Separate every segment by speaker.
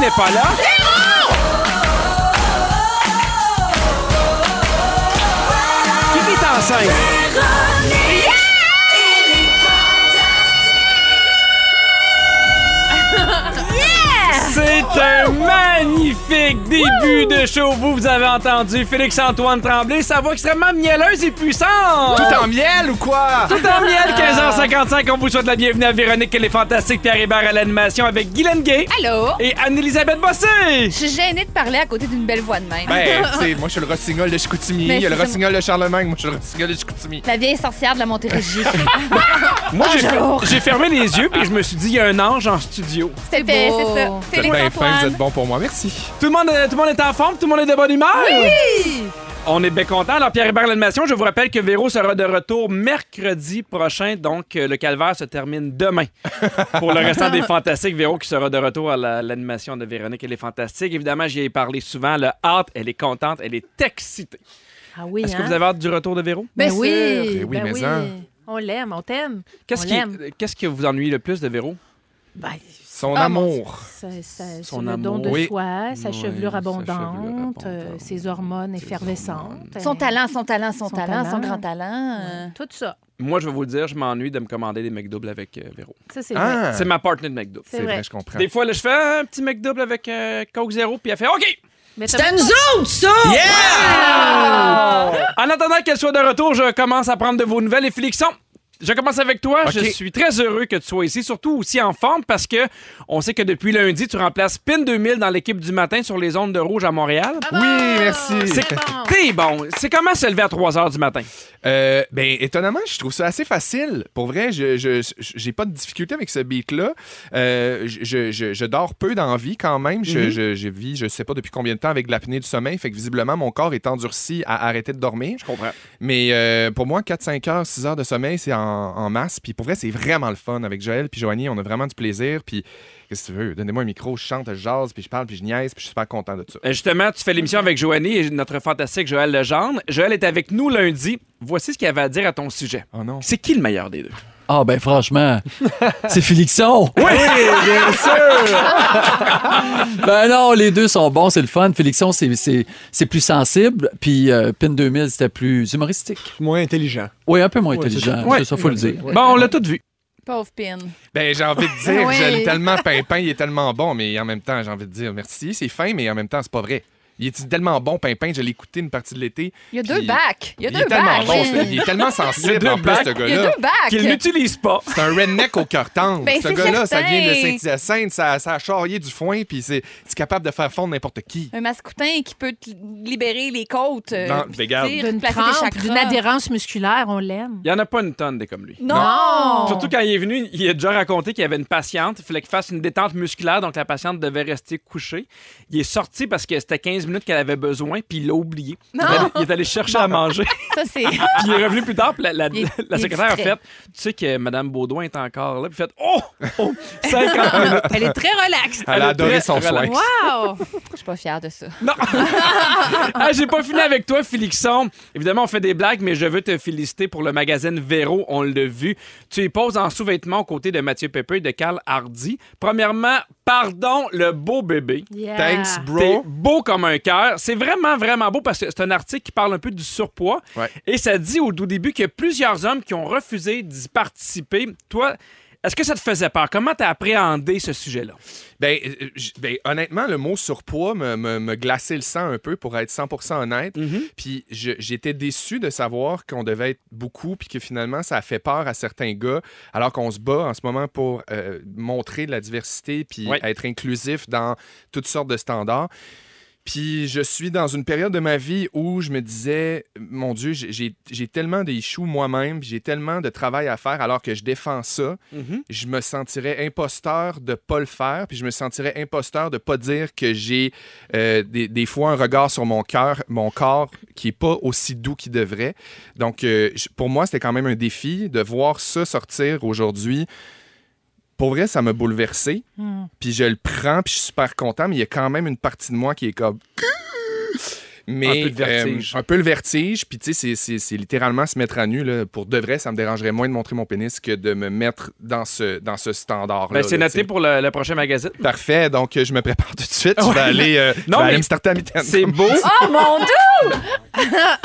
Speaker 1: n'est pas là. Qui est enceinte? C'est un magnifique début de show. Vous, vous avez entendu Félix-Antoine Tremblay, sa voix extrêmement mielleuse et puissante.
Speaker 2: Tout en miel ou quoi?
Speaker 1: Tout en miel, 15h55. On vous souhaite la bienvenue à Véronique et les Fantastiques Pierre Hébert à l'animation avec Guylaine Gay
Speaker 3: Allô?
Speaker 1: et Anne-Elisabeth Bossé.
Speaker 3: Je suis gênée de parler à côté d'une belle voix de même.
Speaker 2: Ben, tu sais, moi, je suis le rossignol de Chicoutimi.
Speaker 3: Mais
Speaker 2: Il y a le
Speaker 3: c'est ça.
Speaker 2: rossignol de Charlemagne. Moi, je suis le rossignol de Chicoutimi.
Speaker 3: La vieille sorcière de la Montérégie.
Speaker 1: Moi,
Speaker 4: Ah,
Speaker 1: j'ai
Speaker 3: Bonjour.
Speaker 1: fer- j'ai fermé les yeux puis je me suis dit, il y a un ange en studio.
Speaker 3: C'était beau. C'est ça.
Speaker 2: Vous êtes bien fin, vous êtes bon pour moi. Merci.
Speaker 1: Tout le, monde, euh, tout le monde est en forme, tout le monde est de bonne humeur. On est bien content. Alors, Pierre Hébert, l'animation, je vous rappelle que Véro sera de retour mercredi prochain. Donc, euh, le calvaire se termine demain. Pour le restant des Fantastiques, Véro qui sera de retour à la- l'animation de Véronique. Elle est fantastique. Évidemment, j'y ai parlé souvent. Le hâte, elle est contente, elle est excitée.
Speaker 4: Ah oui,
Speaker 1: Est-ce
Speaker 4: hein?
Speaker 1: que vous avez hâte du retour de Véro?
Speaker 4: Ben
Speaker 3: Ben
Speaker 4: oui,
Speaker 3: sûr.
Speaker 2: Ben oui,
Speaker 4: ben
Speaker 2: mais
Speaker 4: oui.
Speaker 2: hein.
Speaker 4: On l'aime, on t'aime.
Speaker 1: Qu'est-ce
Speaker 4: On
Speaker 1: qui,
Speaker 4: l'aime.
Speaker 1: euh, qu'est-ce que vous ennuie le plus de Véro?
Speaker 4: Ben,
Speaker 2: Son
Speaker 3: Ah, mon
Speaker 2: amour.
Speaker 4: ça- ça-
Speaker 1: Son
Speaker 4: c'est le don
Speaker 1: amour.
Speaker 4: de
Speaker 2: Oui.
Speaker 4: soi, sa
Speaker 2: Oui,
Speaker 4: chevelure
Speaker 2: sa
Speaker 4: abondante,
Speaker 2: chevelure abondante.
Speaker 4: euh, ses hormones
Speaker 2: Ses
Speaker 4: effervescentes.
Speaker 3: Son talent, son talent, son,
Speaker 4: Son
Speaker 3: talent, son
Speaker 4: talent.
Speaker 3: grand talent. euh.
Speaker 4: Tout ça.
Speaker 1: Moi, je vais vous le dire, je m'ennuie de me commander des McDoubles avec euh, Véro.
Speaker 4: Ça, c'est vrai.
Speaker 2: Ah,
Speaker 1: C'est ma partner de McDo.
Speaker 4: C'est vrai.
Speaker 2: je comprends.
Speaker 1: Des fois, là, je fais ah, un petit McDouble avec euh, Coke Zero, puis elle fait OK!
Speaker 4: Mais
Speaker 5: C'est à nous autres, ça!
Speaker 1: En attendant qu'elle soit de retour, je commence à prendre de vos nouvelles. Et Félixon, je commence avec toi.
Speaker 2: OK.
Speaker 1: Je suis très heureux que tu sois ici, surtout aussi en forme, parce que on sait que depuis lundi, tu remplaces PIN 2000 dans l'équipe du matin sur les ondes de rouge à Montréal.
Speaker 4: Ah
Speaker 2: Oui, merci.
Speaker 4: C'est
Speaker 1: C'est-
Speaker 4: bon.
Speaker 1: T'es bon. C'est comment se lever à 3 h du matin?
Speaker 2: Euh, ben, étonnamment, je trouve ça assez facile. Pour vrai, je je- je- j'ai pas de difficulté avec ce beat-là. Euh, je- je, je- je dors peu dans la vie quand même. Je,
Speaker 1: Mhm.
Speaker 2: je- je vis, je sais pas depuis combien de temps, avec de l'apnée du sommeil. Fait que visiblement, mon corps est endurci à arrêter de dormir.
Speaker 1: Je comprends.
Speaker 2: Mais euh, pour moi, 4, 5 heures, 6 heures de sommeil, c'est en, en masse. Puis pour vrai, c'est vraiment le fun. Avec Joël puis Joanie, on a vraiment du plaisir. Puis qu'est-ce que tu veux? Donnez-moi un micro, je chante, je jase, puis je parle, puis je niaise, puis je suis super content de ça.
Speaker 1: Euh, Justement, tu fais l'émission avec Joanie et notre fantastique Joël Legendre. Joël est avec nous lundi. Voici ce qu'il avait à dire à ton sujet.
Speaker 2: Oh non.
Speaker 1: C'est qui le meilleur des deux?
Speaker 6: Ah ben franchement, c'est Félixon. Ben non, les deux sont bons, c'est le fun. Félixon, c'est- c'est c'est plus sensible, puis euh, Pin 2000, c'était plus humoristique.
Speaker 7: moins intelligent.
Speaker 6: Oui, un peu moins
Speaker 7: Ouais,
Speaker 6: intelligent,
Speaker 1: c'est ça.
Speaker 6: ça, ça, faut le dire.
Speaker 1: Bon, on l'a tout vu.
Speaker 3: Pauvre pin.
Speaker 2: Ben, j'ai envie de dire,
Speaker 3: Oui.
Speaker 2: je l'aime tellement Pimpin, il est tellement bon, mais en même temps, j'ai envie de dire merci, c'est fin, mais en même temps, c'est pas vrai. Il est tellement bon, Pimpin, je l'ai écouté une partie de l'été.
Speaker 3: Il y a
Speaker 2: Puis-
Speaker 3: deux bacs. Il y a
Speaker 2: Il
Speaker 3: deux
Speaker 2: est tellement
Speaker 3: bacs.
Speaker 2: bon,
Speaker 3: Il y a-
Speaker 2: ce- il est tellement
Speaker 1: Il y a
Speaker 2: sensible
Speaker 1: deux
Speaker 2: en plus,
Speaker 1: bacs.
Speaker 2: ce
Speaker 3: il y a
Speaker 2: gars-là.
Speaker 3: deux bacs.
Speaker 1: Qu'il n'utilise pas.
Speaker 2: C'est un redneck au cœur tendre.
Speaker 3: Ben,
Speaker 2: ce
Speaker 3: c'est
Speaker 2: gars-là, ça
Speaker 3: certain.
Speaker 2: vient de Saint-Hyacinthe, ça, ça a charrié du foin, puis c'est c'est capable de faire fondre n'importe qui.
Speaker 3: Un mascoutin qui peut te libérer les côtes. euh,
Speaker 2: Non,
Speaker 3: puis
Speaker 2: ben, garde.
Speaker 3: dire,
Speaker 4: D'une
Speaker 3: placer tes
Speaker 4: crampe,
Speaker 3: chakras.
Speaker 4: d'une adhérence musculaire, on l'aime.
Speaker 1: Il n'y en a pas une tonne des comme lui.
Speaker 3: Non!
Speaker 4: Non.
Speaker 1: Surtout quand il est venu, il a déjà raconté qu'il y avait une patiente. Il fallait qu'il fasse une détente musculaire, donc la patiente devait rester couchée. Il est sorti parce que c'était 15 minutes qu'elle avait besoin, puis il l'a oublié. Il est, allé, il est allé chercher à manger. puis
Speaker 3: Ça, c'est.
Speaker 1: il est revenu plus tard, puis la, la-
Speaker 3: Il est-
Speaker 1: la
Speaker 3: il est
Speaker 1: secrétaire a
Speaker 3: distrait.
Speaker 1: fait Tu sais que Mme Baudouin est encore là, puis fait Oh, oh 50 minutes.
Speaker 4: Elle est très relaxe.
Speaker 2: Elle a adoré son soin.
Speaker 4: Wow!
Speaker 3: Je suis pas fière de ça.
Speaker 1: Non! ah, j'ai pas fini avec toi, Félixon. Évidemment, on fait des blagues, mais je veux te féliciter pour le magazine Véro, on l'a vu. Tu y poses en sous-vêtements aux côtés de Mathieu Pépé et de Carl Hardy. Premièrement, pardon le beau bébé.
Speaker 3: euh,
Speaker 4: Yeah.
Speaker 2: Thanks,
Speaker 1: T'es
Speaker 2: bro.
Speaker 1: beau comme un cœur. C'est vraiment, vraiment beau parce que c'est un article qui parle un peu du surpoids.
Speaker 2: Ouais.
Speaker 1: Et ça dit au tout début qu'il y a plusieurs hommes qui ont refusé d'y participer. Toi, est-ce que ça te faisait peur? Comment t'as appréhendé ce sujet-là?
Speaker 2: Ben, euh, j- ben, honnêtement, le mot surpoids me, me, me glaçait le sang un peu, pour être 100% honnête.
Speaker 1: Mm-hmm.
Speaker 2: Puis je- j'étais déçu de savoir qu'on devait être beaucoup, puis que finalement, ça a fait peur à certains gars, alors qu'on se bat en ce moment pour euh, montrer de la diversité, puis
Speaker 1: Ouais.
Speaker 2: être inclusif dans toutes sortes de standards. Puis je suis dans une période de ma vie où je me disais, mon Dieu, j'ai- j'ai j'ai tellement des choux moi-même, puis j'ai tellement de travail à faire alors que je défends ça
Speaker 1: Mm-hmm. Mhm.
Speaker 2: je me sentirais imposteur de pas le faire, puis je me sentirais imposteur de pas dire que j'ai euh, des, des fois un regard sur mon cœur, mon corps qui est pas aussi doux qu'il devrait. Donc euh, je- pour moi, c'était quand même un défi de voir ça sortir aujourd'hui. Pour vrai, ça m'a bouleversé, puis je le prends, puis je suis super content, mais euh, il y a quand même une partie de moi qui est comme Mais,
Speaker 1: Un peu de vertige.
Speaker 2: un peu le vertige. Puis, tu sais, c'est- c'est- c'est littéralement se mettre à nu. Là. Pour de vrai, ça me dérangerait moins de montrer mon pénis que de me mettre dans ce, dans ce standard-là.
Speaker 1: Ben, c'est
Speaker 2: là,
Speaker 1: noté
Speaker 2: tu
Speaker 1: pour le, le prochain magazine.
Speaker 2: sais. Parfait. Donc, euh, je me prépare tout de suite. Je
Speaker 1: Ouais.
Speaker 2: vais aller, euh, je
Speaker 1: Non,
Speaker 2: vais
Speaker 1: mais
Speaker 2: aller me starter à mi-temps.
Speaker 1: C'est beau.
Speaker 3: Oh mon dieu!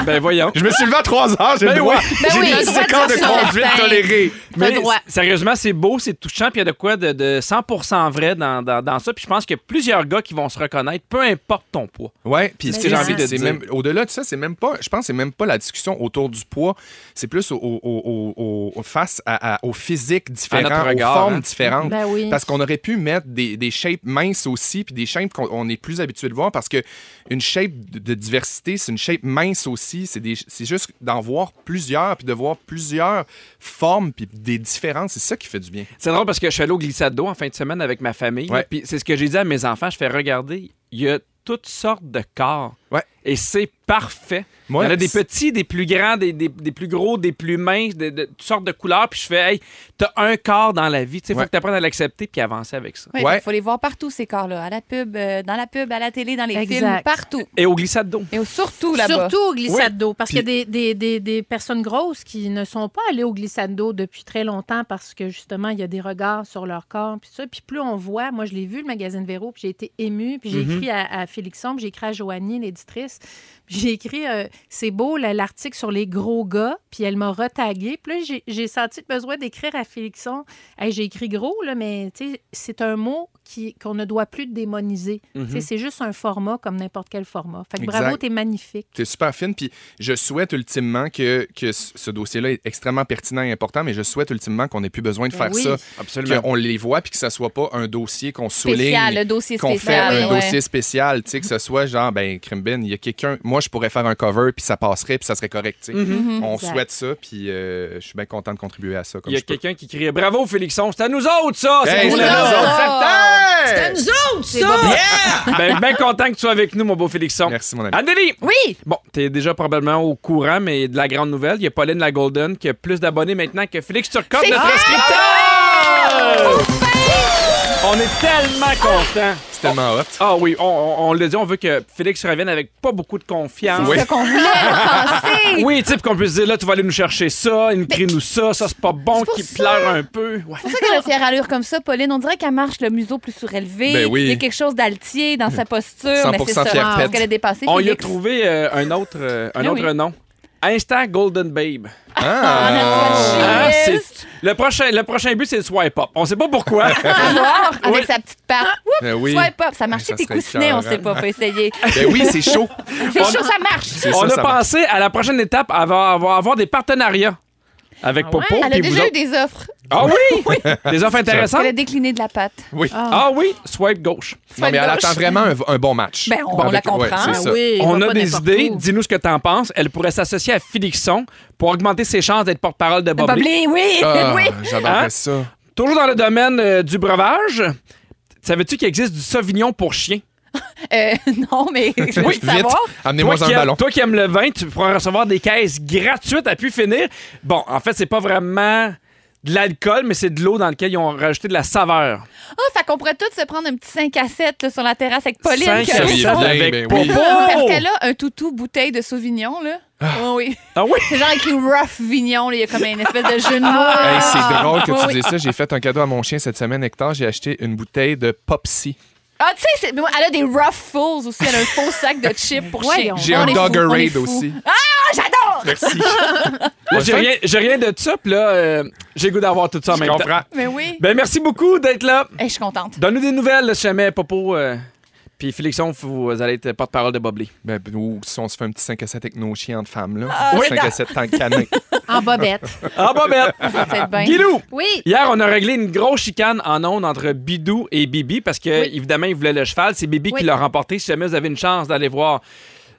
Speaker 1: ben voyons.
Speaker 2: Je me suis levé à 3 heures. J'ai
Speaker 1: Ben
Speaker 2: le droit.
Speaker 1: oui.
Speaker 3: Ben
Speaker 2: J'ai
Speaker 3: oui,
Speaker 2: des
Speaker 3: le droit de
Speaker 2: séquences
Speaker 3: dire
Speaker 2: de
Speaker 3: ça,
Speaker 2: conduite
Speaker 4: certain.
Speaker 2: tolérées.
Speaker 1: Mais
Speaker 4: droit.
Speaker 1: s- sérieusement, c'est beau, c'est touchant, puis il y a de quoi de, de 100% vrai dans, dans- dans ça. Puis je pense qu'il y a plusieurs gars qui vont se reconnaître, peu importe ton poids.
Speaker 2: Ouais,
Speaker 3: Ben
Speaker 2: puis ce
Speaker 4: Mais
Speaker 2: que j'ai
Speaker 4: c'est
Speaker 2: envie de
Speaker 4: ça.
Speaker 2: dire, même au-delà de ça, c'est même pas, je pense, que c'est même pas la discussion autour du poids, c'est plus au, au- au- au- au- face à, à- au physique différent,
Speaker 1: notre
Speaker 2: aux
Speaker 1: regard,
Speaker 2: formes
Speaker 1: hein.
Speaker 2: différentes.
Speaker 4: Ben oui.
Speaker 2: Parce qu'on aurait pu mettre des, des shapes minces aussi, puis des shapes qu'on on est plus habitué de voir, parce que une shape de, de diversité, c'est une shape mince aussi. C'est des- c'est juste d'en voir plusieurs, puis de voir plusieurs formes, puis des différences. C'est ça qui fait du bien.
Speaker 1: C'est drôle parce que je suis allé au glissade d'eau en fin de semaine avec ma famille.
Speaker 2: Ouais.
Speaker 1: Puis c'est ce que j'ai dit à mes enfants. Je fais regarder, il y a toutes sortes de corps.
Speaker 2: Ouais.
Speaker 1: Et c'est parfait.
Speaker 2: Moi,
Speaker 1: il y en a des
Speaker 2: c'est-
Speaker 1: petits, des plus grands, des, des- des plus gros, des plus minces, de, de toutes sortes de couleurs. Puis je fais, hey, t'as un corps dans la vie. Il faut
Speaker 2: Ouais.
Speaker 1: que t'apprennes à l'accepter puis avancer avec ça.
Speaker 3: Il
Speaker 2: Ouais.
Speaker 3: faut les voir partout, ces corps-là. À la pub, euh, dans la pub, à la télé, dans les
Speaker 4: Exact.
Speaker 3: films, partout.
Speaker 1: Et au glissade d'eau.
Speaker 3: Et surtout là-bas.
Speaker 4: Surtout au glissade d'eau, parce
Speaker 2: Puis-
Speaker 4: qu'il y a des, des- des- des personnes grosses qui ne sont pas allées au glissade d'eau depuis très longtemps parce que justement, il y a des regards sur leur corps, puis ça. Puis plus on voit, moi, je l'ai vu, le magazine Véro, puis j'ai été émue, puis j'ai
Speaker 1: Mhm.
Speaker 4: écrit à, à Félixon, puis j'ai écrit à Joanie, l'éditrice, puis j'ai écrit, euh, c'est beau, la- l'article sur les gros gars, puis elle m'a retagué. Puis là, j'ai- j'ai senti le besoin d'écrire à Félixon, Hey, j'ai écrit gros, là, mais tu sais, c'est un mot qui- qu'on ne doit plus démoniser. Tu sais,
Speaker 1: Mhm.
Speaker 4: C'est juste un format comme n'importe quel format. Fait que
Speaker 2: Exact.
Speaker 4: bravo, t'es magnifique.
Speaker 2: T'es super fine. Puis je souhaite ultimement que, que ce ce dossier-là est extrêmement pertinent et important, mais je souhaite ultimement qu'on n'ait plus besoin de faire
Speaker 4: Ben Oui.
Speaker 2: ça.
Speaker 1: Absolument.
Speaker 2: Qu'on les voit puis que ça soit pas un dossier qu'on souligne.
Speaker 3: Spécial, le dossier
Speaker 2: qu'on fait
Speaker 3: spécial.
Speaker 2: un
Speaker 3: ouais.
Speaker 2: dossier spécial, tu sais, que ce soit genre, ben, Crimbin, il y a quelqu'un, moi, je pourrais faire un cover, puis ça passerait, puis ça serait correct, tu sais.
Speaker 1: Mhm.
Speaker 3: Mhm.
Speaker 2: On
Speaker 4: Exact.
Speaker 2: souhaite ça, puis euh, je suis bien content de contribuer à ça. Comme
Speaker 1: Il y a
Speaker 2: je peux.
Speaker 1: quelqu'un qui crie Bravo Félixon, c'est à nous autres ça! C'est
Speaker 2: Hey,
Speaker 1: pour
Speaker 2: c'est
Speaker 1: le-
Speaker 2: à nous autres.
Speaker 3: Oh!
Speaker 2: Certain!
Speaker 3: C'est bon.
Speaker 1: ben, ben content que tu sois avec nous, mon beau Félixon.
Speaker 2: Merci, mon ami.
Speaker 1: Anneli!
Speaker 3: Oui!
Speaker 1: Bon, t'es déjà probablement au courant, mais de la grande nouvelle, il y a Pauline La Golden qui a plus d'abonnés maintenant que Félix Turcotte,
Speaker 3: C'est
Speaker 1: notre
Speaker 3: vrai!
Speaker 1: inscripteur! On est tellement contents!
Speaker 2: C'est tellement hot.
Speaker 1: Ah oui, on, on, on l'a dit, on veut que Félix revienne avec pas beaucoup de confiance.
Speaker 2: Oui.
Speaker 3: Ce qu'on voulait penser.
Speaker 1: Oui, type qu'on puisse dire, là, tu vas aller nous chercher ça, il nous crie nous ça, ça c'est pas bon,
Speaker 3: c'est pour
Speaker 1: qu'il
Speaker 3: ça.
Speaker 1: pleure un peu. Ouais.
Speaker 3: C'est pour ça qu'elle a fière allure comme ça, Pauline. On dirait qu'elle marche le museau plus surélevé.
Speaker 2: Ben oui.
Speaker 3: Il y a quelque chose d'altier dans sa posture. Mais c'est
Speaker 2: 100%
Speaker 3: ça.
Speaker 2: fière
Speaker 3: Parce
Speaker 2: pète.
Speaker 3: qu'elle a dépassé.
Speaker 1: On y a
Speaker 3: Félix.
Speaker 1: trouvé euh, un autre, euh, un
Speaker 3: Ah
Speaker 1: autre
Speaker 3: oui.
Speaker 1: nom. Insta Golden Babe.
Speaker 3: Ah, Natasha
Speaker 2: Ah!
Speaker 1: Ah,
Speaker 3: Yes.
Speaker 1: c'est- le, prochain, le prochain but, c'est le swipe up. On sait pas pourquoi.
Speaker 3: À voir, avec
Speaker 1: Oui.
Speaker 3: sa petite patte. Oups,
Speaker 2: Ben oui.
Speaker 3: swipe up. Ça marchait
Speaker 2: Ça
Speaker 3: tes
Speaker 2: serait
Speaker 3: coussinets, on sait
Speaker 2: écœurant.
Speaker 3: pas. Faut essayer.
Speaker 2: Ben oui, c'est chaud.
Speaker 3: C'est chaud, ça marche.
Speaker 2: C'est
Speaker 1: On
Speaker 2: ça,
Speaker 1: a
Speaker 2: ça marche.
Speaker 1: pensé à la prochaine étape, à avoir, avoir- avoir des partenariats avec Popo.
Speaker 3: Ah Elle a
Speaker 1: puis vous
Speaker 3: déjà eu
Speaker 1: autres.
Speaker 3: des offres.
Speaker 1: Ah oui! Des offres intéressantes.
Speaker 3: Elle a décliné de la patte.
Speaker 2: Oui.
Speaker 1: Ah oui, swipe gauche.
Speaker 2: Non, mais elle attend vraiment un, un bon match.
Speaker 3: Ben, on la comprend.
Speaker 2: ouais, c'est
Speaker 3: Ah
Speaker 2: ça.
Speaker 4: oui,
Speaker 1: On a des idées. Dis-nous ce que t'en penses. Elle pourrait s'associer à Félixon pour augmenter ses chances d'être porte-parole de Bob Lee.
Speaker 3: Boblin, oui.
Speaker 2: Ah,
Speaker 3: Oui.
Speaker 2: J'adorerais
Speaker 1: Hein?
Speaker 2: ça.
Speaker 1: Toujours dans le domaine euh, du breuvage, savais-tu qu'il existe du Sauvignon pour chien?
Speaker 3: Euh, non, mais je veux
Speaker 2: Oui,
Speaker 3: juste savoir.
Speaker 2: vite. Amenez-moi
Speaker 1: toi,
Speaker 2: un
Speaker 1: qui
Speaker 2: ballon.
Speaker 1: aimes- toi qui aimes le vin, tu pourras recevoir des caisses gratuites à pu finir. Bon, en fait, c'est pas vraiment de l'alcool, mais c'est de l'eau dans laquelle ils ont rajouté de la saveur.
Speaker 3: Ah, fait qu'on pourrait tous se prendre un petit 5 à 7 là, sur la terrasse avec Pauline.
Speaker 1: Cinq
Speaker 3: que-
Speaker 2: à
Speaker 1: sur
Speaker 2: sept.
Speaker 1: sept
Speaker 2: Oui,
Speaker 1: avec
Speaker 2: ben
Speaker 1: Popo.
Speaker 2: oui.
Speaker 3: Parce qu'elle a un toutou bouteille de Sauvignon, là. Oui, oui.
Speaker 1: Ah oui?
Speaker 3: C'est genre écrit rough vignon, là. Il y a comme une espèce de jeu de mots.
Speaker 2: Ah! Hey,
Speaker 3: là.
Speaker 2: c'est drôle
Speaker 3: Oui,
Speaker 2: que tu
Speaker 3: Ah! oui.
Speaker 2: dises ça. J'ai fait un cadeau à mon chien cette semaine, Hector. J'ai acheté une bouteille de Popsy.
Speaker 3: Ah, tu sais, c'est- mais moi, elle a des rough fools aussi. Elle a un faux sac de chips pour
Speaker 4: Voyons.
Speaker 3: chiens.
Speaker 2: J'ai
Speaker 3: On
Speaker 2: un
Speaker 3: est fous, on est
Speaker 2: Doggerade
Speaker 3: fous.
Speaker 2: aussi.
Speaker 3: Ah, j'adore!
Speaker 2: Merci.
Speaker 1: Là, j'ai rien, j'ai rien de ça, puis là, euh, j'ai le goût d'avoir tout ça en
Speaker 2: Je
Speaker 1: même temps.
Speaker 2: comprends.
Speaker 3: Mais oui.
Speaker 1: Ben, merci beaucoup d'être là.
Speaker 3: Hey, je suis contente.
Speaker 1: Donne-nous des nouvelles, si jamais, Popo. euh, puis Félixon, vous allez être porte-parole de Bob Lee.
Speaker 2: Ben, ou si on se fait un petit 5 à 7 avec nos chiens de femmes, là.
Speaker 3: Ah, Hein?
Speaker 2: oui,
Speaker 3: oui,
Speaker 2: 5 à 7 tant canin.
Speaker 4: En bobette.
Speaker 1: Ah, Bobette!
Speaker 3: Ça va être bien.
Speaker 1: Guilou!
Speaker 4: Oui.
Speaker 1: Hier, on a réglé une grosse chicane en ondes entre Bidou et Bibi parce que,
Speaker 3: Oui.
Speaker 1: évidemment, ils voulaient le cheval. C'est Bibi
Speaker 4: Oui.
Speaker 1: qui l'a remporté. Si jamais vous avez une chance d'aller voir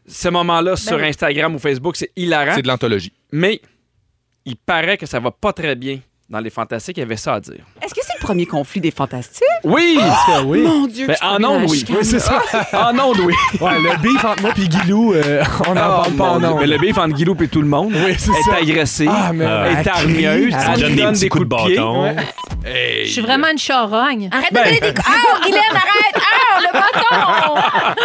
Speaker 1: ce moment-là sur
Speaker 4: oui.
Speaker 1: Instagram ou Facebook, c'est hilarant.
Speaker 2: C'est de l'anthologie.
Speaker 1: Mais il paraît que ça va pas très bien dans les fantastiques. Il y avait ça à dire.
Speaker 5: Est-ce que c'est le premier conflit des fantastiques?
Speaker 1: Oui!
Speaker 7: oui.
Speaker 5: Mon Dieu,
Speaker 1: Ben,
Speaker 5: que je
Speaker 1: en
Speaker 5: suis tombée dans
Speaker 1: ondes,
Speaker 5: la
Speaker 1: oui.
Speaker 5: chicane.
Speaker 7: c'est ça.
Speaker 1: en ondes, oui.
Speaker 7: Ouais, le beef entre moi puis Guilou, euh, on n'en
Speaker 2: Ah,
Speaker 7: parle pas en
Speaker 1: Mais
Speaker 7: ondes.
Speaker 1: le bif entre Guilou et tout le monde
Speaker 7: Oui, c'est
Speaker 1: est
Speaker 7: ça.
Speaker 1: agressée.
Speaker 7: Ah, mais
Speaker 1: Elle est
Speaker 7: elle
Speaker 1: hargneuse,
Speaker 7: crie,
Speaker 1: elle
Speaker 7: elle
Speaker 1: donne des coups de pied.
Speaker 7: Ouais.
Speaker 2: Euh,
Speaker 4: Je suis vraiment une charogne.
Speaker 3: Arrête
Speaker 2: Ben-
Speaker 3: de donner des. Ah, Guylaine, arrête! Ah, le bâton!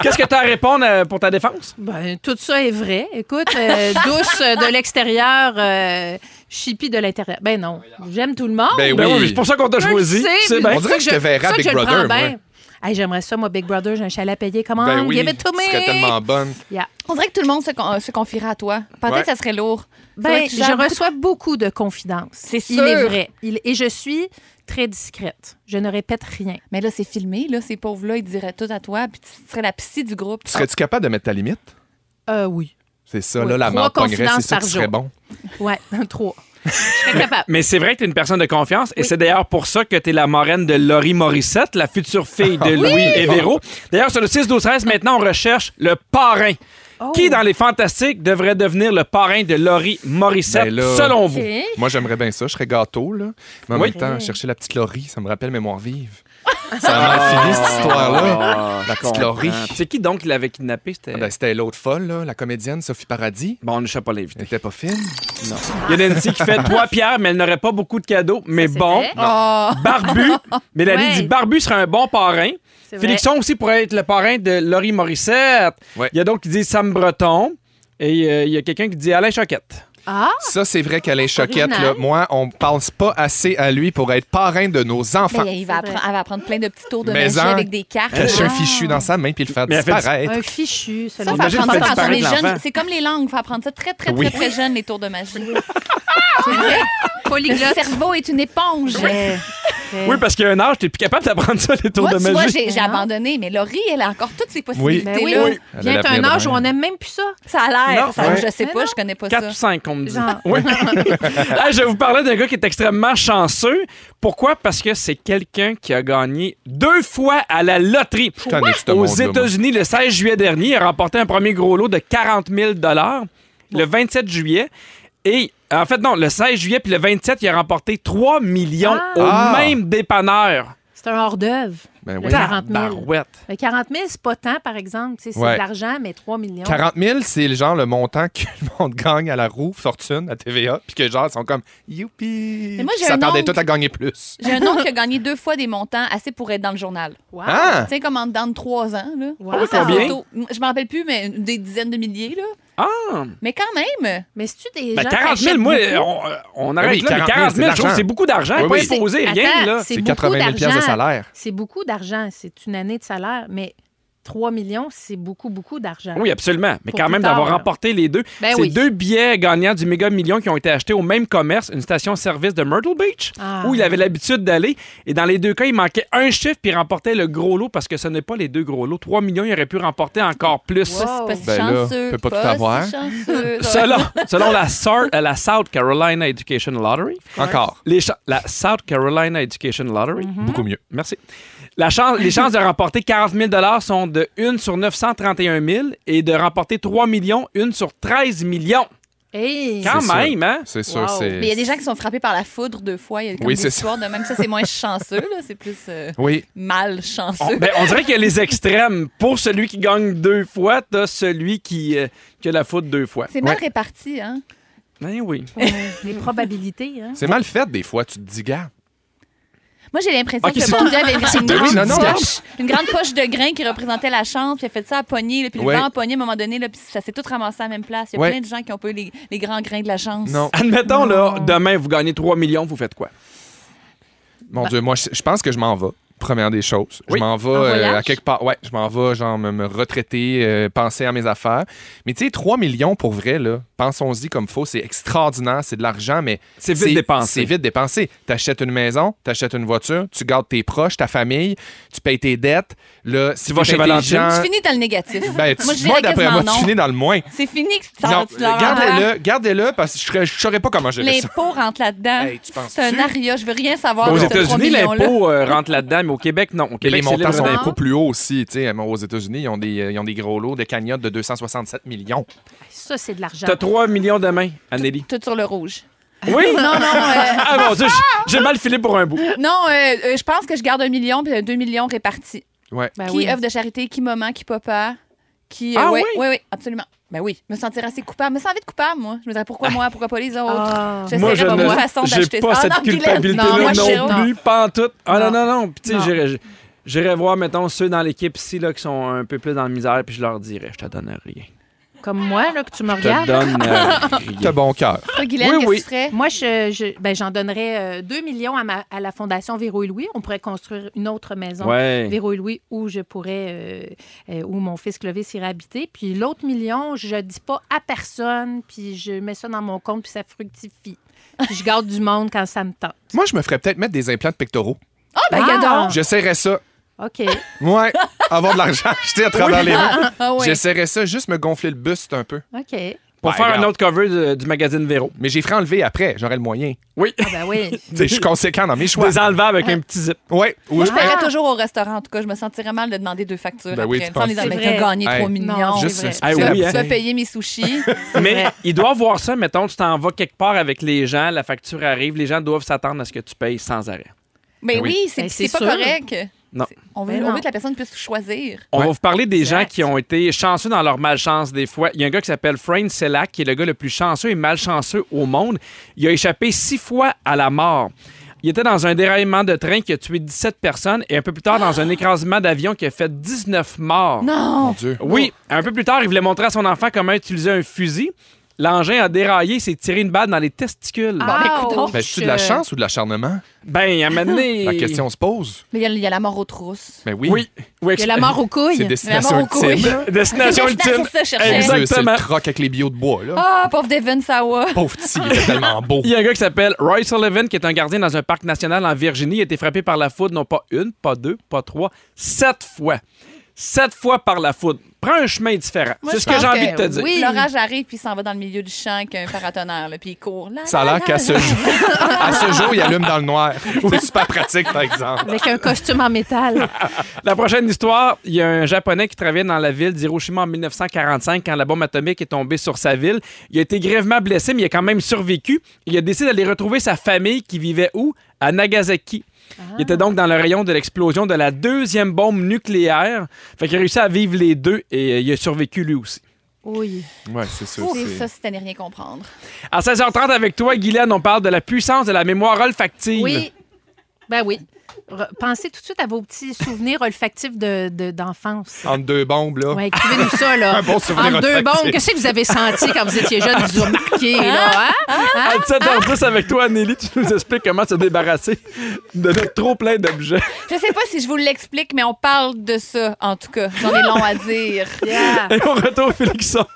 Speaker 1: Qu'est-ce que tu as à répondre euh, pour ta défense?
Speaker 4: Ben, tout ça est vrai. Écoute, euh, douce euh, de l'extérieur, euh, chippie de l'intérieur. Ben non, j'aime tout le monde.
Speaker 2: Ben
Speaker 1: Ben
Speaker 2: Oui.
Speaker 1: oui, mais c'est pour ça qu'on t'a
Speaker 4: Je le
Speaker 1: choisi.
Speaker 4: sais,
Speaker 1: Tu sais
Speaker 4: mais
Speaker 1: bien.
Speaker 2: On dirait que je te verrais à
Speaker 4: ça,
Speaker 2: Big
Speaker 4: je le
Speaker 2: Brother,
Speaker 4: prends bien.
Speaker 2: moi.
Speaker 4: Hey, J'aimerais ça, moi, Big Brother, j'ai un chalet à payer. Comment?
Speaker 2: Ben oui,
Speaker 4: Give it to me!
Speaker 2: tu serais tellement bonne.
Speaker 4: Yeah.
Speaker 3: On dirait que tout le monde se, con- euh, se confierait à toi. Peut-être
Speaker 2: Ouais.
Speaker 3: que ça serait lourd. Faudrait
Speaker 4: Ben,
Speaker 3: que tu gères
Speaker 4: je reçois beaucoup de confidences.
Speaker 3: C'est
Speaker 4: Il est
Speaker 3: sûr.
Speaker 4: vrai. Il- Et je suis très discrète. Je ne répète rien.
Speaker 3: Mais là, c'est filmé, là, ces pauvres-là, ils diraient tout à toi, puis tu serais la psy du groupe.
Speaker 2: Tu serais-tu capable de mettre ta limite?
Speaker 4: Euh, oui.
Speaker 2: C'est ça,
Speaker 4: Oui,
Speaker 2: là, la
Speaker 4: trois
Speaker 2: mort pognerait, c'est
Speaker 4: confidences
Speaker 2: ça qui
Speaker 4: par
Speaker 2: serait
Speaker 4: jour.
Speaker 2: bon.
Speaker 4: Ouais, trois. Je serais capable.
Speaker 1: Mais c'est vrai que tu es une personne de confiance et c'est d'ailleurs pour ça que tu es la marraine de Laurie Morissette, la future fille
Speaker 4: Ah
Speaker 1: de Louis Évero. D'ailleurs, sur le 6 12 13 maintenant on recherche le parrain.
Speaker 4: Oh.
Speaker 1: Qui dans les fantastiques devrait devenir le parrain de Laurie Morissette
Speaker 2: Ben là.
Speaker 1: selon vous
Speaker 2: Moi, j'aimerais bien ça. Je serais gâteau, là. Mais en
Speaker 1: Oui.
Speaker 2: même temps, chercher la petite Laurie, ça me rappelle Mémoire vive. Ça a mal fini, cette
Speaker 3: Ah!
Speaker 1: Ah,
Speaker 2: histoire-là. Ah, La petite Laurie.
Speaker 1: C'est qui donc qui l'avait kidnappé C'était
Speaker 2: Ah, ben, C'était l'autre folle, là, la comédienne Sophie Paradis.
Speaker 1: Bon, on n'échappe pas
Speaker 2: Elle
Speaker 1: l'invité.
Speaker 2: était pas fine.
Speaker 1: Il y a Nancy qui fait toi Pierre, mais elle n'aurait pas beaucoup de cadeaux, mais
Speaker 4: c'est
Speaker 1: bon,
Speaker 4: vrai.
Speaker 3: Oh!
Speaker 1: Barbu. Mélanie
Speaker 4: Ouais.
Speaker 1: dit Barbu serait un bon parrain.
Speaker 4: C'est vrai.
Speaker 1: Félixon aussi pourrait être le parrain de Laurie Morissette.
Speaker 2: Ouais.
Speaker 1: Il y a donc qui dit Sam Breton. Et euh, il y a quelqu'un qui dit Alain Choquette.
Speaker 4: Ah,
Speaker 2: Ça, c'est vrai qu'elle est choquette, là.
Speaker 4: original.
Speaker 2: Moi, on pense pas assez à lui pour être parrain de nos enfants.
Speaker 3: Mais il va
Speaker 4: C'est
Speaker 3: apprendre,
Speaker 4: vrai.
Speaker 3: elle va apprendre plein de petits tours de
Speaker 2: Mais
Speaker 3: magie
Speaker 2: en-
Speaker 3: avec des cartes.
Speaker 2: Cacher un
Speaker 3: Ben, Ah.
Speaker 2: fichu dans sa main puis le faire
Speaker 1: Mais elle fait
Speaker 2: disparaître.
Speaker 4: un fichu.
Speaker 3: Ça, faut
Speaker 4: celui-là.
Speaker 1: Imagine
Speaker 3: apprendre
Speaker 1: faire
Speaker 3: ça quand on est
Speaker 1: disparaître
Speaker 3: jeune.
Speaker 1: l'enfant.
Speaker 3: C'est comme les langues, faut apprendre ça très, très, très,
Speaker 2: Oui.
Speaker 3: très jeune, les tours de magie. Le
Speaker 4: Polyglotte.
Speaker 3: cerveau est une éponge.
Speaker 1: Oui, parce qu'il y a un âge, t'es plus capable d'apprendre ça, les tours
Speaker 3: Euh. Moi,
Speaker 1: de
Speaker 3: tu vois,
Speaker 1: magie.
Speaker 3: j'ai j'ai abandonné, mais Laurie, elle a encore toutes ses possibilités-là.
Speaker 4: Ben oui.
Speaker 3: là.
Speaker 4: Oui.
Speaker 2: Elle
Speaker 4: Vient
Speaker 2: a l'avenir
Speaker 4: un
Speaker 2: de
Speaker 4: âge où
Speaker 2: rien.
Speaker 4: on n'aime même plus ça.
Speaker 3: Ça a l'air.
Speaker 1: Non.
Speaker 3: Ça,
Speaker 2: Ouais.
Speaker 3: Je sais pas, je connais pas
Speaker 1: 4 ou
Speaker 3: ça.
Speaker 1: 5, on me dit.
Speaker 4: Genre.
Speaker 1: Oui. Hey, je vais vous parler d'un gars qui est extrêmement chanceux. Pourquoi? Parce que c'est quelqu'un qui a gagné deux fois à la loterie.
Speaker 2: Putain, mais c'est un
Speaker 1: Aux
Speaker 2: monde, là, moi.
Speaker 1: États-Unis, le 16 juillet dernier, il a remporté un premier gros lot de 40 000
Speaker 4: Oh.
Speaker 1: le 27 juillet. Et euh, en fait, non, le 16 juillet puis le 27, il a remporté 3 millions
Speaker 4: Ah.
Speaker 1: au
Speaker 2: Ah.
Speaker 1: même dépanneur.
Speaker 4: C'est un hors-d'œuvre.
Speaker 2: Ben
Speaker 4: Le
Speaker 2: oui.
Speaker 4: 40 000.
Speaker 1: Barouette.
Speaker 4: Mais 40 000, c'est pas tant, par exemple. Tu sais, C'est
Speaker 2: Ouais.
Speaker 4: de l'argent, mais 3 millions.
Speaker 2: 40 000, c'est le genre le montant que le monde gagne à la roue, fortune, à TVA, puis que genre, ils sont comme youpi.
Speaker 3: Mais moi, j'ai
Speaker 2: Ils
Speaker 3: un
Speaker 2: s'attendaient
Speaker 3: oncle.
Speaker 2: tous à gagner plus.
Speaker 3: J'ai un oncle qui a gagné deux fois des montants assez pour être dans le journal.
Speaker 4: Wow.
Speaker 2: Hein?
Speaker 3: Tu sais, comme en dedans de trois ans. Là.
Speaker 4: Wow. Ah oui,
Speaker 3: Sa
Speaker 1: combien?
Speaker 3: photo. Je m'en rappelle plus, mais des dizaines de milliers. Là.
Speaker 1: Ah!
Speaker 3: Mais quand même,
Speaker 4: Mais si tu des
Speaker 1: Ben,
Speaker 4: gens
Speaker 1: 40
Speaker 4: qui achètent
Speaker 1: 000, moi,
Speaker 4: beaucoup?
Speaker 1: on, euh, on
Speaker 2: Ah
Speaker 1: arrête
Speaker 2: oui,
Speaker 1: là, mais
Speaker 2: 40
Speaker 1: 40 000,
Speaker 2: 000,
Speaker 1: je trouve que c'est beaucoup d'argent.
Speaker 2: Oui,
Speaker 1: pas
Speaker 2: oui.
Speaker 1: imposé,
Speaker 4: Attends,
Speaker 1: rien, là.
Speaker 4: C'est
Speaker 2: C'est
Speaker 4: beaucoup
Speaker 2: 80 000 piastres de
Speaker 4: d'argent.
Speaker 2: salaire.
Speaker 4: C'est beaucoup d'argent. C'est une année de salaire, mais 3 millions, c'est beaucoup, beaucoup d'argent.
Speaker 1: Oui, absolument. Mais
Speaker 4: Pour
Speaker 1: quand
Speaker 4: plus
Speaker 1: même,
Speaker 4: tard,
Speaker 1: d'avoir
Speaker 4: là.
Speaker 1: remporté les deux.
Speaker 4: Ben
Speaker 1: c'est
Speaker 4: oui.
Speaker 1: deux billets gagnants du méga million qui ont été achetés au même commerce, une station-service de Myrtle Beach,
Speaker 4: Ah.
Speaker 1: où il avait l'habitude d'aller. Et dans les deux cas, il manquait un chiffre puis il remportait le gros lot parce que ce n'est pas les deux gros lots. 3 millions, il aurait pu remporter encore plus.
Speaker 4: Wow.
Speaker 3: pas si
Speaker 2: Ben là,
Speaker 3: chanceux.
Speaker 2: peut pas tout avoir.
Speaker 3: si chanceux.
Speaker 1: Selon, selon la, Sor- euh, la South Carolina Education Lottery,
Speaker 2: Encore.
Speaker 1: les cha- la South Carolina Education Lottery,
Speaker 4: Mm-hmm.
Speaker 3: Mhm.
Speaker 2: Beaucoup mieux.
Speaker 1: Merci. La chance, les chances de remporter 40 000 sont de 1 sur 931 000 et de remporter 3 millions, 1 sur 13 millions.
Speaker 4: Hey!
Speaker 1: Quand
Speaker 2: C'est
Speaker 1: même, hein?
Speaker 2: C'est sûr,
Speaker 4: Wow.
Speaker 2: c'est.
Speaker 3: Mais il y a des gens qui sont frappés par la foudre deux fois. Il y a comme
Speaker 2: Oui,
Speaker 3: des
Speaker 2: c'est ça.
Speaker 3: histoires de même. Ça, c'est moins chanceux. là. C'est plus euh,
Speaker 2: Oui.
Speaker 3: mal
Speaker 1: On,
Speaker 2: Ah,
Speaker 3: chanceux.
Speaker 1: ben, on dirait qu'il y a les extrêmes. Pour celui qui gagne deux fois, t'as celui qui, euh, qui a la faute deux fois.
Speaker 3: C'est mal
Speaker 2: Ouais.
Speaker 3: réparti, hein?
Speaker 1: Ben oui.
Speaker 4: Les probabilités, hein?
Speaker 2: C'est mal fait des fois, tu te dis, gars.
Speaker 3: Moi, j'ai l'impression
Speaker 1: Ok,
Speaker 3: que
Speaker 1: c'est
Speaker 3: Bon Dieu avait une,
Speaker 2: Oui,
Speaker 3: grande
Speaker 2: non, non.
Speaker 3: poche, une grande poche de grains qui représentait la chance, puis il a fait ça à poignée, là, puis
Speaker 2: Ouais.
Speaker 3: le vent a pogné à un moment donné, là, puis ça s'est tout ramassé à la même place. Il y a
Speaker 2: Ouais.
Speaker 3: plein de gens qui ont pas eu les, les grands grains de la chance.
Speaker 2: Non.
Speaker 1: Admettons, là, demain, vous gagnez 3 millions, vous faites quoi?
Speaker 2: Mon Dieu, moi, je je pense que je m'en vais. Première des choses.
Speaker 1: Oui.
Speaker 2: Je m'en vais
Speaker 4: En
Speaker 2: euh,
Speaker 4: voyage?
Speaker 2: à quelque part. Ouais, je m'en vais, genre, me, me retraiter, euh, penser à mes affaires. Mais tu sais, 3 millions pour vrai, là, pensons-y comme faut, c'est extraordinaire, c'est de l'argent, mais.
Speaker 1: C'est vite dépensé.
Speaker 2: C'est vite dépensé. T'achètes une maison, t'achètes une voiture, tu gardes tes proches, ta famille, tu payes tes dettes. Là, si
Speaker 1: Tu vas
Speaker 2: t'es
Speaker 1: chez Valentine.
Speaker 2: intelligent-
Speaker 3: Tu finis dans le négatif.
Speaker 2: Ben, tu-
Speaker 3: moi, je
Speaker 2: moi,
Speaker 3: dirais
Speaker 2: d'après
Speaker 3: quasiment
Speaker 2: moi,
Speaker 3: non.
Speaker 2: tu finis dans le moins.
Speaker 3: C'est fini que ça
Speaker 2: Non,
Speaker 3: tu leur envoies.
Speaker 2: gardez-le, gardez-le, parce que je serais- je saurais pas comment gérer ça.
Speaker 3: L'impôt rentre là-dedans.
Speaker 2: Hey, tu penses-tu?
Speaker 3: c'est un aria. Je veux rien savoir
Speaker 1: Aux
Speaker 3: de ce 3
Speaker 1: États-Unis,
Speaker 3: millions-là.
Speaker 1: l'impôt euh, rentre là-dedans, mais au Québec, non. Au
Speaker 2: Mais
Speaker 3: Ben,
Speaker 1: Québec,
Speaker 2: les montants
Speaker 1: c'est
Speaker 2: sont
Speaker 1: libre.
Speaker 2: d'impôts plus hauts aussi. tu sais. Mais Aux États-Unis, ils, ont des, euh, ils ont des gros lots de cagnottes de 267 millions.
Speaker 4: Ça, c'est de l'argent.
Speaker 1: T'as 3 millions demain, Anneli.
Speaker 3: Tout sur le rouge.
Speaker 1: Oui?
Speaker 3: Non, non, euh,
Speaker 1: Ah mon Dieu, j'ai- j'ai mal filé pour un bout.
Speaker 3: non euh, euh, je pense que je garde un million puis euh, deux millions répartis.
Speaker 2: Ouais.
Speaker 4: Ben
Speaker 3: qui
Speaker 4: oui.
Speaker 3: œuvre de charité, qui maman, qui papa, qui.
Speaker 1: Ah
Speaker 3: ouais,
Speaker 1: oui?
Speaker 3: ouais, ouais, absolument. Ben oui, me sentir assez coupable. Me sentir vite coupable, moi. Je me dirais pourquoi moi, pourquoi pas les autres.
Speaker 4: Ah.
Speaker 3: J'essaierais
Speaker 1: Moi, je
Speaker 3: par
Speaker 1: ne-
Speaker 3: ma façon
Speaker 1: j'ai
Speaker 3: d'acheter
Speaker 1: pas
Speaker 3: ça. Ah,
Speaker 1: cette
Speaker 3: non, Guylaine,
Speaker 1: culpabilité-là
Speaker 3: non, moi,
Speaker 1: non,
Speaker 3: zéro.
Speaker 1: plus, pas en tout. Ah non, non,
Speaker 4: Non.
Speaker 1: non. Puis, tu sais,
Speaker 4: Non.
Speaker 1: j'irais- j'irais voir, mettons, ceux dans l'équipe ici là, qui sont un peu plus dans la misère, puis je leur dirais, je te donne rien.
Speaker 4: Comme moi, là, que tu me
Speaker 1: Je te
Speaker 4: regardes.
Speaker 1: donne euh,
Speaker 2: T'as
Speaker 1: rien.
Speaker 2: bon cœur.
Speaker 3: Toi, Guylaine,
Speaker 1: Oui,
Speaker 3: qu'est-ce
Speaker 1: oui.
Speaker 3: que tu ferais?
Speaker 4: Moi, je, je- ben, j'en donnerais euh, 2 millions à, ma- à la Fondation Véro et Louis. On pourrait construire une autre maison.
Speaker 1: Ouais.
Speaker 4: Véro et Louis, où je pourrais, euh, euh, où mon fils Clovis irait habiter. Puis l'autre million, je dis pas à personne, puis je mets ça dans mon compte, puis ça fructifie. Puis je garde du monde quand ça me tente.
Speaker 2: Moi, je me ferais peut-être mettre des implants de pectoraux.
Speaker 3: Ah, ben, gadon!
Speaker 2: J'essaierais ça.
Speaker 4: Ah, OK.
Speaker 2: Ouais, avoir de l'argent acheté à travers les mains.
Speaker 3: Ah oui.
Speaker 2: J'essaierais ça, juste me gonfler le buste un peu.
Speaker 4: OK. Ah,
Speaker 1: Pour
Speaker 2: Ouais,
Speaker 1: faire un
Speaker 2: regarde.
Speaker 1: autre cover de- du magazine Véro.
Speaker 2: Mais j'ai ferai enlever après, j'aurais le moyen.
Speaker 1: Oui.
Speaker 4: ben oui.
Speaker 2: Tu sais, Je suis conséquent dans mes choix.
Speaker 1: Des enlevables avec un petit zip.
Speaker 2: Ouais, ou
Speaker 3: Moi, je
Speaker 2: je-
Speaker 3: paierais toujours au restaurant, en tout cas. Je me sentirais mal de demander deux factures
Speaker 2: Ben
Speaker 3: après.
Speaker 2: oui, tu
Speaker 3: Sans les
Speaker 2: penses-
Speaker 3: dire,
Speaker 4: C'est
Speaker 3: Mais t'as
Speaker 4: vrai.
Speaker 3: gagné
Speaker 2: Hey,
Speaker 3: 3 millions.
Speaker 4: non,
Speaker 2: juste
Speaker 4: c'est vrai.
Speaker 1: Ah
Speaker 3: Tu
Speaker 1: oui,
Speaker 3: vas-
Speaker 1: hein. Ben
Speaker 3: tu vas payer mes sushis.
Speaker 1: Mais
Speaker 4: vrai.
Speaker 1: il doit voir ça, mettons, tu t'en vas quelque part avec les gens, la facture arrive, les gens doivent s'attendre à ce que tu payes sans arrêt.
Speaker 3: Mais
Speaker 2: Ben oui.
Speaker 3: oui, c'est
Speaker 4: Ben,
Speaker 3: c'est
Speaker 4: c'est
Speaker 3: pas
Speaker 4: sûr.
Speaker 3: correct.
Speaker 1: Non.
Speaker 3: C'est- On veut,
Speaker 4: Ben
Speaker 3: on
Speaker 4: non.
Speaker 3: veut que la personne puisse choisir.
Speaker 1: On
Speaker 2: Ouais.
Speaker 1: va vous parler des gens
Speaker 3: Exact.
Speaker 1: qui ont été chanceux dans leur malchance des fois. Il y a un gars qui s'appelle Frank Selak, qui est le gars le plus chanceux et malchanceux au monde. Il a échappé six fois à la mort. Il était dans un déraillement de train qui a tué 17 personnes et un peu plus tard dans un écrasement d'avion qui a fait 19 morts.
Speaker 3: Non!
Speaker 2: Mon Dieu.
Speaker 1: Oui, un peu plus tard, il voulait montrer à son enfant comment utiliser un fusil. L'engin a déraillé, s'est tiré une balle dans les testicules.
Speaker 3: Ah.
Speaker 2: Ben, c'est-tu de la chance ou de l'acharnement?
Speaker 1: Ben, à un moment donné-
Speaker 2: La question se pose.
Speaker 3: Mais il y a- il y, a la mort aux trousses.
Speaker 2: Mais oui,
Speaker 1: Oui. oui
Speaker 4: Il y a la mort aux
Speaker 2: c'est
Speaker 4: couilles.
Speaker 2: destination
Speaker 3: Vraiment au couille.
Speaker 2: ultime.
Speaker 1: Destination
Speaker 3: C'est
Speaker 1: ultime.
Speaker 3: ça, je cherchais.
Speaker 2: Mon Dieu, C'est
Speaker 1: Exactement.
Speaker 2: le troc avec les billots de bois, là.
Speaker 3: Ah, pauvre Devin Sawa.
Speaker 2: Pauvre petit, il était tellement beau.
Speaker 1: Il y a un gars qui s'appelle Roy Sullivan, qui est un gardien dans un parc national en Virginie. Il a été frappé par la foudre, non pas une, pas deux, pas trois, sept fois. Sept fois par la foudre. Prends un chemin différent.
Speaker 3: Moi,
Speaker 1: C'est
Speaker 3: je
Speaker 1: ce que j'ai
Speaker 3: pense
Speaker 1: envie de
Speaker 3: que
Speaker 1: te dire.
Speaker 4: oui.
Speaker 3: L'orage arrive, puis il s'en va dans le milieu du champ avec un paratonnerre, là, puis il court. Là,
Speaker 2: Ça a
Speaker 3: là,
Speaker 2: l'air
Speaker 3: là,
Speaker 2: qu'à
Speaker 3: là.
Speaker 2: ce jour, à ce jour, il allume dans le noir. C'est super pratique, par exemple.
Speaker 4: Avec un costume en métal.
Speaker 1: La prochaine histoire, il y a un Japonais qui travaillait dans la ville d'Hiroshima en 1945 quand la bombe atomique est tombée sur sa ville. Il a été grièvement blessé, mais il a quand même survécu. Il a décidé d'aller retrouver sa famille qui vivait où? À Nagasaki.
Speaker 3: Ah.
Speaker 1: Il était donc dans le rayon de l'explosion de la deuxième bombe nucléaire. Fait qu'il a réussi à vivre les deux et euh, il a survécu lui aussi.
Speaker 4: Oui.
Speaker 2: Ouais, c'est sûr.
Speaker 3: C'est ça, si t'allais rien comprendre.
Speaker 1: À 16h30 avec toi, Guylaine, on parle de la puissance de la mémoire olfactive.
Speaker 4: Oui. Ben oui. Re- Pensez tout de suite à vos petits souvenirs olfactifs de- de- d'enfance.
Speaker 2: Entre deux bombes, là.
Speaker 4: Ouais, écrivez-nous ça, là.
Speaker 2: Ah. Un bon souvenir
Speaker 4: Entre deux
Speaker 2: olfactif.
Speaker 4: bombes, qu'est-ce que vous avez senti quand vous étiez jeune? Vous avez marqué, là, hein?
Speaker 1: À
Speaker 3: Ah.
Speaker 1: 17h10 avec toi, Nelly, tu nous expliques comment se débarrasser de notre trop plein d'objets.
Speaker 3: Je sais pas si je vous l'explique, mais on parle de ça, en tout cas. J'en ai long à dire.
Speaker 4: Yeah.
Speaker 1: Et au retour, Félixon,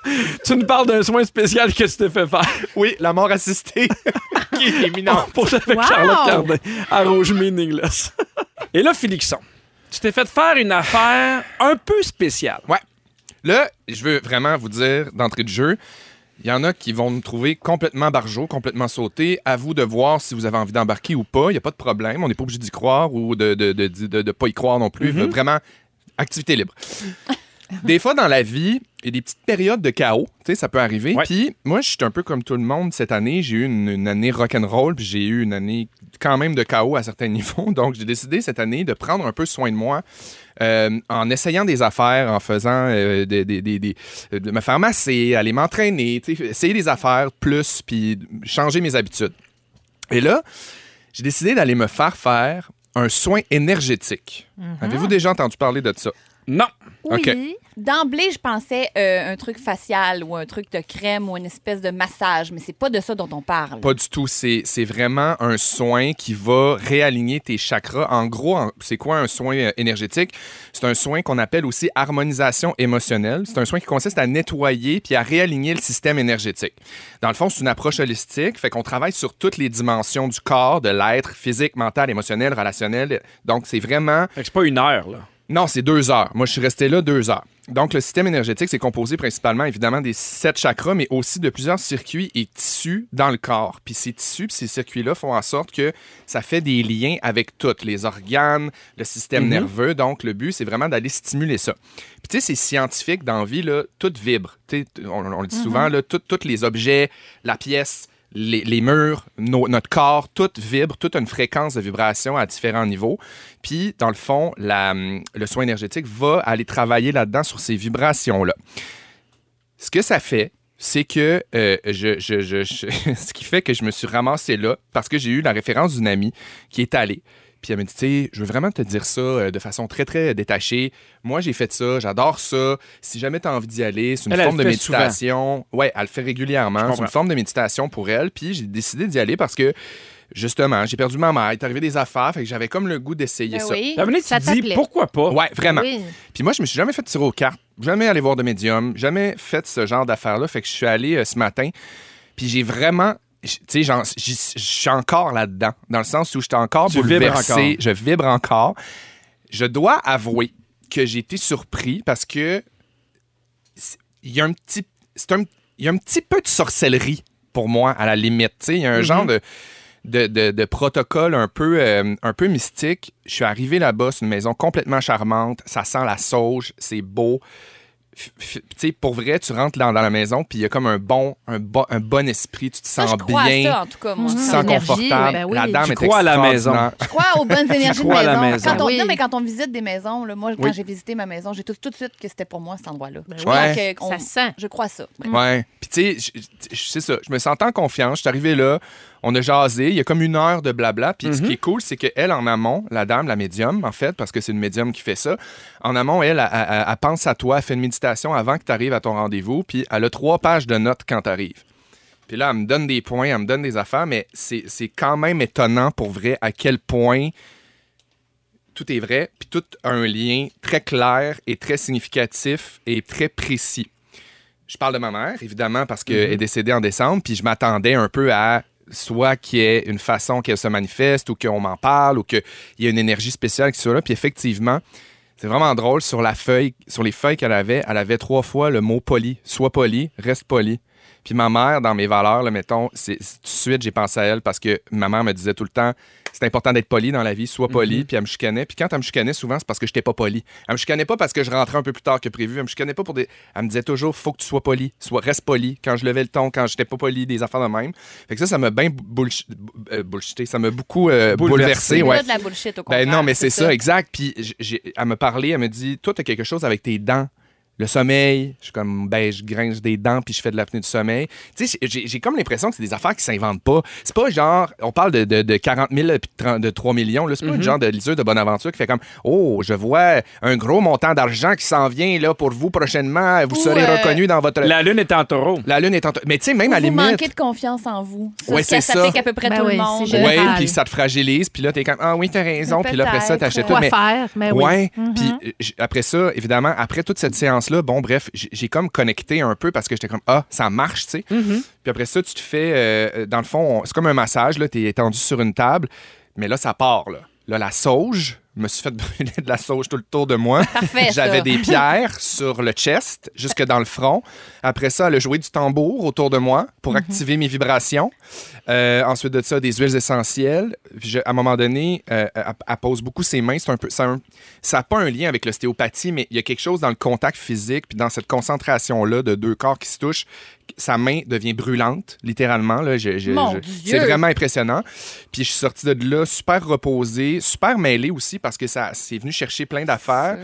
Speaker 1: tu nous parles d'un soin spécial que tu t'es fait faire
Speaker 2: Oui, la mort assistée. qui est imminente.
Speaker 1: pour jouer avec
Speaker 4: Wow!
Speaker 1: Charlotte Cardin à Rouge Meaningless. Et là, Félixon, tu t'es fait faire une affaire un peu spéciale.
Speaker 2: Là, je veux vraiment vous dire d'entrée de jeu, il y en a qui vont me trouver complètement barjot, complètement sauté. À vous de voir si vous avez envie d'embarquer ou pas. Il n'y a pas de problème. On n'est pas obligé d'y croire ou de ne de, de, de- de pas y croire non plus. Vraiment, activité libre. des fois, dans la vie, il y a des petites périodes de chaos. Tu sais, ça peut arriver.
Speaker 1: Ouais.
Speaker 2: Puis moi, je suis un peu comme tout le monde cette année. J'ai eu une, une année rock'n'roll, puis j'ai eu une année quand même de chaos à certains niveaux. Donc, j'ai décidé cette année de prendre un peu soin de moi euh, en essayant des affaires, en faisant euh, des, des- des- des- euh, de me faire masser, aller m'entraîner, tu sais, essayer des affaires plus, puis changer mes habitudes. Et là, j'ai décidé d'aller me faire faire un soin énergétique. Avez-vous déjà entendu parler de ça?
Speaker 1: Non.
Speaker 4: Oui.
Speaker 2: OK.
Speaker 3: D'emblée, je pensais euh, un truc facial ou un truc de crème ou une espèce de massage, mais c'est pas de ça dont on parle.
Speaker 2: Pas du tout. C'est c'est vraiment un soin qui va réaligner tes chakras. En gros, en- c'est quoi un soin euh, énergétique? C'est un soin qu'on appelle aussi harmonisation émotionnelle. C'est un soin qui consiste à nettoyer puis à réaligner le système énergétique. Dans le fond, c'est une approche holistique. Fait qu'on travaille sur toutes les dimensions du corps, de l'être, physique, mental, émotionnel, relationnel. Donc, c'est vraiment
Speaker 1: Fait que c'est pas une heure, là.
Speaker 2: non, c'est deux heures. Moi, je suis resté là deux heures. Donc, le système énergétique, c'est composé principalement, évidemment, des sept chakras, mais aussi de plusieurs circuits et tissus dans le corps. Puis ces tissus, puis ces circuits-là font en sorte que ça fait des liens avec toutes les organes, le système
Speaker 1: Mhm.
Speaker 2: nerveux. Donc, le but, c'est vraiment d'aller stimuler ça. Puis, tu sais, c'est scientifique dans la vie, là, tout vibre. Tu sais, t- on, on le dit souvent, là, tout- tous les objets, la pièce, les, les murs, nos- notre corps, tout vibre, toute une fréquence de vibration à différents niveaux. Puis, dans le fond, la, hum, le soin énergétique va aller travailler là-dedans sur ces vibrations-là. Ce que ça fait, c'est que euh, je, je- je- je- ce qui fait que je me suis ramassé là parce que j'ai eu la référence d'une amie qui est allée. Puis elle m'a dit, tu sais, je veux vraiment te dire ça euh, de façon très, très détachée. Moi, j'ai fait ça, j'adore ça. Si jamais tu as envie d'y aller, c'est une
Speaker 1: Elle, elle
Speaker 2: forme
Speaker 1: le
Speaker 2: de
Speaker 1: fait souvent.
Speaker 2: méditation. Ouais, elle le fait régulièrement. C'est
Speaker 1: comprends.
Speaker 2: une forme de méditation pour elle. Puis j'ai décidé d'y aller parce que, justement, j'ai perdu ma mère. Il est arrivé des affaires. Fait que j'avais comme le goût d'essayer
Speaker 3: Ben
Speaker 2: ça. Ah
Speaker 3: oui.
Speaker 1: Dominique, tu
Speaker 4: Ça
Speaker 1: te dis
Speaker 4: t'appelait.
Speaker 1: pourquoi pas?
Speaker 2: Ouais, vraiment.
Speaker 4: Oui.
Speaker 2: Puis moi, je me suis jamais fait tirer aux cartes, jamais allé voir de médium, jamais fait ce genre d'affaires-là. Fait que je suis allé euh, ce matin, puis j'ai vraiment. j- Tu sais, j'en- j'y- je suis encore là-dedans, dans le sens où j'étais encore
Speaker 1: Tu vibres
Speaker 2: bouleversé,
Speaker 1: encore.
Speaker 2: je vibre encore. Je dois avouer que j'ai été surpris parce que c'est- il y a un petit, c'est un, il y a un petit peu de sorcellerie pour moi à la limite. Tu sais, il y a
Speaker 3: Mm-hmm.
Speaker 2: un genre de de, de- de protocole un peu, euh, un peu mystique. Je suis arrivé là-bas, c'est une maison complètement charmante. Ça sent la sauge, c'est beau. F- f- tu sais, pour vrai, tu rentres dans, dans la maison, puis il y a comme un bon, un, bon- un bon esprit. Tu te
Speaker 3: Ça,
Speaker 2: sens
Speaker 3: je crois à
Speaker 2: bien.
Speaker 3: ça, Mm. en tout cas, moi.
Speaker 2: Tu
Speaker 4: Tu
Speaker 2: te
Speaker 4: Mhm.
Speaker 2: sens
Speaker 4: L'énergie,
Speaker 2: confortable.
Speaker 4: ben oui.
Speaker 2: La dame
Speaker 1: Tu
Speaker 2: est
Speaker 1: crois à la maison.
Speaker 2: extraordinaire.
Speaker 3: Je crois aux bonnes énergies de
Speaker 1: crois à la
Speaker 3: maison.
Speaker 1: maison.
Speaker 3: Quand on,
Speaker 4: Oui.
Speaker 3: non, mais quand on visite des maisons, là, moi, quand
Speaker 2: Oui.
Speaker 3: j'ai visité ma maison, j'ai tout, tout de suite que c'était pour moi cet endroit-là.
Speaker 4: Ben
Speaker 3: Je
Speaker 4: oui.
Speaker 3: crois
Speaker 2: Ouais.
Speaker 3: que- on-
Speaker 4: Ça sent. Mm.
Speaker 3: Je crois ça.
Speaker 2: Ouais. Puis tu sais, je- je- je- c'est ça. Je me sentais en confiance. Je suis arrivé là. On a jasé. Il y a comme une heure de blabla. Puis ce qui est cool, c'est qu'elle, en amont, la dame, la médium, en fait, parce que c'est une médium qui fait ça, en amont, elle, elle, elle- elle pense à toi, elle fait une méditation avant que tu arrives à ton rendez-vous. Puis elle a trois pages de notes quand tu arrives. Puis là, elle me donne des points, elle me donne des affaires, mais c'est c'est quand même étonnant pour vrai à quel point tout est vrai, puis tout a un lien très clair et très significatif et très précis. Je parle de ma mère, évidemment, parce qu'elle est décédée en décembre, puis je m'attendais un peu à soit qu'il y ait une façon qu'elle se manifeste ou qu'on m'en parle ou qu'il y ait une énergie spéciale qui soit là. Puis effectivement, c'est vraiment drôle, sur la feuille, sur les feuilles qu'elle avait, elle avait trois fois le mot poli. Sois poli, reste poli. Puis ma mère, dans mes valeurs, là, mettons, c'est c'est- tout de suite, j'ai pensé à elle parce que ma mère me disait tout le temps, c'est important d'être poli dans la vie, sois poli, puis elle me chicanait. Puis quand elle me chicanait, souvent, c'est parce que j'étais pas poli. Elle me chicanait pas parce que je rentrais un peu plus tard que prévu. Elle me chicanait pas pour des. Elle me disait toujours, faut que tu sois poli, sois, reste poli. Quand je levais le ton, quand j'étais pas poli, des affaires de même. Fait que ça, ça m'a bien bullsh- euh, bullshité. Ça m'a beaucoup euh,
Speaker 1: Bouleversé.
Speaker 2: bouleversé.
Speaker 3: C'est
Speaker 2: ouais.
Speaker 3: pas de la bullshit, au contraire.
Speaker 2: Ben non, mais c'est ça, exact. Puis j- j'ai- elle me parlait, elle me dit Toi, t'as quelque chose avec tes dents. Le sommeil, je suis comme, ben, je gringe des dents puis je fais de l'apnée du sommeil. Tu sais, j'ai- j'ai j'ai comme l'impression que c'est des affaires qui s'inventent pas. C'est pas genre, on parle de, de, de 40 000 puis de 30 de 3 millions, là. C'est pas
Speaker 3: Mm-hmm.
Speaker 2: le genre de liseur de bonne aventure qui fait comme, oh, je vois un gros montant d'argent qui s'en vient, là, pour vous prochainement. Vous
Speaker 3: Ou,
Speaker 2: serez
Speaker 3: euh,
Speaker 2: reconnu dans votre.
Speaker 1: La
Speaker 2: La,
Speaker 1: lune est en taureau.
Speaker 2: lune est en. Mais tu sais, même à
Speaker 3: Vous
Speaker 2: la limite.
Speaker 3: manquez de confiance en vous. Ça,
Speaker 2: Ouais,
Speaker 3: ça
Speaker 2: c'est
Speaker 3: s'applique
Speaker 2: ça.
Speaker 3: à peu près
Speaker 4: Ben
Speaker 3: tout
Speaker 4: oui,
Speaker 3: le monde.
Speaker 4: c'est
Speaker 2: Ouais,
Speaker 4: général.
Speaker 2: puis ça te fragilise, puis là, t'es comme, ah oui, t'as raison, puis là, après ça, t'achètes tout.
Speaker 4: Quoi
Speaker 2: Mais-
Speaker 4: faire? Mais Ben oui.
Speaker 2: ouais. Puis euh, j- après ça, évidemment, après toute cette séance-là, bon, bref, j- j'ai comme connecté un peu parce que j'étais comme, ah, ça marche, tu sais. Puis après ça, tu te fais, euh, euh, dans le fond, on- c'est comme un massage, là, t'es étendu sur une table, mais là, ça part, là. Là, la sauge, je me suis fait brûler de la sauge tout le tour de moi.
Speaker 3: Parfait, ça.
Speaker 2: J'avais des pierres sur le chest, jusque dans le front. Après ça, elle a joué du tambour autour de moi pour
Speaker 3: Mhm.
Speaker 2: activer mes vibrations. Euh, ensuite de ça, des huiles essentielles. Puis je- à un moment donné, euh, elle, elle pose beaucoup ses mains. C'est un peu, ça a un- ça n'a pas un lien avec l'ostéopathie, mais il y a quelque chose dans le contact physique, puis dans cette concentration-là de deux corps qui se touchent. Sa main devient brûlante, littéralement. Là, Je- je-
Speaker 3: Mon
Speaker 2: je-
Speaker 3: Dieu!
Speaker 2: c'est vraiment impressionnant. Puis je suis sorti de là super reposé, super mêlé aussi, parce que ça c'est venu chercher plein d'affaires.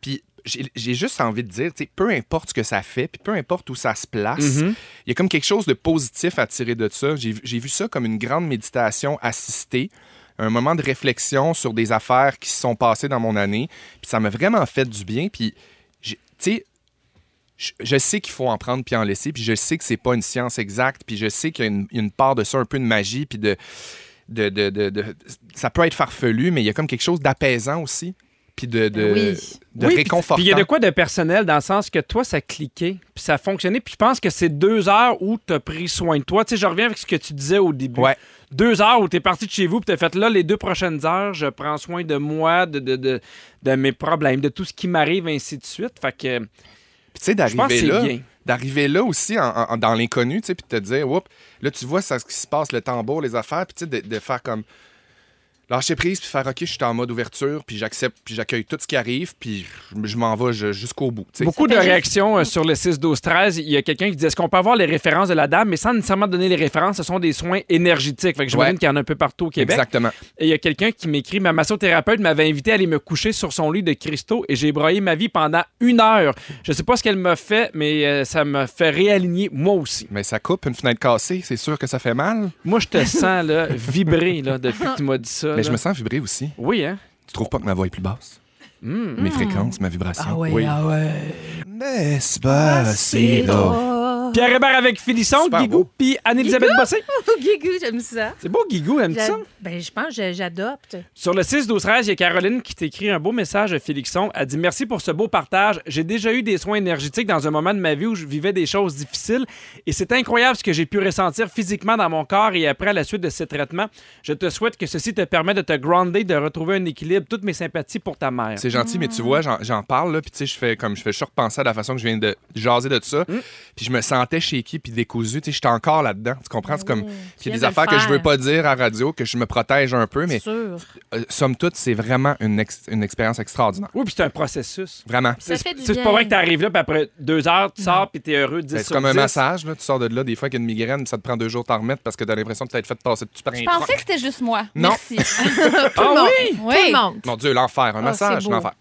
Speaker 2: Puis j'ai j'ai juste envie de dire, tu sais, peu importe ce que ça fait, puis peu importe où ça se place, il y a comme quelque chose de positif à tirer de ça. J'ai j'ai vu ça comme une grande méditation assistée, un moment de réflexion sur des affaires qui se sont passées dans mon année. Puis ça m'a vraiment fait du bien. Puis, j'ai- tu sais, je, je sais qu'il faut en prendre puis en laisser, puis je sais que c'est pas une science exacte, puis je sais qu'il y a une, une part de ça, un peu de magie, puis de, de, de- de- de- Ça peut être farfelu, mais il y a comme quelque chose d'apaisant aussi, puis de, de,
Speaker 4: Oui.
Speaker 2: de
Speaker 1: Oui, puis-
Speaker 2: réconfortant.
Speaker 1: Puis il y a de quoi de personnel dans le sens que toi, ça cliquait, puis ça fonctionnait. Puis je pense que c'est deux heures où tu as pris soin de toi. Tu sais, je reviens avec ce que tu disais au début.
Speaker 2: Ouais.
Speaker 1: Deux heures où tu es parti de chez vous, puis tu as fait là, les deux prochaines heures, je prends soin de moi, de, de, de, de mes problèmes, de tout ce qui m'arrive, ainsi de suite. Fait que
Speaker 2: Puis tu sais,
Speaker 1: je pense que
Speaker 2: d'arriver
Speaker 1: c'est
Speaker 2: là,
Speaker 1: bien.
Speaker 2: d'arriver là aussi en- en- dans l'inconnu, tu sais, puis de te dire, oups, là, tu vois ça, ce qui se passe, le tambour, les affaires, puis tu sais, de, de faire comme. lâcher prise, puis faire OK, je suis en mode ouverture, puis j'accepte, puis j'accueille tout ce qui arrive, puis je- je m'en vais je- jusqu'au bout. tu sais.
Speaker 1: Beaucoup de
Speaker 3: Ça fait juste-
Speaker 1: réactions euh, sur le 6-12-13. Il y a quelqu'un qui dit est-ce qu'on peut avoir les références de la dame, mais sans nécessairement donner les références, ce sont des soins énergétiques. Fait que j'imagine
Speaker 2: Ouais.
Speaker 1: qu'il y en a un peu partout au Québec.
Speaker 2: Exactement.
Speaker 1: Et il y a quelqu'un qui m'écrit Ma massothérapeute m'avait invité à aller me coucher sur son lit de cristaux et j'ai broyé ma vie pendant une heure. Je sais pas ce qu'elle m'a fait, mais euh, ça me fait réaligner moi aussi.
Speaker 2: Mais ça coupe une fenêtre cassée, c'est sûr que ça fait mal.
Speaker 1: Moi, je te sens là, vibrer là, depuis que tu m'as dit ça. là.
Speaker 2: Mais je me sens vibrer aussi.
Speaker 1: Oui, hein
Speaker 2: Tu trouves pas que ma voix est plus basse?
Speaker 1: Hmm.
Speaker 2: Mes fréquences, ma vibration.
Speaker 1: Oui.
Speaker 7: ah ouais.
Speaker 2: Ah,
Speaker 4: Ah,
Speaker 2: Despacito.
Speaker 4: Oh,
Speaker 1: Pierre Hébert avec Félisson,
Speaker 2: Super
Speaker 1: Guigou,
Speaker 2: beau.
Speaker 1: puis Anne-Elisabeth Bossé.
Speaker 4: Guigou, j'aime ça.
Speaker 1: C'est beau, Guigou, aime ça?
Speaker 4: J'a- Ben, je pense que je- j'adopte.
Speaker 1: Sur le 6-12-13, il y a Caroline qui t'écrit un beau message, Félixon. Elle dit Merci pour ce beau partage. J'ai déjà eu des soins énergétiques dans un moment de ma vie où je vivais des choses difficiles et c'est incroyable ce que j'ai pu ressentir physiquement dans mon corps et après à la suite de ces traitements. Je te souhaite que ceci te permette de te grounder, de retrouver un équilibre. Toutes mes sympathies pour ta mère.
Speaker 2: C'est gentil, mais tu vois, j'en- j'en parle, là, puis tu sais, je fais comme je fais juste repenser à la façon que je viens de jaser de ça. Puis je me sentais chez qui, puis décousu, tu sais, j'étais encore là-dedans. Tu comprends? C'est comme. Puis il y a
Speaker 4: viens
Speaker 2: des
Speaker 4: de le
Speaker 2: affaires que je veux
Speaker 4: faire.
Speaker 2: pas dire à radio, que je me protège un peu, mais
Speaker 4: Sûr.
Speaker 2: euh, somme toute, c'est vraiment une, ex- une expérience extraordinaire.
Speaker 1: Oui, puis c'est un processus.
Speaker 2: Vraiment.
Speaker 1: C'est
Speaker 3: Ça fait du
Speaker 1: c'est
Speaker 3: bien.
Speaker 1: pas vrai que t'arrives là, puis après deux heures, tu sors, puis t'es heureux, 10
Speaker 2: Ben, C'est
Speaker 1: sur
Speaker 2: comme un
Speaker 1: 10.
Speaker 2: massage, là. tu sors de là des fois avec une migraine, ça te prend deux jours de t'en remettre parce que t'as l'impression de t'être fait passer dessus par un
Speaker 3: Je
Speaker 2: truc.
Speaker 3: pensais que c'était juste moi.
Speaker 2: Non.
Speaker 3: Merci.
Speaker 1: Ah oui?
Speaker 4: Tout le monde.
Speaker 2: Mon Dieu, l'enfer, un
Speaker 4: Ah,
Speaker 2: massage,
Speaker 4: c'est beau.
Speaker 2: l'enfer.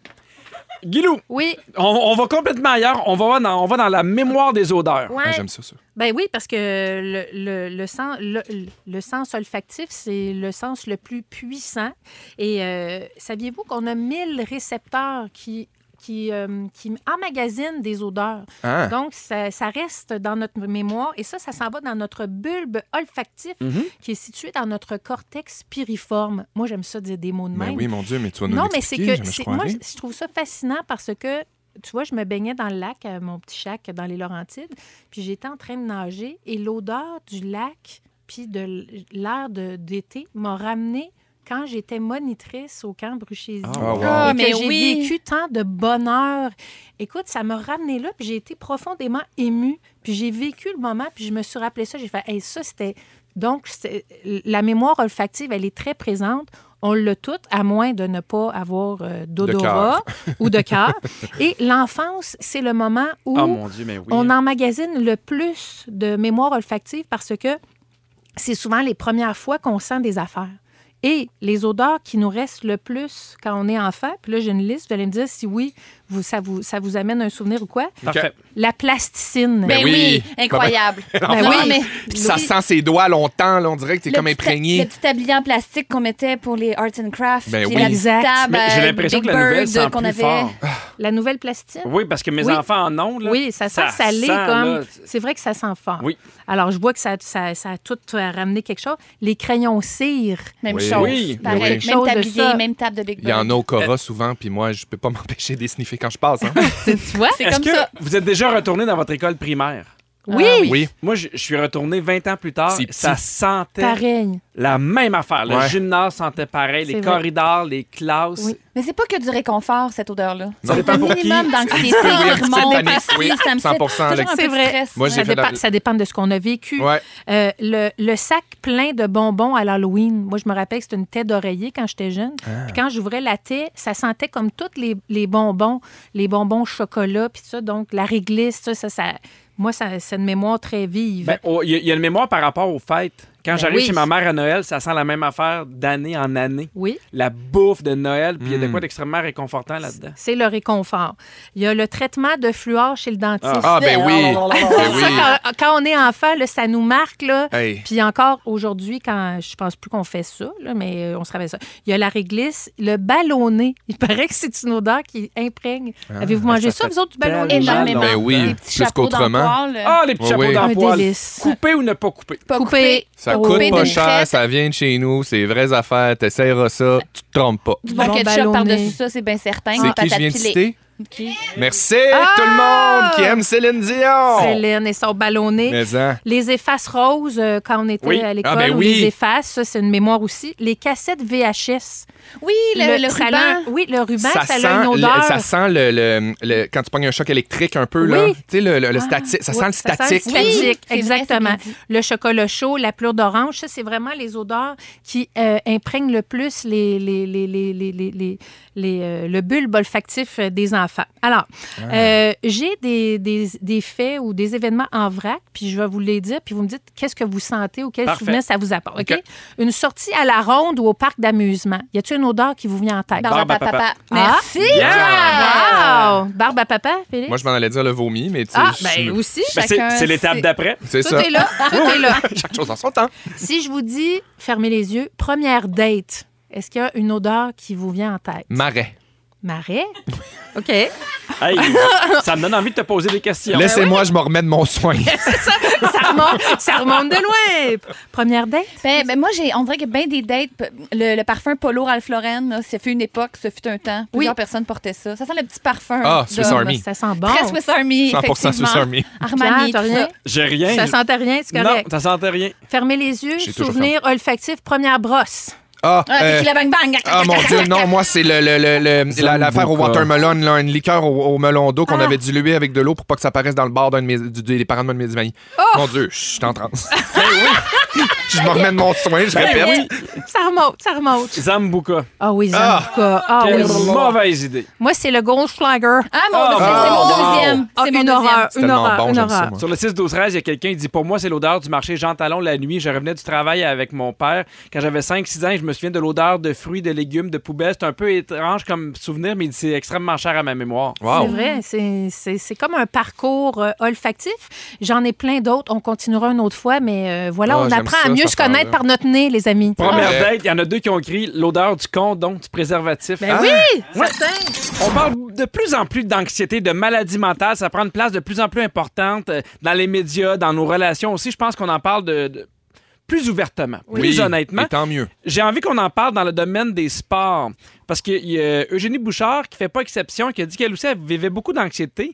Speaker 1: Guilou,
Speaker 4: Oui.
Speaker 1: on, on va complètement ailleurs. On va, dans, on va dans la mémoire des odeurs.
Speaker 4: Ouais.
Speaker 2: Ah, J'aime ça, ça.
Speaker 4: Ben oui, parce que le, le, le, sens, le, le sens olfactif, c'est le sens le plus puissant. Et euh, saviez-vous qu'on a 1000 récepteurs qui, qui, euh, qui emmagasinent des odeurs?
Speaker 2: Ah.
Speaker 4: Donc, ça, ça reste dans notre mémoire et ça, ça s'en va dans notre bulbe olfactif
Speaker 1: Mhm.
Speaker 4: qui est situé dans notre cortex piriforme. Moi, j'aime ça dire des mots de
Speaker 2: Mais
Speaker 4: même.
Speaker 2: Ben oui, mon Dieu, mais tu vas nous
Speaker 4: Non, mais c'est
Speaker 2: l'expliquer,
Speaker 4: que
Speaker 2: je
Speaker 4: c'est-
Speaker 2: croirais.
Speaker 4: moi, je je trouve ça fascinant parce que, tu vois, je me baignais dans le lac, à mon petit chac dans les Laurentides, puis j'étais en train de nager et l'odeur du lac puis de l- l'air de- d'été m'a ramené quand j'étais monitrice au camp Bruchésie.
Speaker 2: Ah,
Speaker 3: Oh,
Speaker 2: wow.
Speaker 3: Ah,
Speaker 4: Et
Speaker 3: mais
Speaker 4: que j'ai
Speaker 3: oui.
Speaker 4: vécu tant de bonheur. Écoute, ça m'a ramené là, puis j'ai été profondément émue. Puis j'ai vécu le moment, puis je me suis rappelé ça. J'ai fait, hey, ça, c'était. Donc, c'est- la mémoire olfactive, elle est très présente. On l'a toute, à moins de ne pas avoir euh, d'odorat ou de cœur. Et l'enfance, c'est le moment où
Speaker 1: Oh mon Dieu, mais oui.
Speaker 4: on emmagasine le plus de mémoire olfactive parce que c'est souvent les premières fois qu'on sent des affaires. Et les odeurs qui nous restent le plus quand on est enfant, puis là j'ai une liste, vous allez me dire si oui, vous, ça, vous, ça vous amène un souvenir ou quoi.
Speaker 1: Parfait.
Speaker 4: La plasticine.
Speaker 3: Ben oui,
Speaker 2: oui. Bah,
Speaker 3: incroyable.
Speaker 4: Ben oui.
Speaker 2: Puis ça
Speaker 3: Oui.
Speaker 2: sent ses doigts longtemps, là, on dirait que t'es
Speaker 3: Le
Speaker 2: comme
Speaker 3: petit- Le
Speaker 2: imprégné.
Speaker 3: petit tablier en plastique qu'on mettait pour les arts and crafts.
Speaker 2: Ben
Speaker 3: puis
Speaker 2: oui.
Speaker 3: la
Speaker 4: Exact.
Speaker 3: table,
Speaker 1: Mais j'ai
Speaker 3: euh,
Speaker 1: l'impression que
Speaker 3: Big
Speaker 1: la nouvelle
Speaker 3: Bird,
Speaker 1: sent
Speaker 3: qu'on
Speaker 1: plus
Speaker 3: avait.
Speaker 1: fort.
Speaker 4: La nouvelle plasticine.
Speaker 1: Oui, parce que mes
Speaker 4: Oui.
Speaker 1: enfants en ont. Là.
Speaker 4: Oui, ça sent
Speaker 1: Ça sent,
Speaker 4: salé
Speaker 1: là.
Speaker 4: comme. C'est vrai que ça sent fort.
Speaker 1: Oui.
Speaker 4: Alors, je vois que ça, ça, ça a tout euh, ramené quelque chose. Les crayons cire.
Speaker 3: Même
Speaker 2: Oui.
Speaker 3: chose.
Speaker 1: Oui.
Speaker 3: Pareil,
Speaker 2: Mais oui.
Speaker 3: Même
Speaker 4: Chose de
Speaker 3: tablier,
Speaker 4: ça.
Speaker 3: même table de Big
Speaker 2: Il y
Speaker 3: Bird.
Speaker 2: en a au Cora souvent, puis moi, je peux pas m'empêcher de les sniffer quand je passe. hein.
Speaker 3: Tu vois, c'est
Speaker 1: Est-ce
Speaker 3: comme
Speaker 1: que
Speaker 3: ça.
Speaker 1: vous êtes déjà retourné dans votre école primaire?
Speaker 4: Oui,
Speaker 2: oui.
Speaker 1: Moi, je, je suis retourné 20 ans plus tard.
Speaker 2: C'est petit.
Speaker 1: Ça sentait
Speaker 4: pareil.
Speaker 1: la même affaire. Le
Speaker 2: Ouais.
Speaker 1: gymnase sentait pareil, les
Speaker 4: C'est vrai.
Speaker 1: corridors, les classes.
Speaker 4: Oui.
Speaker 3: Mais c'est pas que du réconfort, cette odeur-là.
Speaker 1: Ça
Speaker 3: C'est
Speaker 1: dépend
Speaker 3: un
Speaker 1: pour qui.
Speaker 3: minimum d'anxiété qui
Speaker 2: Oui, un petit
Speaker 3: remonte.
Speaker 2: panique,
Speaker 3: par-ci,
Speaker 2: oui,
Speaker 3: ça me fait
Speaker 2: 100%
Speaker 3: toujours
Speaker 2: Alex.
Speaker 3: un peu
Speaker 4: C'est
Speaker 3: de
Speaker 4: vrai.
Speaker 3: stress.
Speaker 2: Moi, j'ai
Speaker 4: Ça
Speaker 2: fait la-
Speaker 4: dépend, ça dépend de ce qu'on a vécu.
Speaker 2: Ouais.
Speaker 4: Euh, le, le sac plein de bonbons à l'Halloween. Moi, je me rappelle que c'était une tête d'oreiller quand j'étais jeune.
Speaker 2: Ah.
Speaker 4: Puis quand j'ouvrais la tête, ça sentait comme tous les, les bonbons, les bonbons au chocolat, puis ça. Donc, la réglisse, ça, ça, ça- moi, ça, c'est une mémoire très vive.
Speaker 1: Ben, oh, Il y, a- il y a une mémoire par rapport aux fêtes. Quand
Speaker 4: Ben
Speaker 1: j'arrive
Speaker 4: oui.
Speaker 1: chez ma mère à Noël, ça sent la même affaire d'année en année.
Speaker 4: oui.
Speaker 1: La bouffe de Noël, puis il y a de
Speaker 2: Mm.
Speaker 1: quoi d'extrêmement réconfortant là-dedans.
Speaker 4: C'est le réconfort. Il y a le traitement de fluor chez le dentiste.
Speaker 2: Ah, ben oui. ben oui.
Speaker 4: Ça, quand, quand on est enfant, là, ça nous marque. Là.
Speaker 2: Hey.
Speaker 4: Puis encore aujourd'hui, quand je pense plus qu'on fait ça, là, mais euh, on se rappelle ça. Il y a la réglisse, le ballonné. Il paraît que c'est une odeur qui imprègne. Avez-vous mangé ça,
Speaker 2: Ah, fait
Speaker 4: vous autres, du ballonné?
Speaker 1: tellement
Speaker 3: Énormément.
Speaker 2: Ben oui,
Speaker 3: Des petits
Speaker 2: plus
Speaker 3: chapeaux dans le
Speaker 2: qu'autrement.
Speaker 3: poil, euh,
Speaker 1: Ah, les petits
Speaker 2: Oui,
Speaker 1: chapeaux
Speaker 2: oui.
Speaker 1: dans
Speaker 4: Un
Speaker 1: le poil.
Speaker 4: délice.
Speaker 1: Couper ou ne pas couper?
Speaker 3: pas
Speaker 4: Coupé.
Speaker 3: coupé.
Speaker 2: Ça
Speaker 4: Oh.
Speaker 2: coûte
Speaker 4: Coupé
Speaker 2: pas
Speaker 3: d'une
Speaker 2: cher,
Speaker 3: traite.
Speaker 2: ça vient de chez nous, c'est vraies affaires, t'essayeras ça, tu te trompes pas.
Speaker 3: Du
Speaker 4: Bon
Speaker 3: bon ketchup
Speaker 4: ballonné.
Speaker 3: par-dessus ça, c'est bien certain.
Speaker 2: C'est qui je viens de
Speaker 3: patates pilées.
Speaker 2: citer?
Speaker 3: Qui?
Speaker 2: Merci tout le monde qui aime Céline Dion.
Speaker 4: Céline et son ballonné.
Speaker 2: Mais hein.
Speaker 4: Les effaces roses, euh, quand on était
Speaker 2: Oui.
Speaker 4: à l'école,
Speaker 2: Ah, ben
Speaker 4: ou
Speaker 2: oui.
Speaker 4: les effaces, ça, c'est une mémoire aussi. Les cassettes VHS.
Speaker 3: Oui, le, le
Speaker 4: ça a
Speaker 3: ruban.
Speaker 4: un- oui, le ruban, ça,
Speaker 2: sent,
Speaker 4: a une
Speaker 2: le-
Speaker 4: odeur.
Speaker 2: ça sent le, le- le- quand tu pognes un choc électrique un peu,
Speaker 4: Oui.
Speaker 2: là. Tu sais, le, le- le statique. Ça
Speaker 4: Oui,
Speaker 2: sent le statique.
Speaker 4: Ça sent le statique,
Speaker 3: Oui,
Speaker 4: exactement.
Speaker 3: c'est vrai,
Speaker 4: Le chocolat chaud, la pleure d'orange, ça, c'est vraiment les odeurs qui euh, imprègnent le plus les, les, les, les, les, les- les- les, euh, le bulbe olfactif euh, des enfants. Alors,
Speaker 1: Ah.
Speaker 4: euh, j'ai des, des, des faits ou des événements en vrac, puis je vais vous les dire, puis vous me dites qu'est-ce que vous sentez ou quel
Speaker 1: Parfait.
Speaker 4: souvenir ça vous apporte. OK?
Speaker 2: OK.
Speaker 4: Une sortie à la ronde ou au parc d'amusement. Y a-t-il une odeur qui vous vient en tête?
Speaker 3: Barbe à
Speaker 1: Barbe à
Speaker 3: papa.
Speaker 4: Ah.
Speaker 3: Merci.
Speaker 1: Ben,
Speaker 4: Ah! Wow! Barbe à papa, Félix?
Speaker 2: Moi, je m'en allais dire le vomi, mais tu sais,
Speaker 4: ah,
Speaker 2: je-
Speaker 4: ben aussi,
Speaker 1: Ben, c'est-
Speaker 3: Chacun
Speaker 1: c'est l'étape
Speaker 3: sait.
Speaker 1: d'après.
Speaker 2: c'est
Speaker 4: tout
Speaker 2: ça.
Speaker 4: est là, tout est là.
Speaker 2: Chaque chose en son temps.
Speaker 4: Si je vous dis, fermez les yeux, première date, est-ce qu'il y a une odeur qui vous vient en tête?
Speaker 2: Marais.
Speaker 4: Marais? OK.
Speaker 1: Hey, ça me donne envie de te poser des questions.
Speaker 4: ben
Speaker 2: Laissez-moi, je me remets de mon soin.
Speaker 4: ça, remonte, ça remonte de loin. Première date?
Speaker 3: Ben, ben, moi, j'ai, on dirait que bien des dates, p- le, le parfum Polo Ralph Lauren, là, ça fut une époque, ça fut un temps. Plusieurs
Speaker 4: Oui.
Speaker 3: personnes portaient ça. Ça sent le petit parfum.
Speaker 2: Ah,
Speaker 3: de-
Speaker 2: Swiss Army.
Speaker 4: Ça sent bon.
Speaker 3: Très Swiss
Speaker 2: 100%
Speaker 3: Army,
Speaker 2: Swiss
Speaker 3: effectivement.
Speaker 2: Army.
Speaker 3: Armani,
Speaker 4: Pierre, t'as
Speaker 3: tout
Speaker 4: rien?
Speaker 3: ça.
Speaker 1: J'ai rien.
Speaker 4: Ça sentait rien, c'est
Speaker 1: non,
Speaker 4: correct.
Speaker 1: ça sentait rien.
Speaker 4: Fermez les yeux,
Speaker 2: J'ai toujours
Speaker 4: souvenir olfactif, première brosse.
Speaker 2: Ah,
Speaker 3: Ah,
Speaker 2: euh,
Speaker 3: tequila bang bang.
Speaker 2: ah, mon Dieu, non, moi, c'est le, le, le- le- la- l'affaire au
Speaker 6: Zambuca.
Speaker 2: watermelon, là, une liqueur au, au melon d'eau qu'on
Speaker 4: Ah.
Speaker 2: avait diluée avec de l'eau pour pas que ça apparaisse dans le bar d'un de mes, du- des parents de mes amis.
Speaker 4: Oh.
Speaker 2: Mon Dieu, je suis en transe.
Speaker 4: Ben
Speaker 2: je me remets de mon soin, je
Speaker 1: Ben
Speaker 2: répète.
Speaker 1: oui,
Speaker 4: Ça remonte, ça remonte.
Speaker 1: Zambuca.
Speaker 4: Ah oui,
Speaker 2: Ah!
Speaker 4: Zambuca. Ah
Speaker 1: Quelle
Speaker 4: oui.
Speaker 1: mauvaise idée.
Speaker 4: Moi, c'est le Goldschlager.
Speaker 3: Ah, mon
Speaker 1: Oh.
Speaker 3: Dieu, c'est mon
Speaker 2: Oh.
Speaker 3: deuxième.
Speaker 4: Ah,
Speaker 3: c'est
Speaker 4: une
Speaker 3: mon deuxième.
Speaker 4: horreur,
Speaker 2: C'est
Speaker 4: une
Speaker 2: tellement
Speaker 4: horreur,
Speaker 2: bon,
Speaker 4: une
Speaker 2: j'aime ça,
Speaker 4: horreur.
Speaker 2: moi.
Speaker 1: Sur le 6-12-13, il y a quelqu'un qui dit Pour moi, c'est l'odeur du marché Jean Talon la nuit. Je revenais du travail avec mon père. Quand j'avais 5-6 ans, je me souviens de l'odeur de fruits, de légumes, de poubelles. C'est un peu étrange comme souvenir, mais c'est extrêmement cher à ma mémoire.
Speaker 2: Wow.
Speaker 4: C'est vrai, c'est- c'est c'est comme un parcours euh, olfactif. J'en ai plein d'autres, on continuera une autre fois, mais euh, voilà,
Speaker 2: Ah,
Speaker 4: on
Speaker 2: j'aime
Speaker 4: apprend
Speaker 2: ça,
Speaker 4: à mieux
Speaker 2: cette
Speaker 4: se connaître
Speaker 2: affaire-là.
Speaker 4: par notre nez, les amis.
Speaker 1: Première
Speaker 2: Ouais.
Speaker 1: date, il y en a deux qui ont écrit l'odeur du condom, du préservatif.
Speaker 4: Ben
Speaker 2: Ah.
Speaker 4: oui,
Speaker 1: Ouais.
Speaker 4: certain.
Speaker 1: On parle de plus en plus d'anxiété, de maladie mentale. Ça prend une place de plus en plus importante euh, dans les médias, dans nos relations aussi. Je pense qu'on en parle de, de- plus ouvertement, plus honnêtement.
Speaker 2: et tant mieux.
Speaker 1: J'ai envie qu'on en parle dans le domaine des sports. Parce qu'il y a Eugénie Bouchard qui fait pas exception, qui a dit qu'elle aussi, elle vivait beaucoup d'anxiété,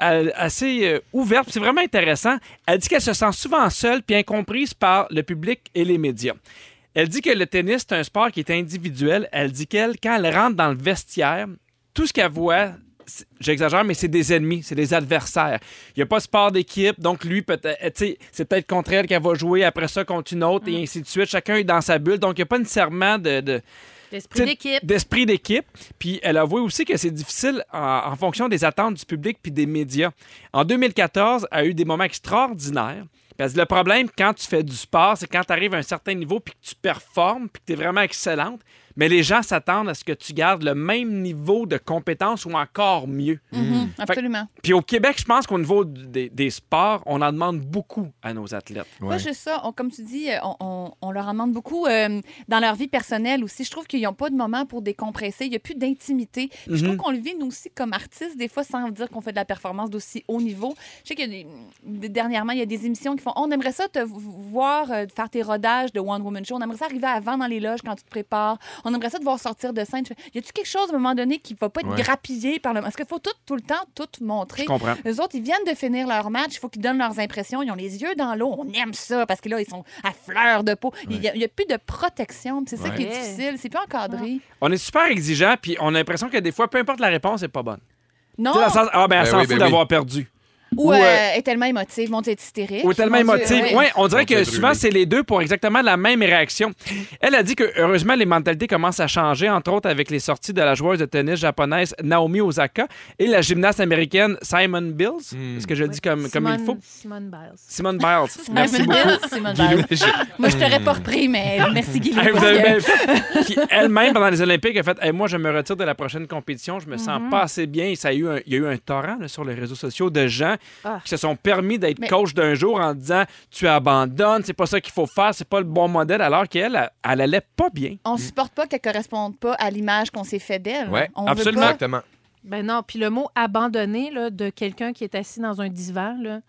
Speaker 1: elle- assez euh, ouverte. C'est vraiment intéressant. Elle dit qu'elle se sent souvent seule puis incomprise par le public et les médias. Elle dit que le tennis, c'est un sport qui est individuel. Elle dit qu'elle, quand elle rentre dans le vestiaire, tout ce qu'elle voit, c'est- j'exagère, mais c'est des ennemis, c'est des adversaires. Il n'y a pas de sport d'équipe, donc lui, peut-être, euh, tu sais, c'est peut-être contre elle qu'elle va jouer, après ça contre une autre, et ainsi de suite. Chacun est dans sa bulle, donc il n'y a pas nécessairement de- de,
Speaker 4: L'esprit d'équipe.
Speaker 1: d'esprit d'équipe. Puis elle avouait aussi que c'est difficile en, en fonction des attentes du public puis des médias. En 2014, elle a eu des moments extraordinaires. Puis elle dit, le problème quand tu fais du sport, c'est quand tu arrives à un certain niveau puis que tu performes puis que tu es vraiment excellente, mais les gens s'attendent à ce que tu gardes le même niveau de compétence ou encore mieux.
Speaker 3: Mhm, Absolument.
Speaker 1: Puis au Québec, je pense qu'au niveau du- des, des sports, on en demande beaucoup à nos athlètes.
Speaker 3: Pas
Speaker 2: Ouais.
Speaker 3: juste ça. On- comme tu dis, euh, on, on- on leur en demande beaucoup euh, dans leur vie personnelle aussi. Je trouve qu'ils n'ont pas de moment pour décompresser. Il n'y a plus d'intimité. Puis Je trouve
Speaker 1: Mhm.
Speaker 3: qu'on le vit, nous aussi, comme artistes, des fois, sans dire qu'on fait de la performance d'aussi haut niveau. Je sais que dernièrement, il y a des émissions qui font On aimerait ça te v- voir euh, faire tes rodages de One Woman Show. On aimerait ça arriver avant dans les loges quand tu te prépares. On aimerait ça te voir sortir de scène. Je fais, Y a-tu quelque chose à un moment donné qui va pas être
Speaker 2: Ouais.
Speaker 3: grappillé par le. Est-ce qu'il faut tout, tout le temps tout montrer?
Speaker 1: Je comprends.
Speaker 3: Eux autres, ils viennent de finir leur match, il faut qu'ils donnent leurs impressions, ils ont les yeux dans l'eau, on aime ça, parce que là, ils sont à fleur de peau. Il n'y a, il y a plus de protection, puis c'est ça qui est
Speaker 4: Ouais.
Speaker 3: difficile, c'est plus encadré.
Speaker 1: On est super exigeant puis on a l'impression que des fois, peu importe la réponse, c'est pas bonne.
Speaker 3: Non,
Speaker 1: Tu sais, dans le sens, ah ben, elle
Speaker 2: Ben
Speaker 1: s'en
Speaker 2: oui,
Speaker 1: fout
Speaker 2: ben oui.
Speaker 1: d'avoir perdu.
Speaker 3: ou
Speaker 1: ou,
Speaker 3: euh,
Speaker 1: euh,
Speaker 3: est tellement émotive, mon Dieu, est hystérique.
Speaker 1: Ou tellement
Speaker 3: Mon Dieu,
Speaker 1: émotive.
Speaker 3: ouais.
Speaker 1: Ouais, on dirait
Speaker 2: On te
Speaker 1: que
Speaker 2: fait
Speaker 1: souvent,
Speaker 2: brûler.
Speaker 1: c'est les deux pour exactement la même réaction. Elle a dit que, heureusement, les mentalités commencent à changer, entre autres avec les sorties de la joueuse de tennis japonaise Naomi Osaka et la gymnaste américaine Simon Bills.
Speaker 2: Hmm.
Speaker 1: Est-ce que je le dis comme, comme il faut?
Speaker 4: Simone Biles.
Speaker 1: Simone Biles. Merci
Speaker 3: Simone
Speaker 1: beaucoup.
Speaker 3: Bill, Simone Bill. Moi, je t'aurais pas repris, mais merci, Guy.
Speaker 1: Hey,
Speaker 3: parce
Speaker 1: vous avez
Speaker 3: que-
Speaker 1: bien fait. Qui, elle-même, pendant les Olympiques, a fait Hey, Moi, je me retire de la prochaine compétition, je me sens
Speaker 3: Mhm.
Speaker 1: pas assez bien. Et ça a eu un- il y a eu un torrent là, sur les réseaux sociaux de gens
Speaker 4: Ah.
Speaker 1: qui se sont permis d'être
Speaker 3: Mais-
Speaker 1: coach d'un jour en disant Tu abandonnes, c'est pas ça qu'il faut faire, c'est pas le bon modèle, alors qu'elle, elle, elle allait pas bien.
Speaker 3: On supporte pas qu'elle corresponde pas à l'image qu'on s'est fait d'elle.
Speaker 2: Ouais,
Speaker 3: on
Speaker 1: absolument.
Speaker 3: Veut pas...
Speaker 2: Exactement.
Speaker 4: Ben non, puis le mot abandonné là, de quelqu'un qui est assis dans un divan, là,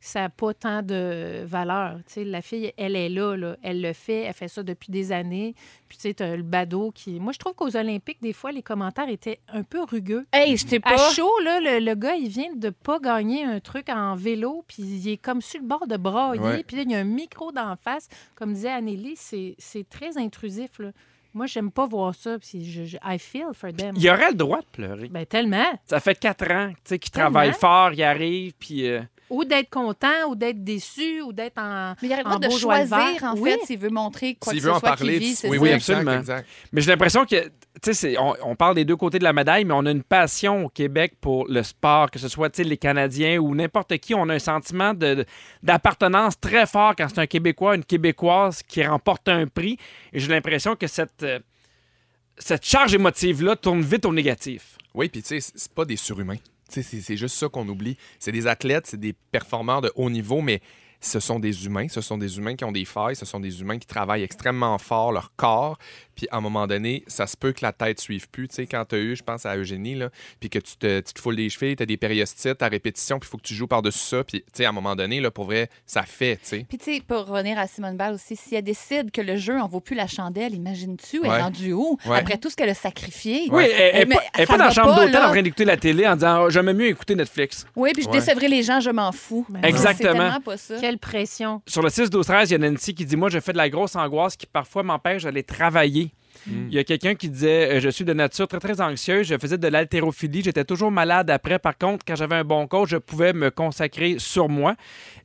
Speaker 4: ça n'a pas tant de valeur. Tu sais, la fille, elle est là, là. elle le fait, elle fait ça depuis des années. Puis tu sais, t'as le badaud qui... Moi, je trouve qu'aux Olympiques, des fois, les commentaires étaient un peu rugueux.
Speaker 3: Hey, je t'ai
Speaker 4: À
Speaker 3: pas.
Speaker 4: chaud, là, le, le gars, il vient de pas gagner un truc en vélo, puis il est comme sur le bord de brailler,
Speaker 2: Ouais.
Speaker 4: puis là, il y a un micro d'en face. Comme disait Anneli, c'est c'est très intrusif. Là. Moi, j'aime pas voir ça, puis je, je- I feel for them.
Speaker 1: Il aurait le droit de pleurer.
Speaker 4: Ben, tellement.
Speaker 1: Ça fait quatre ans tu sais, qu'il
Speaker 4: Tellement.
Speaker 1: travaille fort, il arrive, puis... euh,
Speaker 4: Ou d'être content, ou d'être déçu, ou d'être en.
Speaker 3: Mais il y a le
Speaker 4: En
Speaker 3: droit de
Speaker 4: beau joie le
Speaker 3: choisir, en
Speaker 4: vert. Oui.
Speaker 3: fait, s'il veut montrer quoi
Speaker 2: S'il
Speaker 3: que
Speaker 2: veut
Speaker 3: ce
Speaker 2: en
Speaker 3: soit qu'il
Speaker 2: parler,
Speaker 3: vit. c'est
Speaker 2: oui,
Speaker 3: ça.
Speaker 2: oui,
Speaker 1: ça.
Speaker 2: exact,
Speaker 1: Absolument.
Speaker 2: exact.
Speaker 1: Mais j'ai l'impression que, tu sais, c'est- on, on parle des deux côtés de la médaille, mais on a une passion au Québec pour le sport, que ce soit, tu sais, les Canadiens ou n'importe qui. On a un sentiment de- d'appartenance très fort quand c'est un Québécois, une Québécoise qui remporte un prix. Et j'ai l'impression que cette, euh, cette charge émotive-là tourne vite au négatif.
Speaker 2: Oui, puis tu sais, c'est pas des surhumains. Tu sais, C'est c'est juste ça qu'on oublie. C'est des athlètes, c'est des performeurs de haut niveau, mais ce sont des humains. Ce sont des humains qui ont des failles. Ce sont des humains qui travaillent extrêmement fort leur corps. Puis à un moment donné, ça se peut que la tête suive plus. Tu sais, quand tu as eu, je pense à Eugénie, là, puis que tu te, tu te foules les chevilles, tu as des périostites à répétition, puis il faut que tu joues par-dessus ça. Puis tu sais, à un moment donné, là, pour vrai, ça fait. tu sais.
Speaker 3: Puis, tu sais, pour revenir à Simone Ball aussi, si elle décide que le jeu en vaut plus la chandelle, imagines-tu, elle
Speaker 2: Ouais.
Speaker 3: est rendue où?
Speaker 2: Ouais.
Speaker 3: Après tout ce qu'elle a sacrifié.
Speaker 1: Oui, elle- elle n'est
Speaker 3: Mais
Speaker 1: pas, elle est
Speaker 3: ça
Speaker 1: pas dans
Speaker 3: va
Speaker 1: la chambre
Speaker 3: pas,
Speaker 1: d'hôtel
Speaker 3: là.
Speaker 1: en train d'écouter la télé en disant Ah, J'aimais mieux écouter Netflix.
Speaker 3: Oui, puis je
Speaker 2: Ouais.
Speaker 3: décevrai les gens, je m'en fous.
Speaker 4: Ben,
Speaker 1: Exactement.
Speaker 3: C'est tellement pas ça.
Speaker 4: Quelle pression.
Speaker 1: Sur le 6-12-13, il y a Nancy qui dit Moi, je fais de la grosse angoisse qui parfois m'empêche d'aller travailler.
Speaker 3: Mm.
Speaker 1: Il y a quelqu'un qui disait euh, Je suis de nature très, très anxieuse. Je faisais de l'haltérophilie. J'étais toujours malade après. Par contre, quand j'avais un bon coach, je pouvais me consacrer sur moi.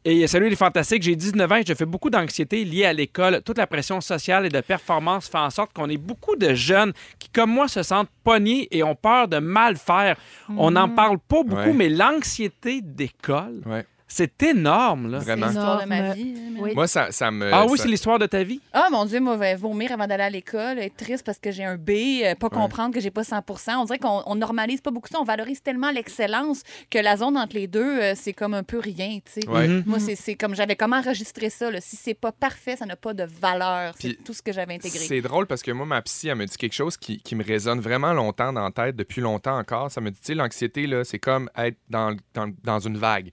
Speaker 1: Et il y a Salut les Fantastiques. J'ai 19 ans et je fais beaucoup d'anxiété liée à l'école. Toute la pression sociale et de performance fait en sorte qu'on ait beaucoup de jeunes qui, comme moi, se sentent pognés et ont peur de mal faire. On
Speaker 4: Mm.
Speaker 1: n'en parle pas beaucoup,
Speaker 2: Ouais.
Speaker 1: mais l'anxiété d'école,
Speaker 2: Ouais.
Speaker 1: c'est énorme. Là.
Speaker 2: Vraiment.
Speaker 3: L'histoire de ma
Speaker 4: Énorme.
Speaker 3: vie. hein, mais-
Speaker 4: Oui.
Speaker 2: Moi, ça, ça me.
Speaker 1: Ah oui,
Speaker 2: ça-
Speaker 1: c'est l'histoire de ta vie?
Speaker 3: Ah, mon Dieu, moi, vomir avant d'aller à l'école, être triste parce que j'ai un B, euh, pas comprendre que j'ai pas 100 On dirait qu'on on normalise pas beaucoup ça. On valorise tellement l'excellence que la zone entre les deux, euh, c'est comme un peu rien, tu sais.
Speaker 2: Ouais.
Speaker 1: Mhm.
Speaker 3: Moi, c'est- c'est comme j'avais comment enregistrer ça. Là. Si c'est pas parfait, ça n'a pas de valeur. C'est
Speaker 2: Puis
Speaker 3: tout ce que j'avais intégré.
Speaker 2: C'est drôle parce que moi, ma psy, elle me dit quelque chose qui, qui me résonne vraiment longtemps dans la tête, depuis longtemps encore. Ça me dit, tu sais, l'anxiété, là, c'est comme être dans, dans- dans une vague.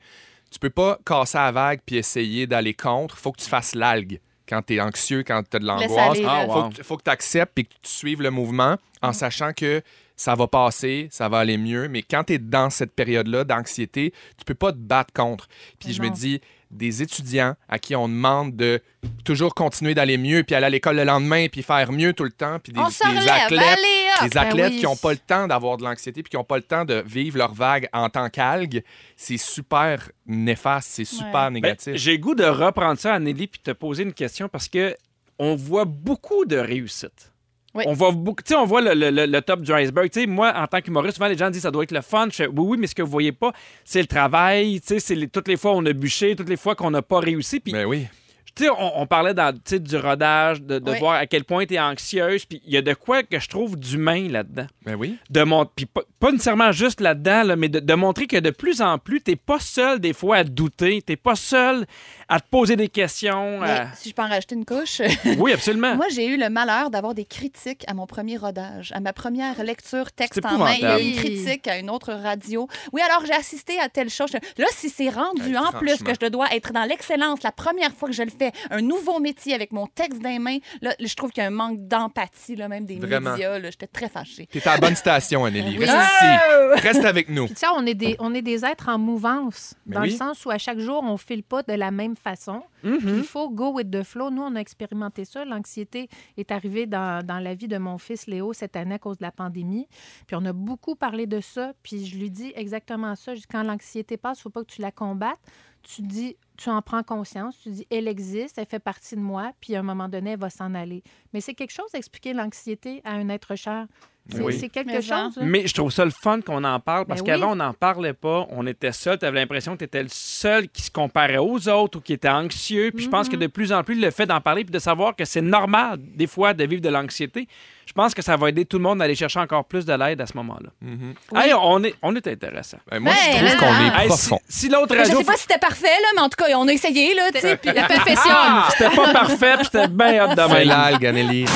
Speaker 2: Tu peux pas casser la vague puis essayer d'aller contre. faut que tu fasses l'algue quand tu es anxieux, quand tu as de
Speaker 3: Laisse
Speaker 2: l'angoisse.
Speaker 3: aller,
Speaker 1: Ah,
Speaker 3: là.
Speaker 1: wow.
Speaker 2: faut, que tu- faut que tu acceptes et que tu suives le mouvement
Speaker 3: Mm.
Speaker 2: en sachant que ça va passer, ça va aller mieux. Mais quand tu es dans cette période-là d'anxiété, tu peux pas te battre contre. Puis
Speaker 3: Mais
Speaker 2: je me
Speaker 3: non.
Speaker 2: dis, des étudiants à qui on demande de toujours continuer d'aller mieux, puis aller à l'école le lendemain, puis faire mieux tout le temps, puis des,
Speaker 3: on se
Speaker 2: des
Speaker 3: relève.
Speaker 2: athlètes,
Speaker 3: Allez, hop!
Speaker 2: des athlètes
Speaker 4: hein, Ben oui.
Speaker 2: qui n'ont pas le temps d'avoir de l'anxiété, puis qui n'ont pas le temps de vivre leur vague en tant qu'algue, c'est super néfaste, c'est super
Speaker 1: Ben,
Speaker 2: négatif.
Speaker 1: J'ai goût de reprendre ça, Anneli, puis te poser une question parce que on voit beaucoup de réussite.
Speaker 3: Oui.
Speaker 1: On voit beaucoup, tu sais, on voit le, le- le- le top du iceberg. Tu sais, moi, en tant qu'humoriste, souvent les gens disent ça doit être le fun. Je fais, oui, oui, mais ce que vous voyez pas, c'est le travail. Tu sais, c'est les- toutes les fois où on a bûché, toutes les fois qu'on n'a pas réussi. Puis
Speaker 2: Ben oui.
Speaker 1: tu sais, on, on parlait dans, tu sais, du rodage, de, de
Speaker 3: Oui.
Speaker 1: voir à quel point tu es anxieuse. Puis il y a de quoi que je trouve d'humain là-dedans.
Speaker 2: Ben oui.
Speaker 1: de mon- puis pas, pas nécessairement juste là-dedans, là, mais de, de montrer que de plus en plus, t'es pas seul des fois à douter, t'es pas seul à te poser des questions.
Speaker 3: Mais
Speaker 1: à-
Speaker 3: si je peux en rajouter une couche.
Speaker 1: Oui, absolument.
Speaker 3: Moi, j'ai eu le malheur d'avoir des critiques à mon premier rodage, à ma première lecture texte
Speaker 1: C'est
Speaker 3: en main. Il y a eu une
Speaker 4: épouvantable.
Speaker 3: critique à une autre radio. Oui, alors j'ai assisté à telle chose. Là, si c'est rendu
Speaker 2: Hey,
Speaker 3: en plus
Speaker 2: franchement.
Speaker 3: que je dois être dans l'excellence la première fois que je le fais, un nouveau métier avec mon texte dans les mains, là, je trouve qu'il y a un manque d'empathie, là, même des
Speaker 2: Vraiment.
Speaker 3: médias. là. J'étais très fâchée.
Speaker 2: T'es à la bonne station, Anneli.
Speaker 4: Ben Oui.
Speaker 2: Reste ici. Reste avec nous.
Speaker 4: Puis tu sais, on est des, on est des êtres en mouvance,
Speaker 2: Mais
Speaker 4: dans
Speaker 2: Ben oui.
Speaker 4: le sens où à chaque jour, on file pas de la même façon.
Speaker 1: Mm-hmm.
Speaker 4: Puis Il faut go with the flow. Nous, on a expérimenté ça. L'anxiété est arrivée dans, dans la vie de mon fils Léo cette année à cause de la pandémie. Puis on a beaucoup parlé de ça. Puis je lui dis exactement ça. Je dis, Quand l'anxiété passe, il faut pas que tu la combattes. Tu dis, tu en prends conscience. Tu dis, elle existe, elle fait partie de moi. Puis à un moment donné, elle va s'en aller. Mais c'est quelque chose d'expliquer l'anxiété à un être cher. C'est
Speaker 2: Ben
Speaker 1: Oui.
Speaker 4: c'est quelque
Speaker 3: Mais genre.
Speaker 4: chose. hein. là.
Speaker 1: Mais je trouve ça le fun qu'on en parle parce
Speaker 4: Ben
Speaker 1: qu'avant, on n'en parlait pas. On était seul. Tu avais l'impression que tu étais le seul qui se comparait aux autres ou qui était anxieux. Puis je pense
Speaker 3: Mm-hmm.
Speaker 1: que de plus en plus, le fait d'en parler puis de savoir que c'est normal, des fois, de vivre de l'anxiété, je pense que ça va aider tout le monde à aller chercher encore plus de l'aide à ce moment-là.
Speaker 2: Mhm.
Speaker 1: Hey, on est, on est intéressant.
Speaker 2: Ben, moi, je
Speaker 3: Ben,
Speaker 2: trouve
Speaker 3: là,
Speaker 2: qu'on
Speaker 3: là.
Speaker 1: Hey,
Speaker 2: est
Speaker 1: si,
Speaker 2: profond.
Speaker 1: si l'autre
Speaker 3: Je
Speaker 1: radio
Speaker 3: sais pas si c'était parfait, là, mais en tout cas, on a essayé. Là, tu sais, puis la perfection.
Speaker 1: Ah, C'était pas parfait, puis j'étais bien hâte de
Speaker 2: C'est
Speaker 1: même.
Speaker 2: l'algue, Anneli.
Speaker 1: Qui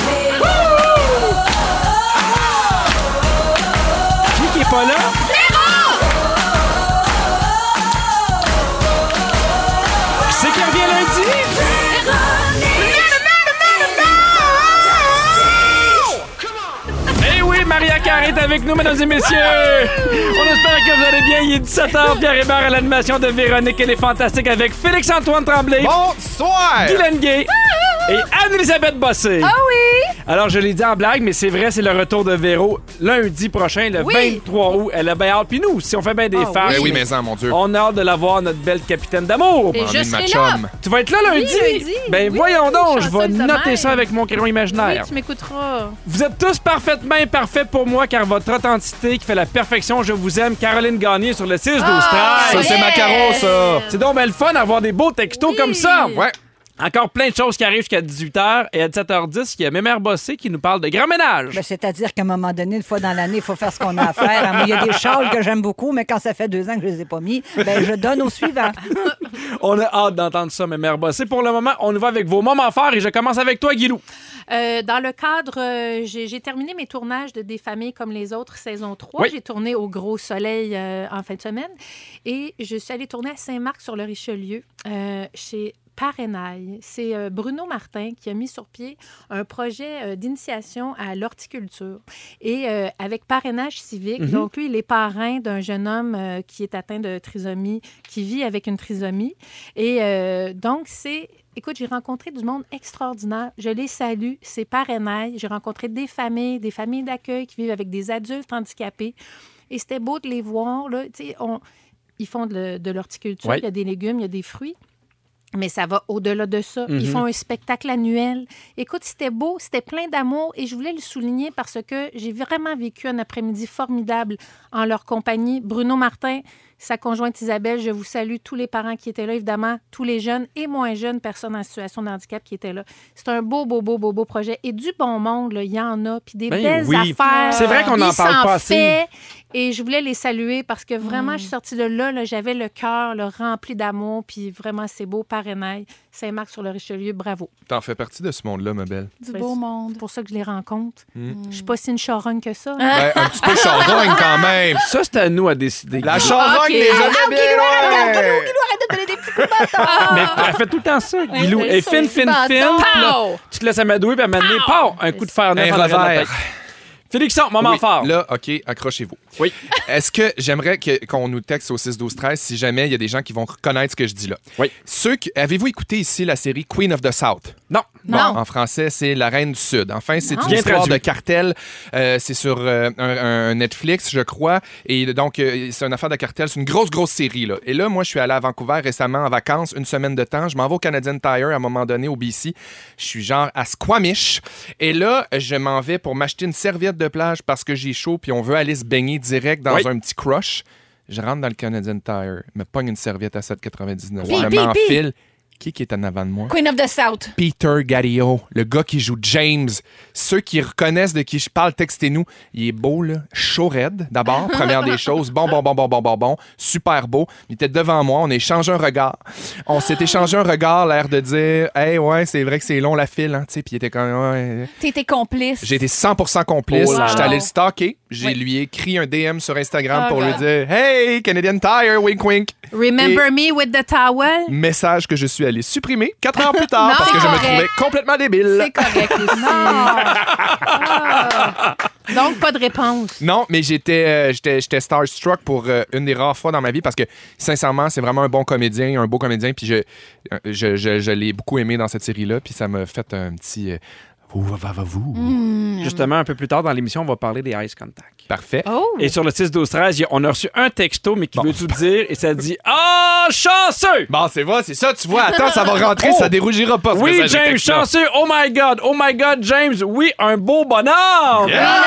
Speaker 1: qui est pas là? Eh Pierre est avec nous, mesdames et messieurs. On espère que vous allez bien. Il est 17h. Pierre Hébert à l'animation de Véronique. Elle est fantastique avec Félix-Antoine Tremblay,
Speaker 2: Bonsoir!
Speaker 1: Guylaine Gay et Anne-Elisabeth Bossé.
Speaker 3: Ah oui!
Speaker 1: Alors, je l'ai dit en blague, mais c'est vrai, c'est le retour de Véro lundi prochain, le
Speaker 3: Oui.
Speaker 1: 23 août. Elle a bien hâte. Puis nous, si on fait bien des
Speaker 4: Ah
Speaker 1: farces,
Speaker 2: Ben oui, mais en, mon Dieu.
Speaker 1: on a hâte de la voir, notre belle capitaine d'amour.
Speaker 4: Et
Speaker 2: M'en
Speaker 4: je
Speaker 2: est de ma
Speaker 4: serai là.
Speaker 2: chum.
Speaker 1: Tu vas être là lundi?
Speaker 4: lundi.
Speaker 1: Ben
Speaker 4: Oui,
Speaker 1: voyons donc, je
Speaker 4: chanceuse
Speaker 1: vais
Speaker 4: de
Speaker 1: noter
Speaker 4: même.
Speaker 1: ça avec mon crayon
Speaker 4: Oui,
Speaker 1: imaginaire.
Speaker 4: tu m'écouteras.
Speaker 1: Vous êtes tous parfaitement imparfaits pour moi car votre authenticité qui fait la perfection, je vous aime. Caroline Gagné sur le 6 12 13.
Speaker 4: Ah,
Speaker 2: Ça, c'est
Speaker 4: Yes!
Speaker 2: Macaro, ça.
Speaker 1: C'est donc bien le fun d'avoir des beaux textos
Speaker 4: Ah. Oui.
Speaker 1: comme ça.
Speaker 2: Ouais.
Speaker 1: Encore plein de choses qui arrivent jusqu'à 18h et à 17h10, il y a Mémère Bossé qui nous parle de grand ménage.
Speaker 8: Ben, C'est-à-dire qu'à un moment donné, une fois dans l'année, il faut faire ce qu'on a à faire. Moi, Il y a des châles que j'aime beaucoup, mais quand ça fait deux ans que je ne les ai pas mis, ben, je donne au suivant.
Speaker 1: On a hâte d'entendre ça, Mémère Bossé. Pour le moment, on y va avec vos moments forts et je commence avec toi, Guilou.
Speaker 4: Euh, dans le cadre, euh, j'ai j'ai terminé mes tournages de Des familles comme les autres, saison 3.
Speaker 1: Oui.
Speaker 4: J'ai tourné au Gros Soleil euh, en fin de semaine. Et je suis allée tourner à Saint-Marc sur le Richelieu, euh, chez Parenaille. C'est euh, Bruno Martin qui a mis sur pied un projet euh, d'initiation à l'horticulture. Et euh, avec parrainage civique,
Speaker 1: Mhm.
Speaker 4: donc lui, il est parrain d'un jeune homme euh, qui est atteint de trisomie, qui vit avec une trisomie. Et euh, donc, c'est. Écoute, j'ai rencontré du monde extraordinaire. Je les salue. C'est parrainage. J'ai rencontré des familles, des familles d'accueil qui vivent avec des adultes handicapés. Et c'était beau de les voir. Là. Tu sais, On... Ils font de, le- de l'horticulture.
Speaker 1: Ouais.
Speaker 4: Il y a des légumes, il y a des fruits. Mais ça va au-delà de ça. Ils
Speaker 1: Mhm.
Speaker 4: font un spectacle annuel. Écoute, c'était beau, c'était plein d'amour et je voulais le souligner parce que j'ai vraiment vécu un après-midi formidable en leur compagnie. Bruno Martin, sa conjointe Isabelle, je vous salue, tous les parents qui étaient là, évidemment, tous les jeunes et moins jeunes personnes en situation de handicap qui étaient là. C'est un beau, beau, beau, beau, beau projet. Et du bon monde, là, il y en a, puis des
Speaker 1: Ben
Speaker 4: belles
Speaker 1: oui.
Speaker 4: affaires.
Speaker 1: C'est vrai qu'on
Speaker 4: Euh, Il
Speaker 1: n'en parle
Speaker 4: s'en
Speaker 1: pas assez.
Speaker 4: fait. Et je voulais les saluer parce que vraiment, je suis sortie de là, là, j'avais le cœur là, rempli d'amour, puis vraiment, c'est beau, parrainage. Saint-Marc-sur-le-Richelieu, bravo.
Speaker 2: T'en fais partie de ce monde-là, ma belle.
Speaker 3: Du
Speaker 4: Ben,
Speaker 3: beau
Speaker 4: c'est-
Speaker 3: monde.
Speaker 4: C'est pour ça que je les rencontre.
Speaker 2: Mm.
Speaker 4: Je suis pas si une charogne que ça. hein.
Speaker 2: Ben, un petit peu chardonne quand même.
Speaker 1: Ça, c'est à nous à décider.
Speaker 2: La chardonne
Speaker 4: Ah, Ok.
Speaker 2: n'est jamais bien loin.
Speaker 1: Mais elle fait tout le temps ça, Guilou.
Speaker 4: oui,
Speaker 1: Elle est
Speaker 4: ça,
Speaker 1: fine,
Speaker 4: oui.
Speaker 1: fine,
Speaker 3: Bâton.
Speaker 1: fine. puis là,
Speaker 4: Pow!
Speaker 1: Tu te laisses amadouer, puis à un moment donné, pow, un coup de fer neuf
Speaker 2: Un
Speaker 1: en arrière de la
Speaker 2: revers.
Speaker 1: tête. Félixon, moment
Speaker 2: Oui,
Speaker 1: fort.
Speaker 2: Là, OK, accrochez-vous.
Speaker 1: Oui.
Speaker 2: Est-ce que j'aimerais que- qu'on nous texte au 6 12 13 si jamais il y a des gens qui vont reconnaître ce que je dis là.
Speaker 1: Oui.
Speaker 2: Ceux qui- avez-vous écouté ici la série Queen of the South
Speaker 1: Non.
Speaker 2: Bon,
Speaker 4: Non.
Speaker 2: en français, c'est La Reine du Sud. Enfin, c'est
Speaker 4: Non.
Speaker 2: une
Speaker 1: Bien
Speaker 2: histoire
Speaker 1: traduit.
Speaker 2: de cartel. Euh, c'est sur euh, un, un Netflix, je crois. Et donc, euh, c'est une affaire de cartel. C'est une grosse, grosse série. Là. Et là, moi, je suis allé à Vancouver récemment en vacances, une semaine de temps. Je m'en vais au Canadian Tire à un moment donné au BC. Je suis genre à Squamish. Et là, je m'en vais pour m'acheter une serviette de plage parce que j'ai chaud puis on veut aller se baigner direct dans
Speaker 1: Oui.
Speaker 2: un petit crush. Je rentre dans le Canadian Tire, me pogne une serviette à 7,99.
Speaker 3: Pi,
Speaker 2: Je
Speaker 3: pi, pi.
Speaker 2: m'enfile. Qui qui est en avant de moi?
Speaker 3: Queen of the South.
Speaker 2: Peter Gario, le gars qui joue James. Ceux qui reconnaissent de qui je parle, textez-nous. Il est beau, là. Chaud raide, d'abord, première des choses. Bon, bon, bon, bon, bon, bon, bon. Super beau. Il était devant moi. On a échangé un regard. On s'est échangé un regard, l'air de dire Hey, ouais, c'est vrai que c'est long la file, hein. Tu sais, puis il était quand même. Ouais.
Speaker 3: T'étais complice.
Speaker 2: J'ai été 100% complice.
Speaker 1: Oh là
Speaker 2: J'étais
Speaker 1: là.
Speaker 2: allé le stalker. J'ai
Speaker 3: Oui.
Speaker 2: lui écrit un DM sur Instagram
Speaker 3: Oh
Speaker 2: pour lui
Speaker 3: God.
Speaker 2: dire Hey, Canadian Tire, wink, wink.
Speaker 4: Remember me with the towel?
Speaker 2: Message que je suis allé supprimer quatre heures plus tard
Speaker 4: Non,
Speaker 2: parce que je me
Speaker 4: c'est
Speaker 2: trouvais
Speaker 4: correct.
Speaker 2: complètement débile.
Speaker 4: C'est correct aussi. Ah. Donc, pas de réponse.
Speaker 2: Non, mais j'étais euh, j'étais j'étais starstruck pour euh, une des rares fois dans ma vie parce que sincèrement, c'est vraiment un bon comédien, un beau comédien puis je euh, je, je- je l'ai beaucoup aimé dans cette série là puis ça m'a fait un petit euh, Ouh, va va vous.
Speaker 4: Hmm.
Speaker 1: Justement, un peu plus tard dans l'émission, on va parler des Ice Contact.
Speaker 2: Parfait.
Speaker 4: Oh!
Speaker 1: Et sur le 6 12 13, on a reçu un texto, mais qui veut tout dire, et ça dit Ah, chanceux
Speaker 2: Bon, c'est vrai, c'est ça, tu vois. Attends, ça va rentrer, ça dérougira pas. ce
Speaker 1: Oui,
Speaker 2: message de
Speaker 1: James,
Speaker 2: texte-là.
Speaker 1: chanceux Oh my God Oh my God, James Oui, un beau bonhomme
Speaker 2: Yeah!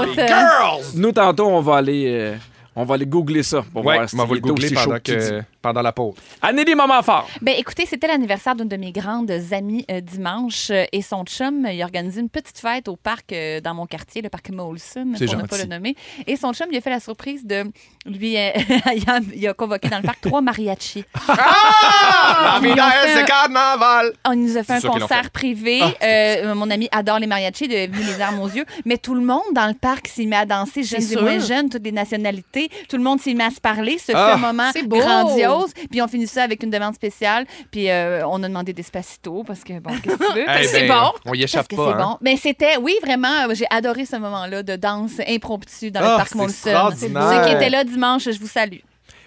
Speaker 3: Queen
Speaker 2: Ah, Les
Speaker 3: of the South.
Speaker 2: Girls!
Speaker 1: Nous, tantôt, on va aller. euh, On va aller googler ça pour
Speaker 2: Ouais,
Speaker 1: voir si
Speaker 2: mais on va
Speaker 1: il
Speaker 2: le
Speaker 1: est aussi
Speaker 2: googler
Speaker 1: chaud
Speaker 2: pendant,
Speaker 1: qu'il dit.
Speaker 2: que, pendant la pause.
Speaker 1: Année des moments forts.
Speaker 3: Ben écoutez, c'était l'anniversaire d'une de mes grandes amies euh, dimanche euh, et son chum, euh, il a organisé une petite fête au parc euh, dans mon quartier, le parc Molson, pour
Speaker 2: C'est
Speaker 3: ne pas
Speaker 2: gentil.
Speaker 3: le nommer. Et son chum, il a fait la surprise de lui, euh, il, a, il a convoqué dans le parc trois mariachis.
Speaker 2: Ah! La vie d'elle, c'est carnaval!
Speaker 3: On Ah, nous a fait
Speaker 2: C'est
Speaker 3: un
Speaker 2: sûr qu'ils l'ont
Speaker 3: concert
Speaker 2: fait. Ah.
Speaker 3: privé. Euh, mon ami adore les mariachis, de vu les armes aux yeux. Mais tout le monde dans le parc s'est mis à danser, jeunes
Speaker 4: C'est
Speaker 3: et
Speaker 4: sûr.
Speaker 3: moins jeunes, toutes les nationalités. Tout le monde s'est mis à se parler. Ce fut
Speaker 2: Ah,
Speaker 3: un moment
Speaker 4: c'est beau.
Speaker 3: grandiose. chose. Puis on finit ça avec une demande spéciale. Puis euh, on a demandé Despacito parce que, bon, qu'est-ce que tu veux?
Speaker 2: Eh
Speaker 3: Parce que c'est
Speaker 2: ben,
Speaker 3: bon.
Speaker 2: On y
Speaker 3: Parce
Speaker 2: échappe
Speaker 3: que
Speaker 2: pas.
Speaker 3: c'est
Speaker 2: hein.
Speaker 3: bon. Mais c'était, oui, vraiment, euh, j'ai adoré ce moment-là de danse impromptue dans
Speaker 2: Ah,
Speaker 3: le parc
Speaker 2: c'est
Speaker 3: Molson.
Speaker 2: extraordinaire.
Speaker 3: Ceux qui étaient là dimanche, je vous salue.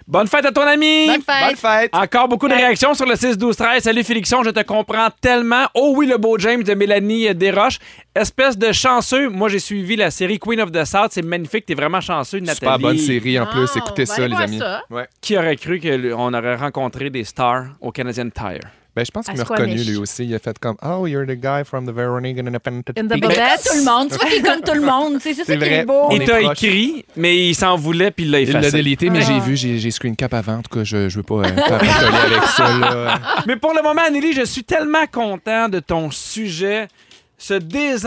Speaker 1: Bonne fête à ton ami!
Speaker 3: Bonne fête!
Speaker 2: Bonne fête.
Speaker 1: Encore beaucoup de réactions sur le 6-12-13. Salut Félixon, je te comprends tellement. Oh oui, le beau James de Mélanie euh, Desroches. Espèce de chanceux. Moi, j'ai suivi la série Queen of the South. C'est magnifique. T'es vraiment chanceux, Nathalie.
Speaker 2: Super bonne série en
Speaker 4: Ah,
Speaker 2: plus.
Speaker 4: on
Speaker 2: Écoutez ça,
Speaker 4: va aller
Speaker 2: les
Speaker 4: voir
Speaker 2: amis.
Speaker 4: ça.
Speaker 2: Ouais.
Speaker 1: Qui aurait cru qu'on aurait rencontré des stars au Canadian Tire?
Speaker 2: Ben, je pense qu'il
Speaker 4: À
Speaker 2: m'a
Speaker 4: Squamish.
Speaker 2: reconnu lui aussi. Il a fait comme Oh, you're the guy from the Veronica Independent.
Speaker 4: In the
Speaker 2: Peak.
Speaker 3: Mais
Speaker 4: Bobette.
Speaker 3: comme tout le monde. Tu vois qu'il est comme tout le monde. C'est ça
Speaker 2: C'est
Speaker 3: qui est
Speaker 2: vrai.
Speaker 3: beau.
Speaker 2: On
Speaker 1: il
Speaker 2: est
Speaker 1: t'a
Speaker 2: proche.
Speaker 1: écrit, mais il s'en voulait puis il l'a
Speaker 2: Il l'a
Speaker 1: effacé.
Speaker 2: délité, mais
Speaker 3: Ah.
Speaker 2: j'ai vu, j'ai j'ai screen cap avant. En tout cas, je, je veux pas euh, faire coller avec ça. Là.
Speaker 1: mais pour le moment, Anneli, je suis tellement content de ton sujet. Se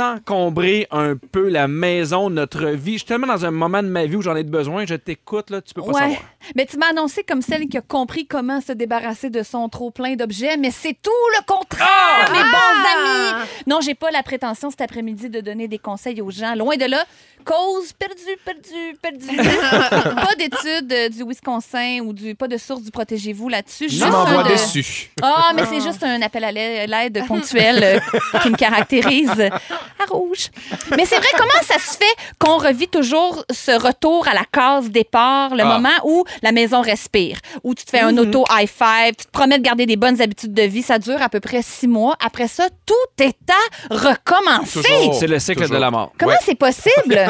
Speaker 1: désencombrer un peu la maison, notre vie. Je suis tellement dans un moment de ma vie où j'en ai besoin. Je t'écoute, là, tu peux pas
Speaker 3: Ouais.
Speaker 1: savoir.
Speaker 3: Mais tu m'as annoncé comme celle qui a compris comment se débarrasser de son trop-plein d'objets, mais c'est tout le contraire, mes bons amis! Non, j'ai pas la prétention cet après-midi de donner des conseils aux gens. Loin de là, cause perdue, perdue, perdue. pas d'études euh, du Wisconsin ou du pas de source du Protégez-vous là-dessus.
Speaker 2: Je
Speaker 3: Juste un
Speaker 2: m'envoie
Speaker 3: de-
Speaker 2: dessus.
Speaker 3: Ah, mais c'est juste un appel à l'a- l'aide ponctuel euh, qui me caractérise à rouge. Mais c'est vrai, comment ça se fait qu'on revit toujours ce retour à la case départ, le
Speaker 2: Ah. Mhm.
Speaker 3: moment où la maison respire, où tu te fais un auto high five, tu te promets de garder des bonnes habitudes de vie, ça dure à peu près six mois. Après ça, tout est à recommencer.
Speaker 2: Toujours.
Speaker 1: C'est le cycle
Speaker 2: Toujours.
Speaker 1: de la mort.
Speaker 3: Comment
Speaker 2: Ouais.
Speaker 3: c'est possible?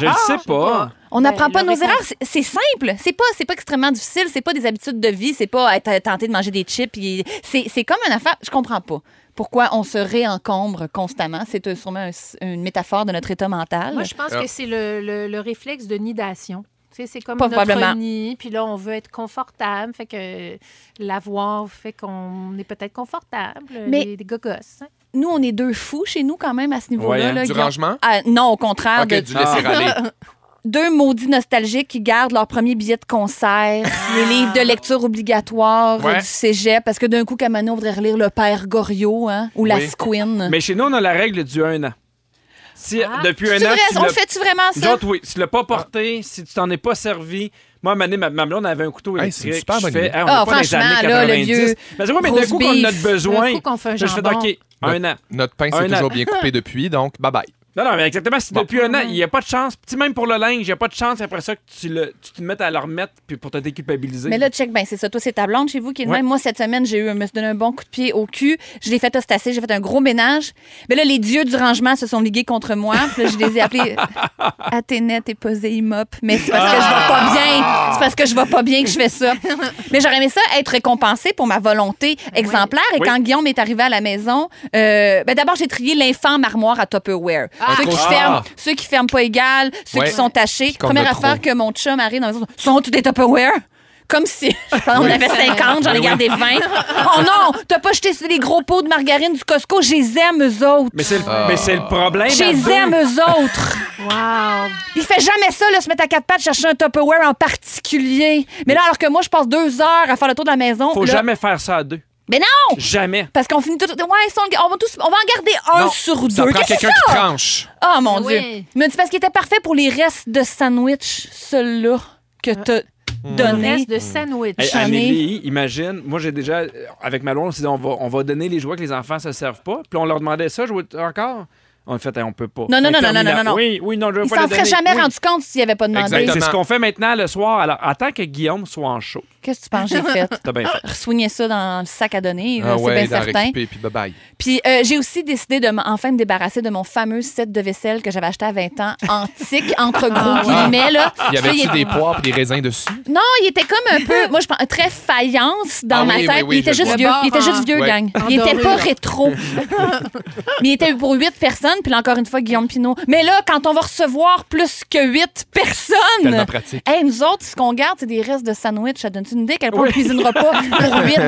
Speaker 1: Je le sais pas.
Speaker 3: On n'apprend
Speaker 4: Ben,
Speaker 3: pas
Speaker 4: le
Speaker 3: nos
Speaker 4: récon-
Speaker 3: erreurs. C'est- C'est simple. C'est pas, c'est pas extrêmement difficile. C'est pas des habitudes de vie. C'est pas être tenté de manger des chips. puis C'est c'est comme une affaire. Je comprends pas pourquoi on se réencombre constamment. C'est euh, sûrement un- une métaphore de notre état mental.
Speaker 4: Moi, je pense
Speaker 2: Ah.
Speaker 4: que c'est le, le- le réflexe de nidation. Tu sais, C'est comme
Speaker 3: Probablement.
Speaker 4: notre nid, puis là, on veut être confortable. Fait que l'avoir fait qu'on est peut-être confortable.
Speaker 3: Mais-
Speaker 4: Mais des, des gogosses. hein.
Speaker 3: Nous, on est deux fous chez nous quand même à ce
Speaker 1: Ouais,
Speaker 3: niveau-là.
Speaker 1: hein.
Speaker 3: là,
Speaker 2: Du
Speaker 3: Guillaume.
Speaker 2: rangement?
Speaker 3: Ah, non, au contraire.
Speaker 2: Ok,
Speaker 3: de-
Speaker 2: du laisser aller.
Speaker 3: deux maudits nostalgiques qui gardent leur premier billet de concert, les livres de lecture obligatoires
Speaker 2: Ouais.
Speaker 3: euh, du cégep, parce que d'un coup, Camano voudrait relire Le Père Goriot hein, ou La
Speaker 2: Oui.
Speaker 3: Squin.
Speaker 1: Mais chez nous, on a la règle du 1 an. Si
Speaker 4: Ah.
Speaker 1: depuis un
Speaker 3: C'est
Speaker 1: an,
Speaker 3: vrai,
Speaker 1: tu
Speaker 3: on
Speaker 1: l'as-
Speaker 3: fait-tu vraiment
Speaker 1: Nous
Speaker 3: ça?
Speaker 1: autres, oui, si tu l'as pas porté, si tu t'en es pas servi. Moi, à un moment donné, ma, ma blonde avait un couteau
Speaker 2: Hey, c'est une
Speaker 1: électrique.
Speaker 2: super
Speaker 1: je
Speaker 2: bonne
Speaker 1: fais,
Speaker 2: idée.
Speaker 1: Hey, on est
Speaker 3: Ah,
Speaker 1: pas dans les
Speaker 3: franchement,
Speaker 1: années
Speaker 3: là, le
Speaker 1: 90.
Speaker 3: vieux
Speaker 1: Mais c'est vrai, mais d'un
Speaker 3: roast
Speaker 1: coup, qu'on a
Speaker 3: beef.
Speaker 1: notre besoin.
Speaker 4: Un coup qu'on fait un
Speaker 1: Là, je fais,
Speaker 4: jambon.
Speaker 1: OK, un an.
Speaker 2: Notre pain,
Speaker 1: Un
Speaker 2: c'est
Speaker 1: an.
Speaker 2: toujours bien coupé depuis, donc bye bye.
Speaker 1: Non, non, mais exactement. Si
Speaker 2: Bon.
Speaker 1: depuis un an, il n'y a pas de chance, petit même pour le linge, il n'y a pas de chance après ça que tu, le, tu te mettes à le remettre puis pour te déculpabiliser.
Speaker 3: Mais là, check, ben c'est ça. Toi, c'est ta blonde chez vous qui est de
Speaker 1: Ouais.
Speaker 3: même. Moi, cette semaine, j'ai eu, me suis donné un bon coup de pied au cul. Je l'ai fait ostacer, j'ai fait un gros ménage. Mais là, les dieux du rangement se sont ligués contre moi. Puis là, je les ai appelés Athénette et Poséimop. Mais c'est parce que je vais pas bien. C'est parce que je vais pas bien que je fais ça. Mais j'aurais aimé ça être récompensée pour ma volonté exemplaire. Et
Speaker 1: Oui.
Speaker 3: quand Guillaume est arrivé à la maison, euh, ben d'abord, j'ai trié l'infâme armoire à Tupperware. Ceux qui
Speaker 2: Ah.
Speaker 3: ferment, ceux qui ferment pas égal, ceux
Speaker 2: Ouais.
Speaker 3: qui sont tachés.
Speaker 2: qu'on
Speaker 3: Première
Speaker 2: a trop.
Speaker 3: affaire que mon chum arrive dans la maison, sont tous des Tupperware? Comme si on avait
Speaker 2: Ben
Speaker 3: 50, j'en ai gardé 20. Oh non, t'as pas jeté sur les gros pots de margarine du Costco, je les aime eux autres.
Speaker 1: Mais c'est le, mais c'est le
Speaker 2: Ben,
Speaker 1: problème.
Speaker 3: Je
Speaker 1: à
Speaker 3: les
Speaker 1: deux.
Speaker 3: aime eux autres.
Speaker 4: Wow!
Speaker 3: Il fait jamais ça, là, se mettre à quatre pattes, chercher un Tupperware en particulier. Mais là, alors que moi, je passe deux heures à faire le tour de la maison.
Speaker 1: Faut
Speaker 3: là-
Speaker 1: jamais faire ça à deux.
Speaker 3: Mais non!
Speaker 1: Jamais.
Speaker 3: Parce qu'on finit tout. Ouais, ça, on, le- on va tous, on va en garder un
Speaker 2: Non,
Speaker 3: sur
Speaker 2: Ça
Speaker 3: deux.
Speaker 2: prend
Speaker 3: Qu'est-ce que
Speaker 2: quelqu'un qui tranche.
Speaker 3: Ah, mon
Speaker 4: Oui.
Speaker 3: Dieu. Mais c'est parce qu'il était parfait pour les restes de sandwich, celui-là, que
Speaker 2: Euh.
Speaker 3: t'as
Speaker 2: Hmm.
Speaker 3: donné.
Speaker 4: Reste de sandwich.
Speaker 1: Hey,
Speaker 3: J'en ai.
Speaker 1: Amélie, imagine, moi j'ai déjà, euh, avec ma blonde, on s'est dit on va, on va donner les jouets que les enfants se servent pas. Puis on leur demandait ça, jouer encore. On a fait, Hey, on peut pas.
Speaker 3: Non, non, non, non, non, non, non.
Speaker 1: Oui, oui, non, je veux
Speaker 3: Il
Speaker 1: pas
Speaker 3: s'en
Speaker 1: les
Speaker 3: serait
Speaker 1: donner.
Speaker 3: jamais
Speaker 1: Oui. Ben,
Speaker 3: rendu compte s'il avait pas demandé.
Speaker 1: C'est
Speaker 2: Exactement.
Speaker 1: ce qu'on fait maintenant le soir. Alors, attends que Guillaume soit en show.
Speaker 3: Qu'est-ce que tu penses que j'ai fait?
Speaker 1: T'as bien fait.
Speaker 3: Ressoigner ça dans le sac à donner, là,
Speaker 2: Ah
Speaker 3: c'est
Speaker 2: ouais,
Speaker 3: bien
Speaker 2: d'en
Speaker 3: certain.
Speaker 2: récupérer, puis bye bye.
Speaker 3: Puis euh, j'ai aussi décidé de m- enfin me débarrasser de mon fameux set de vaisselle que j'avais acheté à 20 ans, antique, entre gros guillemets. Là.
Speaker 2: Ah. Il y
Speaker 3: Puis
Speaker 2: avait-tu
Speaker 3: là,
Speaker 2: des poires et des raisins dessus?
Speaker 3: Non, il était comme un peu, moi je pense, très faïence dans
Speaker 2: Ah
Speaker 3: ma
Speaker 2: oui,
Speaker 3: tête.
Speaker 2: oui, oui,
Speaker 3: il était
Speaker 2: je
Speaker 3: juste
Speaker 2: vois.
Speaker 3: vieux, il était
Speaker 4: D'abord,
Speaker 3: juste vieux,
Speaker 2: Ouais.
Speaker 3: gang. Il était
Speaker 4: Endormi,
Speaker 3: pas
Speaker 4: là.
Speaker 3: rétro. Mais il était pour huit personnes, puis là, encore une fois, Guillaume Pinot. Mais là, quand on va recevoir plus que huit
Speaker 2: Tellement
Speaker 3: personnes,
Speaker 2: pratique.
Speaker 3: Hey, nous autres, ce qu'on garde, c'est des restes de sandwich. Ça donne-tu une idée à quel point
Speaker 1: Oui.
Speaker 3: on cuisinera pas pour huit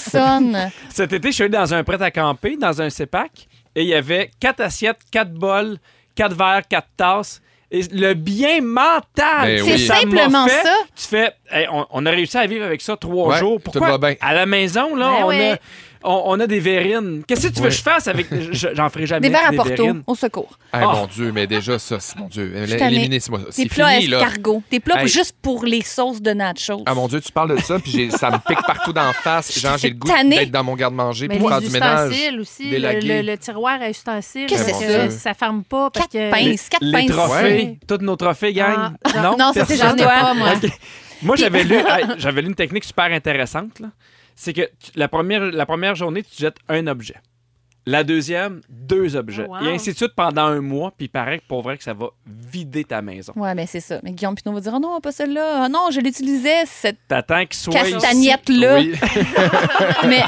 Speaker 3: personnes?
Speaker 1: Cet été, je suis allé dans un prêt à camper, dans un CEPAC, et il y avait quatre assiettes, quatre bols, quatre verres, quatre tasses. Et le bien mental,
Speaker 2: Ben
Speaker 1: que
Speaker 2: oui.
Speaker 1: ça
Speaker 3: C'est simplement
Speaker 1: m'a fait.
Speaker 3: ça.
Speaker 1: Tu fais, Hey, on, on a réussi à vivre avec ça trois
Speaker 2: Ouais,
Speaker 1: jours.
Speaker 2: tout va
Speaker 1: Pourquoi
Speaker 2: bien.
Speaker 1: à la maison là,
Speaker 4: Ben
Speaker 1: on
Speaker 4: oui.
Speaker 1: a on, on a des verrines. Qu'est-ce que tu veux
Speaker 2: Ouais.
Speaker 1: que je fasse avec. je- J'en ferai jamais.
Speaker 3: Des verres à Porto,
Speaker 1: verrines.
Speaker 3: au secours.
Speaker 2: Ah,
Speaker 1: Ah.
Speaker 2: mon Dieu, mais déjà, ça, c'est mon Dieu.
Speaker 3: suis tannée.
Speaker 2: Éliminez-moi.
Speaker 3: Des
Speaker 2: C'est
Speaker 3: plats
Speaker 2: fini, là.
Speaker 3: escargots. Des plats
Speaker 2: Hey.
Speaker 3: juste pour les sauces de nachos.
Speaker 2: Ah mon Dieu, tu parles de ça, puis j'ai- ça me pique partout d'en face. Genre, j'ai le goût
Speaker 3: Tanné.
Speaker 2: d'être dans mon garde-manger
Speaker 4: Mais
Speaker 2: pour faire
Speaker 4: les
Speaker 2: du ménage.
Speaker 4: ustensiles aussi,
Speaker 2: des
Speaker 4: le,
Speaker 2: laguets.
Speaker 4: le- le tiroir à ustensiles,
Speaker 3: Qu'est-ce
Speaker 2: que
Speaker 4: parce
Speaker 2: c'est
Speaker 4: que
Speaker 2: ça?
Speaker 4: ça ferme pas. Parce
Speaker 3: Quatre
Speaker 4: que...
Speaker 3: pinces, quatre
Speaker 1: Les
Speaker 3: pinces.
Speaker 1: trophées,
Speaker 2: Ouais.
Speaker 1: toutes nos trophées, gang.
Speaker 4: Ah,
Speaker 1: non,
Speaker 3: Non, ça, c'est
Speaker 1: personne.
Speaker 3: j'en ai pas, moi.
Speaker 1: Ok. Moi, j'avais lu, hey, j'avais lu une technique super intéressante. là. C'est que tu- la première, la première journée, tu jettes un objet. La deuxième, deux objets.
Speaker 4: Oh, wow.
Speaker 1: Et ainsi de suite pendant un mois. Puis il paraît que pour vrai que ça va vider ta maison.
Speaker 3: Ouais, mais c'est ça. Mais Guillaume Pinot va dire Oh non, pas celle-là. Ah non, je l'utilisais, cette
Speaker 1: T'attends qu'il soit
Speaker 3: castagnette-là.
Speaker 2: Oui.
Speaker 3: Mais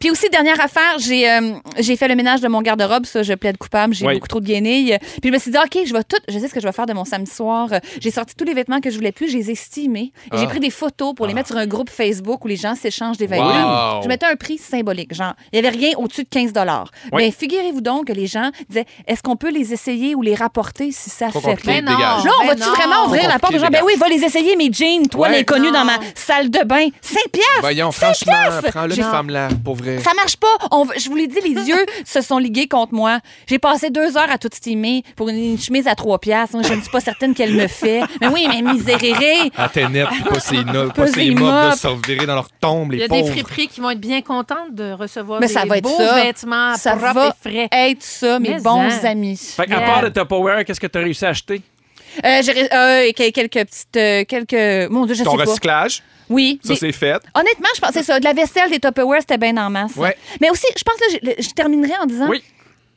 Speaker 3: puis aussi dernière affaire, j'ai euh, j'ai fait le ménage de mon garde-robe, ça je plaide coupable, j'ai
Speaker 1: Oui.
Speaker 3: beaucoup trop de guenilles. Puis je me suis dit OK, je vais tout, je sais ce que je vais faire de mon samedi soir. J'ai sorti tous les vêtements que je voulais plus, je les ai estimés et j'ai
Speaker 2: Ah.
Speaker 3: pris des photos pour les mettre sur un groupe Facebook où les gens s'échangent des vêtements.
Speaker 2: Wow.
Speaker 3: Je mettais un prix symbolique, genre il n'y avait rien au-dessus de 15 dollars.
Speaker 1: Oui.
Speaker 3: Mais figurez-vous donc que les gens disaient est-ce qu'on peut les essayer ou les rapporter si ça
Speaker 2: Trop
Speaker 3: fait
Speaker 2: compliqué.
Speaker 4: Mais
Speaker 2: Clé,
Speaker 4: non,
Speaker 2: dégage.
Speaker 3: Là, on
Speaker 4: mais
Speaker 3: va-tu
Speaker 4: Ah, ben non.
Speaker 3: vraiment ouvrir la porte aux gens? Ben oui, va les essayer, mes jeans, toi,
Speaker 2: Ouais.
Speaker 3: l'inconnu dans ma
Speaker 4: Non.
Speaker 3: salle de bain. 5 piastres!
Speaker 2: Voyons, franchement,
Speaker 3: piastres!
Speaker 2: prends-le,
Speaker 3: J'ai-
Speaker 2: femme-là, pour vrai.
Speaker 3: Ça marche pas. On va- je vous l'ai dit, les yeux se sont ligués contre moi. J'ai passé deux heures à tout steamer pour une, une chemise à trois piastres. Moi, je ne suis pas certaine qu'elle me fait. Mais oui, mais misérérée.
Speaker 2: À tes nets, puis pas ces no- pas
Speaker 3: Pas
Speaker 2: ces
Speaker 3: ces
Speaker 2: mobs de
Speaker 3: mobs.
Speaker 2: se revirer dans leur tombe,
Speaker 4: Il y
Speaker 2: les
Speaker 4: a des
Speaker 2: pauvres.
Speaker 4: friperies qui vont être bien contentes de recevoir
Speaker 3: Mais
Speaker 4: des
Speaker 3: ça va être
Speaker 4: beaux
Speaker 3: ça.
Speaker 4: vêtements
Speaker 3: Ça
Speaker 4: propres
Speaker 3: va
Speaker 4: et frais.
Speaker 3: Aide ça, mes
Speaker 4: Mais
Speaker 3: bons
Speaker 4: en.
Speaker 3: amis.
Speaker 1: Fait qu'à
Speaker 4: Yeah.
Speaker 1: part le Tupperware, qu'est-ce que tu as réussi à acheter?
Speaker 3: Euh, j'ai ré- euh, et que- quelques petites. euh, quelques... Mon Dieu, je
Speaker 2: Ton
Speaker 3: sais pas.
Speaker 2: recyclage,
Speaker 3: Oui.
Speaker 2: ça,
Speaker 3: des-
Speaker 2: c'est fait.
Speaker 3: Honnêtement, je pensais ça. De la vaisselle, des Tupperware, c'était bien en masse.
Speaker 2: Ouais.
Speaker 3: Mais aussi, je pense que je, je terminerai en disant.
Speaker 1: Oui.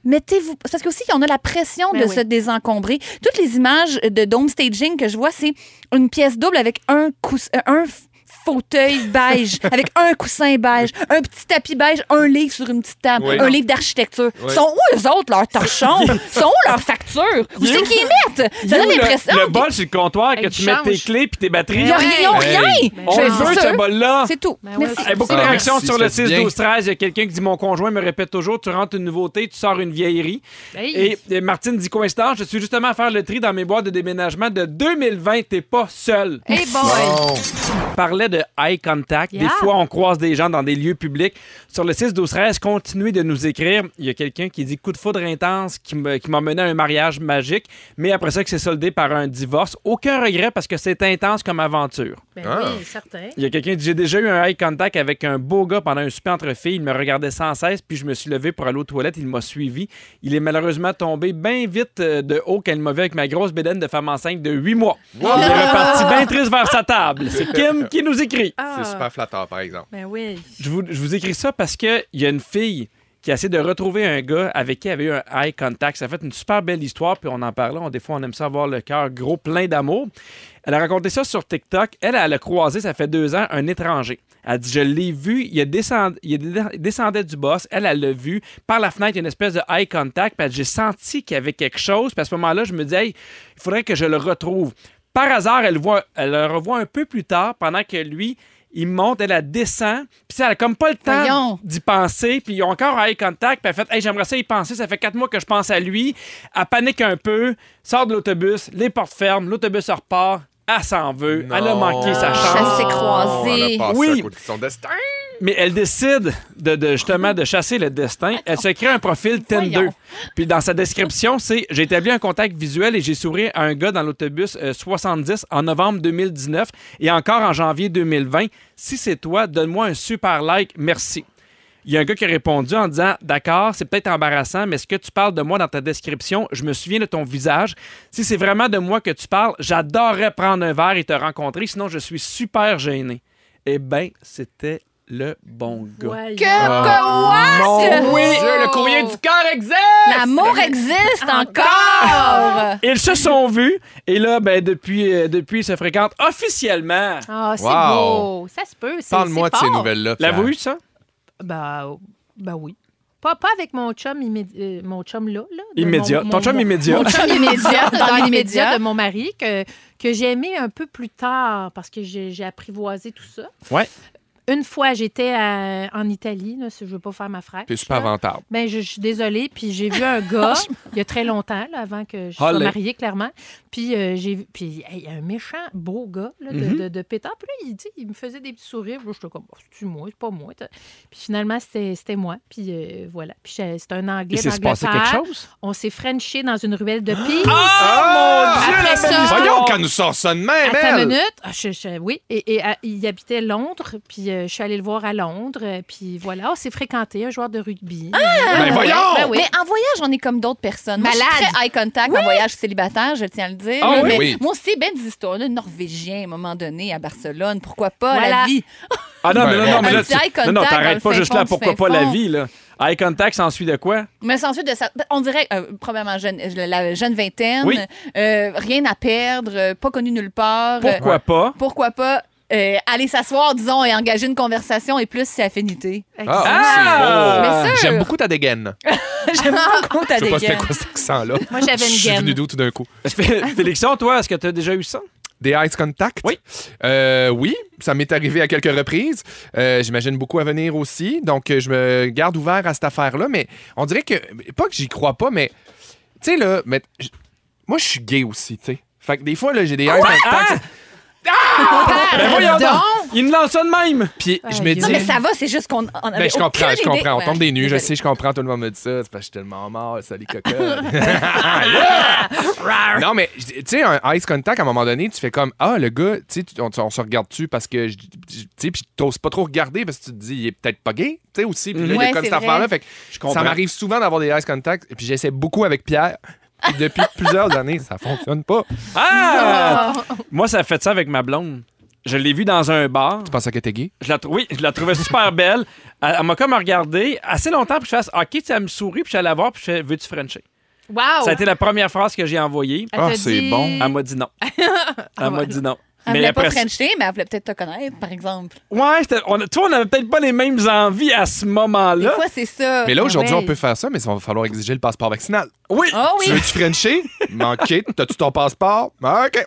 Speaker 3: Mettez-vous. Parce qu'aussi, on a la pression
Speaker 4: Ben
Speaker 3: de
Speaker 4: oui.
Speaker 3: se désencombrer. Toutes les images de dome staging que je vois, c'est une pièce double avec un couss- euh, un f- fauteuil beige, avec un coussin beige, un petit tapis beige, un livre sur une petite table,
Speaker 2: Oui.
Speaker 3: un livre d'architecture.
Speaker 2: Oui.
Speaker 3: Sont où eux autres, leurs torchons? sont où leurs factures? Où c'est qu'ils mettent? Ça donne
Speaker 1: Où le-
Speaker 3: l'impression.
Speaker 1: Le
Speaker 3: que-
Speaker 1: bol sur le comptoir, que
Speaker 4: Hey,
Speaker 1: tu mets tes
Speaker 4: change.
Speaker 1: clés puis tes
Speaker 3: Il
Speaker 1: batteries.
Speaker 3: y a
Speaker 4: Ben
Speaker 3: rien, ils ont
Speaker 4: ouais.
Speaker 3: rien.
Speaker 4: Ben
Speaker 1: On
Speaker 4: ouais.
Speaker 1: le
Speaker 3: Je-
Speaker 1: veut,
Speaker 3: c'est
Speaker 1: ce
Speaker 3: sûr.
Speaker 1: bol-là.
Speaker 3: C'est tout.
Speaker 4: Ben ouais,
Speaker 3: Merci.
Speaker 4: c'est
Speaker 1: Hey, beaucoup
Speaker 2: Ah,
Speaker 1: de réactions
Speaker 2: merci,
Speaker 1: sur le
Speaker 2: faites bien.
Speaker 1: 6-12-13. Il y a quelqu'un qui dit Mon conjoint me répète toujours, tu rentres une nouveauté, tu sors une vieillerie.
Speaker 4: Hey.
Speaker 1: Et, et Martine dit Coïncidence, je suis justement à faire le tri dans mes boîtes de déménagement de 2020, t'es pas seul.
Speaker 4: Hey boy!
Speaker 2: Bon.
Speaker 1: On parlait de eye contact. Des
Speaker 4: Yeah.
Speaker 1: fois, on croise des gens dans des lieux publics. Sur le 6-12-13, continuez de nous écrire. Il y a quelqu'un qui dit Coup de foudre intense qui me- qui m'a mené à un mariage magique, mais après ça, que c'est soldé par un divorce. Aucun regret parce que c'est intense comme aventure.
Speaker 4: Ben
Speaker 2: Ah.
Speaker 4: oui, certain.
Speaker 1: Il y a quelqu'un qui dit J'ai déjà eu un eye contact avec un beau gars pendant un super entre filles. Il me regardait sans cesse, puis je me suis levé pour aller aux toilettes. Il m'a suivi. Il est malheureusement tombé bien vite euh, de haut quand il m'a vu avec ma grosse bédaine de femme enceinte de 8 mois. Il est reparti bien triste vers sa table. C'est Kim qui nous écrit.
Speaker 4: Ah.
Speaker 2: C'est super flatteur, par exemple.
Speaker 4: Ben oui.
Speaker 1: Je vous, je vous écris ça parce qu'il y a une fille qui essaie de retrouver un gars avec qui elle avait eu un eye contact. Ça fait une super belle histoire, puis on en parlait. On, des fois, on aime ça avoir le cœur gros, plein d'amour. Elle a raconté ça sur TikTok. Elle, elle a croisé, ça fait deux ans, un étranger. Elle dit, je l'ai vu, il, a descend- il a- il descendait du boss, elle, elle l'a vu. Par la fenêtre, il y a une espèce de eye contact, puis elle dit, j'ai senti qu'il y avait quelque chose. Puis à ce moment-là, je me dis, Hey, il faudrait que je le retrouve. Par hasard, elle, voit, elle le revoit un peu plus tard, pendant que lui, il monte, elle, elle descend. Puis ça, elle a comme pas le temps
Speaker 3: Voyons.
Speaker 1: d'y penser. Puis ils ont encore un eye contact. Puis elle fait, hey, j'aimerais ça y penser. Ça fait quatre mois que je pense à lui. Elle panique un peu, sort de l'autobus, les portes ferment, l'autobus repart. Elle s'en veut. Elle a
Speaker 2: Non.
Speaker 1: manqué sa
Speaker 3: Ça
Speaker 1: chance.
Speaker 3: s'est croisé.
Speaker 2: On a Oh, passé
Speaker 1: Oui.
Speaker 2: à côté de son destin.
Speaker 1: Mais elle décide de, de- justement de chasser le destin. Elle se crée un profil Tinder.
Speaker 3: Voyons.
Speaker 1: Puis dans sa description, c'est J'ai établi un contact visuel et j'ai souri à un gars dans l'autobus euh, 70 en novembre 2019 et encore en janvier 2020. Si c'est toi, donne-moi un super like. Merci. Il y a un gars qui a répondu en disant D'accord, c'est peut-être embarrassant, mais ce que tu parles de moi dans ta description, je me souviens de ton visage. Si c'est vraiment de moi que tu parles, j'adorerais prendre un verre et te rencontrer, sinon je suis super gêné. Eh bien, c'était le bon gars.
Speaker 4: Voyons.
Speaker 3: Que
Speaker 2: Ah, Mon
Speaker 3: quoi?
Speaker 2: Dieu, le courrier du cœur existe!
Speaker 3: L'amour existe encore!
Speaker 1: Ils se sont vus et là, ben, depuis, euh, depuis, ils se fréquentent officiellement.
Speaker 4: Ah, c'est
Speaker 2: Wow.
Speaker 4: beau. Ça se peut. c'est-
Speaker 2: Parle-moi
Speaker 4: c'est
Speaker 2: de ces
Speaker 4: fort.
Speaker 2: nouvelles-là. Pierre.
Speaker 1: L'avez-vous eu, ça?
Speaker 3: Bah,
Speaker 4: Ben, euh, ben oui. Pas, pas avec mon chum, immédi- euh, mon chum là. là de
Speaker 1: Immédiat.
Speaker 4: mon- mon-
Speaker 1: Ton chum
Speaker 4: mon-
Speaker 1: immédiat.
Speaker 4: Mon chum immédiat,
Speaker 3: Dans
Speaker 4: dans
Speaker 3: l'immédiat.
Speaker 4: l'immédiat de mon mari, que, que j'ai aimé un peu plus tard parce que j'ai j'ai apprivoisé tout ça.
Speaker 1: Ouais.
Speaker 4: Une fois, j'étais à- en Italie, là, si je veux pas faire ma frappe.
Speaker 2: T'es super vantard.
Speaker 4: Ben, je, je suis désolée. Puis j'ai vu un gars il y a très longtemps, là, avant que je sois
Speaker 1: Allez.
Speaker 4: mariée, clairement. Puis euh, j'ai vu- puis hey, un méchant beau gars là, de,
Speaker 2: Mm-hmm.
Speaker 1: Mhm.
Speaker 4: de- de pétard. Puis là, il, dit, il me faisait des petits sourires. Là, J'étais comme, Oh, c'est-tu moi, c'est pas moi. t'as- Puis finalement, c'était c'était moi. Puis euh, voilà. Puis j'ai- c'était un
Speaker 7: Il
Speaker 4: anglais
Speaker 7: s'est passé
Speaker 4: d'Angleterre.
Speaker 7: quelque chose?
Speaker 4: On s'est frenché dans une ruelle de pisse.
Speaker 2: Ah,
Speaker 4: Après
Speaker 2: la
Speaker 4: ça-
Speaker 2: belle histoire. Voyons quand nous sort ça de même,
Speaker 4: Attends une
Speaker 2: elle.
Speaker 4: minute. Ah, je- je- oui, et, et, ah, il habitait Londres, puis euh, je suis allée le voir à Londres, euh, puis voilà, on s'est fréquenté, un joueur de rugby.
Speaker 2: Ben voyons!
Speaker 4: Ben oui.
Speaker 3: Mais en voyage, on est comme d'autres personnes. Moi, je
Speaker 4: Malade.
Speaker 3: suis très eye contact en voyage célibataire, je tiens à le dire.
Speaker 1: Ah
Speaker 3: là,
Speaker 2: oui?
Speaker 3: mais
Speaker 2: Oui.
Speaker 3: Moi aussi, ben des histoires. Le Norvégien, à un moment donné, à Barcelone, pourquoi pas
Speaker 4: Voilà.
Speaker 3: la vie?
Speaker 1: Ah non,
Speaker 2: Ben,
Speaker 1: mais non,
Speaker 2: bon.
Speaker 1: non, mais
Speaker 3: Un
Speaker 1: là,
Speaker 3: petit eye
Speaker 1: tu... non, non,
Speaker 3: contact dans
Speaker 1: t'arrêtes
Speaker 3: le
Speaker 1: pas
Speaker 3: fin
Speaker 1: juste
Speaker 3: fond
Speaker 1: là,
Speaker 3: du
Speaker 1: pourquoi
Speaker 3: fin
Speaker 1: pas la
Speaker 3: fond.
Speaker 1: vie, là. Eye contact, s'en suit de quoi?
Speaker 3: Mais c'est ensuite de ça, on dirait, euh, premièrement, jeune, euh, la jeune vingtaine,
Speaker 1: Oui.
Speaker 3: euh, rien à perdre, euh, pas connu nulle part. euh,
Speaker 1: Pourquoi pas?
Speaker 3: pourquoi pas euh, aller s'asseoir, disons, et engager une conversation et plus c'est affinité.
Speaker 2: Ah,
Speaker 1: Ah!
Speaker 2: c'est
Speaker 3: Mais
Speaker 2: beau.
Speaker 3: ça-
Speaker 2: J'aime beaucoup ta dégaine.
Speaker 8: J'aime beaucoup ta
Speaker 2: Je sais pas c'était
Speaker 8: dégaine.
Speaker 2: quoi cet accent-là.
Speaker 4: Moi, j'avais
Speaker 2: Je
Speaker 4: une
Speaker 2: suis venu
Speaker 4: gaine.
Speaker 2: d'où tout d'un coup?
Speaker 1: Fé- Félixon, toi, est-ce que t'as déjà eu ça?
Speaker 2: Des eyes contact?
Speaker 1: Oui.
Speaker 2: Euh, oui, ça m'est arrivé à quelques reprises. Euh, J'imagine beaucoup à venir aussi. Donc, euh, je me garde ouvert à cette affaire-là. Mais on dirait que, pas que j'y crois pas, mais tu sais, là, mais, j- moi, je suis gay aussi, tu sais. Fait que des fois, là, j'ai des eyes
Speaker 1: Ah!
Speaker 2: contact.
Speaker 1: Ben voyons donc! Il nous lance ça de même!
Speaker 2: Puis je me
Speaker 4: Aïe,
Speaker 2: dis.
Speaker 3: Oh Non, mais ça va, c'est juste qu'on. on avait
Speaker 2: Ben, je comprends,
Speaker 3: aucune
Speaker 2: je comprends.
Speaker 3: idée.
Speaker 2: On tombe des nues, je
Speaker 3: Désolée.
Speaker 2: sais, je comprends. Tout le monde me dit ça. C'est parce que je suis tellement mort, ça, les cocottes. non, mais tu sais, un ice contact, à un moment donné, tu fais comme Ah, le gars, tu sais, tu- on, on se regarde-tu parce que. je- je- Tu sais, puis t'oses pas trop regarder parce que tu te dis, il est peut-être pas gay, tu sais, aussi. Puis là, il y a
Speaker 3: Ouais,
Speaker 2: comme
Speaker 3: c'est
Speaker 2: cette affaire-là.
Speaker 3: vrai.
Speaker 2: Fait que
Speaker 1: Je
Speaker 2: ça
Speaker 1: comprends.
Speaker 2: m'arrive souvent d'avoir des ice contacts, puis j'essaie beaucoup avec Pierre. Puis depuis plusieurs années, ça fonctionne pas. Tu
Speaker 1: Ah!
Speaker 3: Oh!
Speaker 1: Moi, ça a fait ça avec ma blonde. Je l'ai vue dans un bar.
Speaker 2: pensais que t'es gay?
Speaker 1: Je la trou- oui, je la trouvais super belle. Elle, elle m'a comme regardé assez longtemps pour que je fasse OK, tu sais, elle me sourit, puis je suis allé la voir, puis je fais Veux-tu Frencher?
Speaker 3: Oh.
Speaker 4: Wow!
Speaker 1: Ça a été la première phrase que j'ai envoyée.
Speaker 4: Elle
Speaker 2: Ah,
Speaker 4: te
Speaker 2: c'est
Speaker 4: dit-
Speaker 2: bon.
Speaker 1: Elle m'a dit non. Elle m'a
Speaker 4: voilà.
Speaker 1: dit non.
Speaker 3: Elle voulait pas
Speaker 1: après-
Speaker 3: Frencher, Ah, mais elle voulait peut-être te connaître, par exemple.
Speaker 1: Ouais, c'était- on, a- toi, on avait peut-être pas les mêmes envies à ce
Speaker 3: Des
Speaker 1: moment-là.
Speaker 3: fois, c'est ça. Ah,
Speaker 2: Mais là, aujourd'hui,
Speaker 4: ouais.
Speaker 2: on peut faire ça, mais il va falloir exiger le passeport vaccinal.
Speaker 1: Oui,
Speaker 3: Oh oui!
Speaker 2: Tu veux-tu Frencher? Manqué, t'as-tu ton passeport? Ah, OK.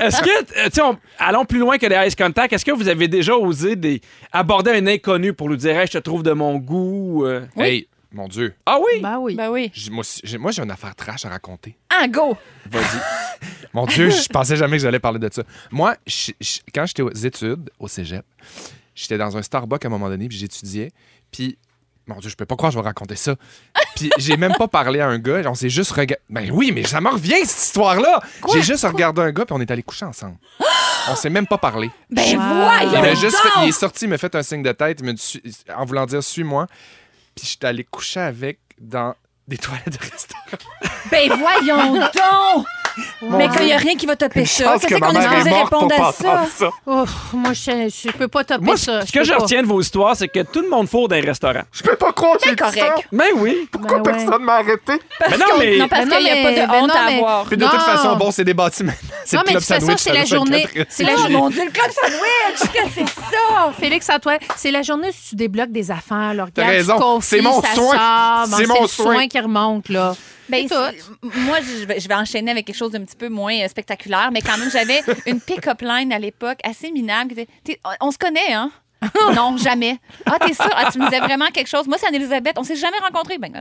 Speaker 1: est-ce que, euh, tu sais, on- allons plus loin que les eyes contact. Est-ce que vous avez déjà osé des- aborder un inconnu pour lui dire, Hey, je te trouve de mon goût? euh?
Speaker 2: Hey, mon Dieu.
Speaker 1: Ah oui!
Speaker 4: Ben oui.
Speaker 3: Ben oui.
Speaker 2: J'ai- Moi, aussi- j'ai- moi, j'ai une affaire trash à raconter.
Speaker 3: Ah, go!
Speaker 2: Mon Dieu, je pensais jamais que j'allais parler de ça. Moi, je- je- quand j'étais aux études, au cégep, j'étais dans un Starbucks à un moment donné, puis j'étudiais. Puis, mon Dieu, je peux pas croire que je vais raconter ça. Puis, j'ai même pas parlé à un gars, on s'est juste regardé. Ben oui, mais ça me revient, cette histoire-là. J'ai juste regardé un gars, puis on est allé coucher ensemble. On s'est même pas parlé.
Speaker 3: Ben
Speaker 4: Wow.
Speaker 2: Il,
Speaker 3: voyons!
Speaker 2: m'a juste fait-
Speaker 3: donc!
Speaker 2: il est sorti, il m'a fait un signe de tête, il m'a dit, Suis- en voulant dire suis-moi. Puis je suis allé coucher avec dans des toilettes de restaurant.
Speaker 3: Ben voyons donc! Mais qu'il n'y a rien qui va topper ça.
Speaker 2: chance
Speaker 3: Qu'est-ce
Speaker 2: que ma
Speaker 3: qu'on est
Speaker 2: mère est
Speaker 3: supposé
Speaker 2: morte
Speaker 3: répondre
Speaker 2: pour
Speaker 3: à
Speaker 2: pas
Speaker 3: ça?
Speaker 4: Ouf, moi, je, je peux pas topper
Speaker 1: Moi,
Speaker 4: ça.
Speaker 1: ce que
Speaker 4: peux
Speaker 1: je
Speaker 4: pas.
Speaker 1: retiens de vos histoires, c'est que tout le monde fourre dans les restaurants.
Speaker 2: Je peux pas croire que
Speaker 3: C'est correct.
Speaker 1: Mais oui!
Speaker 4: Ben ouais.
Speaker 2: m'a arrêté.
Speaker 1: Mais non,
Speaker 3: qu'on-
Speaker 1: mais-
Speaker 3: Non, parce
Speaker 4: Ben non,
Speaker 3: qu'il n'y a pas
Speaker 4: mais-
Speaker 3: de
Speaker 4: ben
Speaker 3: honte
Speaker 4: non,
Speaker 3: à
Speaker 4: mais-
Speaker 3: avoir.
Speaker 2: Puis de
Speaker 4: Non.
Speaker 2: toute façon, bon, c'est des bâtiments. C'est
Speaker 4: Non,
Speaker 2: le club
Speaker 4: mais de toute façon,
Speaker 2: sandwich,
Speaker 4: c'est la
Speaker 2: ça, le
Speaker 4: journée.
Speaker 2: cadre.
Speaker 4: C'est la
Speaker 3: Oh
Speaker 4: journée.
Speaker 3: mon Dieu, le club sandwich! Qu'est-ce que c'est ça?
Speaker 4: Félix, à toi, c'est la journée où tu débloques des affaires. là.
Speaker 2: T'as
Speaker 4: Regarde, tu
Speaker 2: raison.
Speaker 4: confies,
Speaker 2: C'est mon
Speaker 4: ça
Speaker 2: soin.
Speaker 4: sort.
Speaker 2: C'est
Speaker 4: Bon,
Speaker 2: mon
Speaker 4: le
Speaker 2: soin.
Speaker 4: soin qui remonte, là.
Speaker 3: Ben,
Speaker 4: C'est tout.
Speaker 3: c'est- moi, je vais, je vais enchaîner avec quelque chose d'un petit peu moins euh, spectaculaire, mais quand même, j'avais une pick-up line à l'époque assez minable. qui était, T'es- On, on se connaît, hein? non, jamais. Ah, t'es sûr? Ah, tu me disais vraiment quelque chose. Moi, c'est Anne-Elisabeth. On s'est jamais rencontrés. Ben,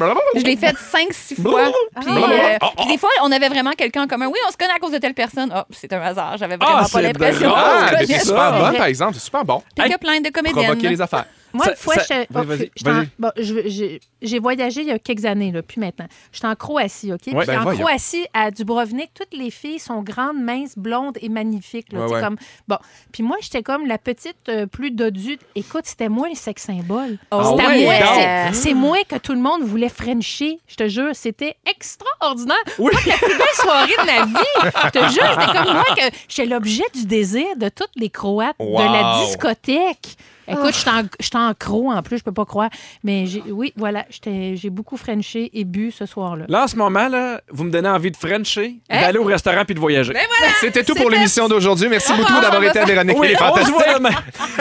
Speaker 2: Ah,
Speaker 3: je l'ai faite cinq, six fois. Puis, euh, puis des fois, on avait vraiment quelqu'un en commun. Oui, on se connaît à cause de telle personne. Ah, c'est un hasard. J'avais vraiment
Speaker 1: Ah,
Speaker 3: pas
Speaker 1: c'est
Speaker 3: l'impression.
Speaker 1: drôle.
Speaker 3: qu'on
Speaker 2: Ah,
Speaker 3: se
Speaker 2: mais t'es
Speaker 3: connaissait.
Speaker 2: super
Speaker 4: ça.
Speaker 2: bonne, par exemple. C'est super bon.
Speaker 3: Pick-up line de
Speaker 2: Provoquer
Speaker 3: comédienne.
Speaker 2: les affaires.
Speaker 4: Moi,
Speaker 1: Ça-
Speaker 4: une fois,
Speaker 1: ça-
Speaker 4: j'étais-
Speaker 1: vas-y,
Speaker 4: oh,
Speaker 1: vas-y,
Speaker 4: j'étais en-
Speaker 1: vas-y.
Speaker 4: bon, je- j'ai- j'ai voyagé il y a quelques années, là, puis maintenant. J'étais en Croatie, OK? Puis
Speaker 2: ben
Speaker 4: en
Speaker 2: voyons.
Speaker 4: Croatie, à Dubrovnik, toutes les filles sont grandes, minces, blondes et magnifiques. là,
Speaker 2: Ouais,
Speaker 4: tu sais,
Speaker 2: ouais.
Speaker 4: Comme, bon. Puis moi, j'étais comme la petite euh, plus dodue. Écoute, c'était moi le sex symbole.
Speaker 3: Ah
Speaker 4: C'était
Speaker 3: ouais,
Speaker 4: moi,
Speaker 3: donc.
Speaker 4: c'est- c'est moi que tout le monde voulait frencher. Je te jure, c'était extraordinaire.
Speaker 1: Oui.
Speaker 4: Pas que la plus belle soirée de ma vie. Je te jure, c'était comme moi que j'étais l'objet du désir de toutes les Croates
Speaker 2: Wow.
Speaker 4: de la discothèque. Écoute, je suis en- je suis en croc en plus, je peux pas croire. Mais j'ai- oui, voilà, j'étais- j'ai beaucoup frenché et bu ce soir-là.
Speaker 1: Là, en ce moment, là, vous me donnez envie de Frencher,
Speaker 4: Hein?
Speaker 1: d'aller au restaurant puis de voyager.
Speaker 2: C'était tout
Speaker 4: c'est
Speaker 2: pour
Speaker 4: fait.
Speaker 2: l'émission d'aujourd'hui. Merci beaucoup d'avoir été à Véronique.
Speaker 1: Oui,
Speaker 2: Elle est
Speaker 1: on se
Speaker 2: fantastique.
Speaker 1: voit demain.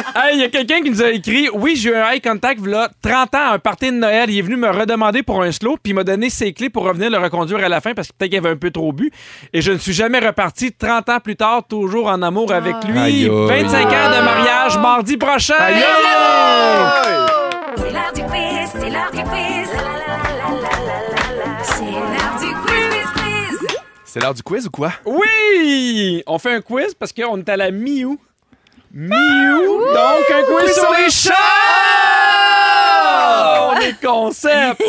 Speaker 1: Hey, Il y a quelqu'un qui nous a écrit Oui, j'ai eu un eye contact là, 30 ans à un party de Noël. Il est venu me redemander pour un slow, puis il m'a donné ses clés pour revenir le reconduire à la fin parce que peut-être qu'il avait un peu trop bu. Et je ne suis jamais reparti 30 ans plus tard, toujours en amour avec lui.
Speaker 2: Aïe, aïe.
Speaker 1: 25 ans de mariage, mardi prochain.
Speaker 2: Aïe, aïe.
Speaker 9: C'est l'heure du quiz, c'est l'heure du quiz. La, la, la, la, la, la, la, la. C'est l'heure du quiz, quiz, quiz.
Speaker 2: C'est l'heure du quiz ou quoi?
Speaker 1: Oui! On fait un quiz parce qu'on est à la mi-août. Mi-août, donc un quiz, sur, les chats! On est concept!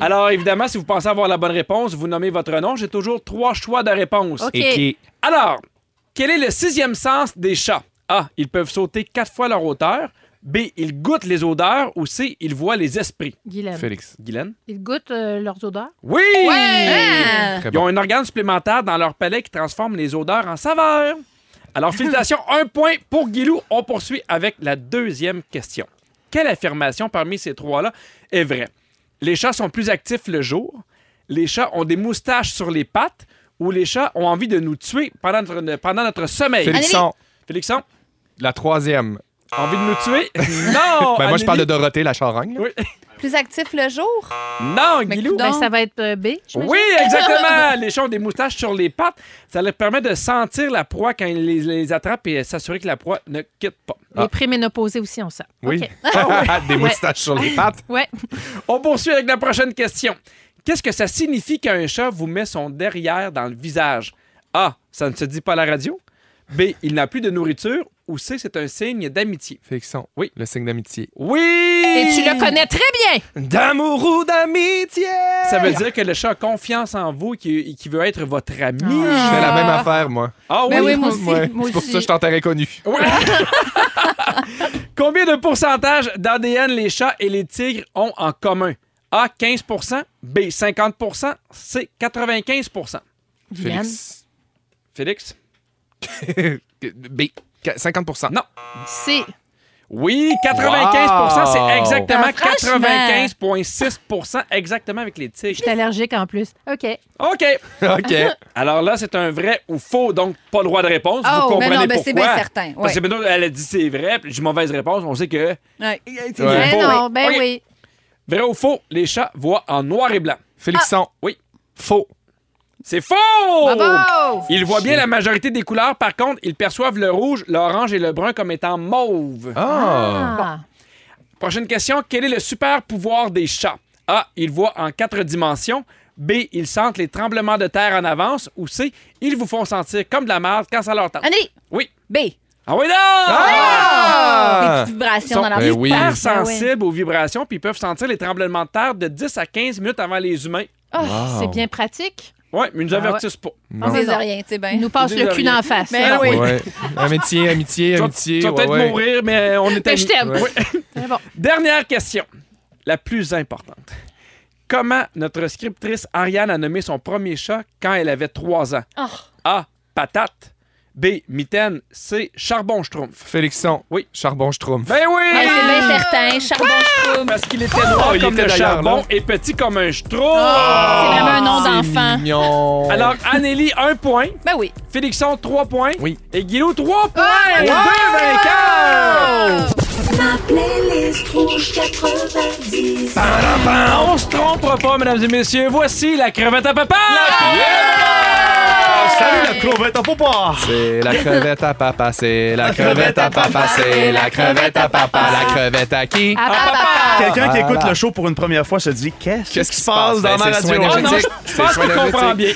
Speaker 1: Alors, évidemment, si vous pensez avoir la bonne réponse, vous nommez votre nom. J'ai toujours trois choix de réponse.
Speaker 4: OK.
Speaker 1: Alors, quel est le sixième sens des chats? A. Ils peuvent sauter quatre fois leur hauteur. B. Ils goûtent les odeurs. Ou C. Ils voient les esprits.
Speaker 4: Guylaine,
Speaker 2: Félix.
Speaker 1: Guylaine?
Speaker 4: ils goûtent euh, leurs odeurs.
Speaker 1: Oui!
Speaker 3: Ah!
Speaker 2: Très
Speaker 1: Ils ont
Speaker 2: bon.
Speaker 1: un organe supplémentaire dans leur palais qui transforme les odeurs en saveurs. Alors, félicitations, un point pour Guilou. On poursuit avec la deuxième question. Quelle affirmation parmi ces trois-là est vraie? Les chats sont plus actifs le jour, les chats ont des moustaches sur les pattes ou les chats ont envie de nous tuer pendant notre, pendant notre sommeil?
Speaker 2: Félixon,
Speaker 1: Félixon,
Speaker 2: la troisième.
Speaker 1: envie de nous tuer? Non!
Speaker 2: Ben, moi, je parle
Speaker 1: Oh,
Speaker 2: de
Speaker 1: Anneli?
Speaker 2: Dorothée, la charogne. là.
Speaker 1: Oui.
Speaker 3: Plus actif le jour?
Speaker 1: Non,
Speaker 3: Mais
Speaker 1: Guilou!
Speaker 4: Ben,
Speaker 3: Donc-
Speaker 4: ça va être euh, B, j'imagine.
Speaker 1: Oui, exactement. les chats ont des moustaches sur les pattes. Ça leur permet de sentir la proie quand ils les, les attrapent et s'assurer que la proie ne quitte pas.
Speaker 4: Les préménopausés aussi, on sent.
Speaker 2: Oui.
Speaker 4: OK.
Speaker 3: Ah
Speaker 2: Des moustaches sur les pattes.
Speaker 4: Ouais.
Speaker 1: On poursuit avec la prochaine question. Qu'est-ce que ça signifie qu'un chat vous met son derrière dans le visage? A. Ça ne se dit pas à la radio. B. Il n'a plus de nourriture. Ou C. C'est un signe d'amitié.
Speaker 2: Félixon.
Speaker 1: Oui.
Speaker 2: Le signe d'amitié.
Speaker 1: Oui!
Speaker 4: Et tu le connais très bien.
Speaker 2: D'amour ou d'amitié.
Speaker 1: Ça veut dire que le chat a confiance en vous et qu'il qu'il veut être votre ami.
Speaker 2: Je fais la même affaire, moi.
Speaker 1: Ah
Speaker 3: Ben oui, moi aussi.
Speaker 2: Ouais.
Speaker 4: moi
Speaker 2: C'est pour ça
Speaker 4: aussi.
Speaker 2: que je t'enterre inconnu.
Speaker 1: Combien de pourcentage d'ADN les chats et les tigres ont en commun? A, 15 B, 50 C, 95
Speaker 4: Guylaine.
Speaker 2: Félix.
Speaker 1: Félix?
Speaker 2: B. 50
Speaker 1: Non.
Speaker 4: C.
Speaker 1: Oui, 95
Speaker 2: Wow.
Speaker 1: c'est exactement
Speaker 3: Ah, franchement.
Speaker 1: 95,6 exactement avec les
Speaker 4: Je
Speaker 1: tigres.
Speaker 4: suis allergique en plus. OK.
Speaker 1: OK.
Speaker 2: OK.
Speaker 1: Alors là, c'est un vrai ou faux, donc pas le droit de réponse.
Speaker 3: Oh,
Speaker 1: Vous comprenez
Speaker 3: mais non, ben
Speaker 1: pourquoi?
Speaker 3: c'est bien certain.
Speaker 1: Parce
Speaker 3: Ouais.
Speaker 1: que maintenant, elle a dit c'est vrai, puis j'ai mauvaise réponse. On sait que
Speaker 3: Ouais.
Speaker 1: c'est
Speaker 2: Ouais.
Speaker 1: vrai.
Speaker 4: Ben non, ben
Speaker 1: OK.
Speaker 4: oui.
Speaker 1: Vrai ou faux, les chats voient en noir et blanc.
Speaker 2: Félixon.
Speaker 1: oui.
Speaker 2: Faux.
Speaker 1: C'est faux!
Speaker 4: Bravo!
Speaker 1: Ils voient bien la majorité des couleurs, par contre, ils perçoivent le rouge, l'orange et le brun comme étant mauve.
Speaker 2: Ah.
Speaker 4: Ah.
Speaker 1: Prochaine question, quel est le super pouvoir des chats? A, ils voient en quatre dimensions. B, ils sentent les tremblements de terre en avance. Ou C, ils vous font sentir comme de la merde quand ça leur tente.
Speaker 3: Anneli,
Speaker 1: Oui.
Speaker 3: B.
Speaker 1: Ah oui, non!
Speaker 2: Ah!
Speaker 3: Des petites
Speaker 1: Ils
Speaker 3: vibrations
Speaker 1: sont
Speaker 3: dans leur
Speaker 2: Ben oui.
Speaker 1: hyper
Speaker 3: Ah ouais.
Speaker 1: sensibles aux vibrations, puis ils peuvent sentir les tremblements de terre de 10 à 15 minutes avant les humains.
Speaker 4: Ah,
Speaker 2: Wow.
Speaker 4: C'est bien pratique.
Speaker 1: Ouais, mais ils nous
Speaker 4: Ah ouais.
Speaker 1: avertissent pas.
Speaker 3: On
Speaker 2: Non.
Speaker 3: ne rien, tu sais ben.
Speaker 4: Ils
Speaker 3: bien.
Speaker 4: nous passent
Speaker 1: Des
Speaker 4: le cul
Speaker 1: oreillers.
Speaker 4: d'en face.
Speaker 3: Mais
Speaker 4: Alors,
Speaker 3: oui.
Speaker 2: Ouais. Amitié, amitié,
Speaker 1: Tu vas-
Speaker 2: amitié.
Speaker 1: tu vas
Speaker 2: ouais,
Speaker 1: peut-être
Speaker 2: ouais.
Speaker 1: mourir, mais on est
Speaker 4: Mais je
Speaker 1: amis.
Speaker 4: t'aime.
Speaker 1: Ouais.
Speaker 4: c'est bon.
Speaker 1: Dernière question, la plus importante. Comment notre scriptrice Ariane a nommé son premier chat quand elle avait 3 ans?
Speaker 3: Oh.
Speaker 1: A. Patate. B. Mitaine. C. Charbon schtroumpf.
Speaker 2: Félixon.
Speaker 1: Oui.
Speaker 2: Charbon Schtroumpf.
Speaker 1: Ben oui!
Speaker 3: Ben, c'est bien certain. Charbon, je trouve.
Speaker 1: Parce qu'il était noir
Speaker 2: Oh, il
Speaker 1: comme
Speaker 2: était
Speaker 1: le
Speaker 2: d'ailleurs,
Speaker 1: charbon
Speaker 2: là.
Speaker 1: et petit comme un schtroumpf.
Speaker 3: Ah, C'est vraiment un nom
Speaker 2: C'est
Speaker 3: d'enfant.
Speaker 2: mignon.
Speaker 1: Alors, Anneli, un point.
Speaker 3: Ben oui.
Speaker 1: Félixon, 3 points.
Speaker 2: Oui.
Speaker 1: Et Guillaume, 3 points. Deux vainqueurs.
Speaker 9: Ma playlist rouge 90.
Speaker 1: On se trompe pas, mesdames et messieurs. Voici la crevette à papa.
Speaker 10: Salut la crevette à papa!
Speaker 2: C'est la crevette à papa, c'est la crevette à papa, c'est la crevette à papa, la crevette à qui?
Speaker 4: Ah, bah, bah, bah.
Speaker 10: Quelqu'un qui
Speaker 2: voilà.
Speaker 10: écoute le show pour une première fois se dit Qu'est-ce qui se passe
Speaker 2: Ben,
Speaker 10: dans ma
Speaker 2: c'est soin
Speaker 10: radio?
Speaker 1: Ah non, je
Speaker 2: énergétique.
Speaker 1: je
Speaker 2: C'est
Speaker 1: pense
Speaker 2: soin
Speaker 1: qu'il comprend bien.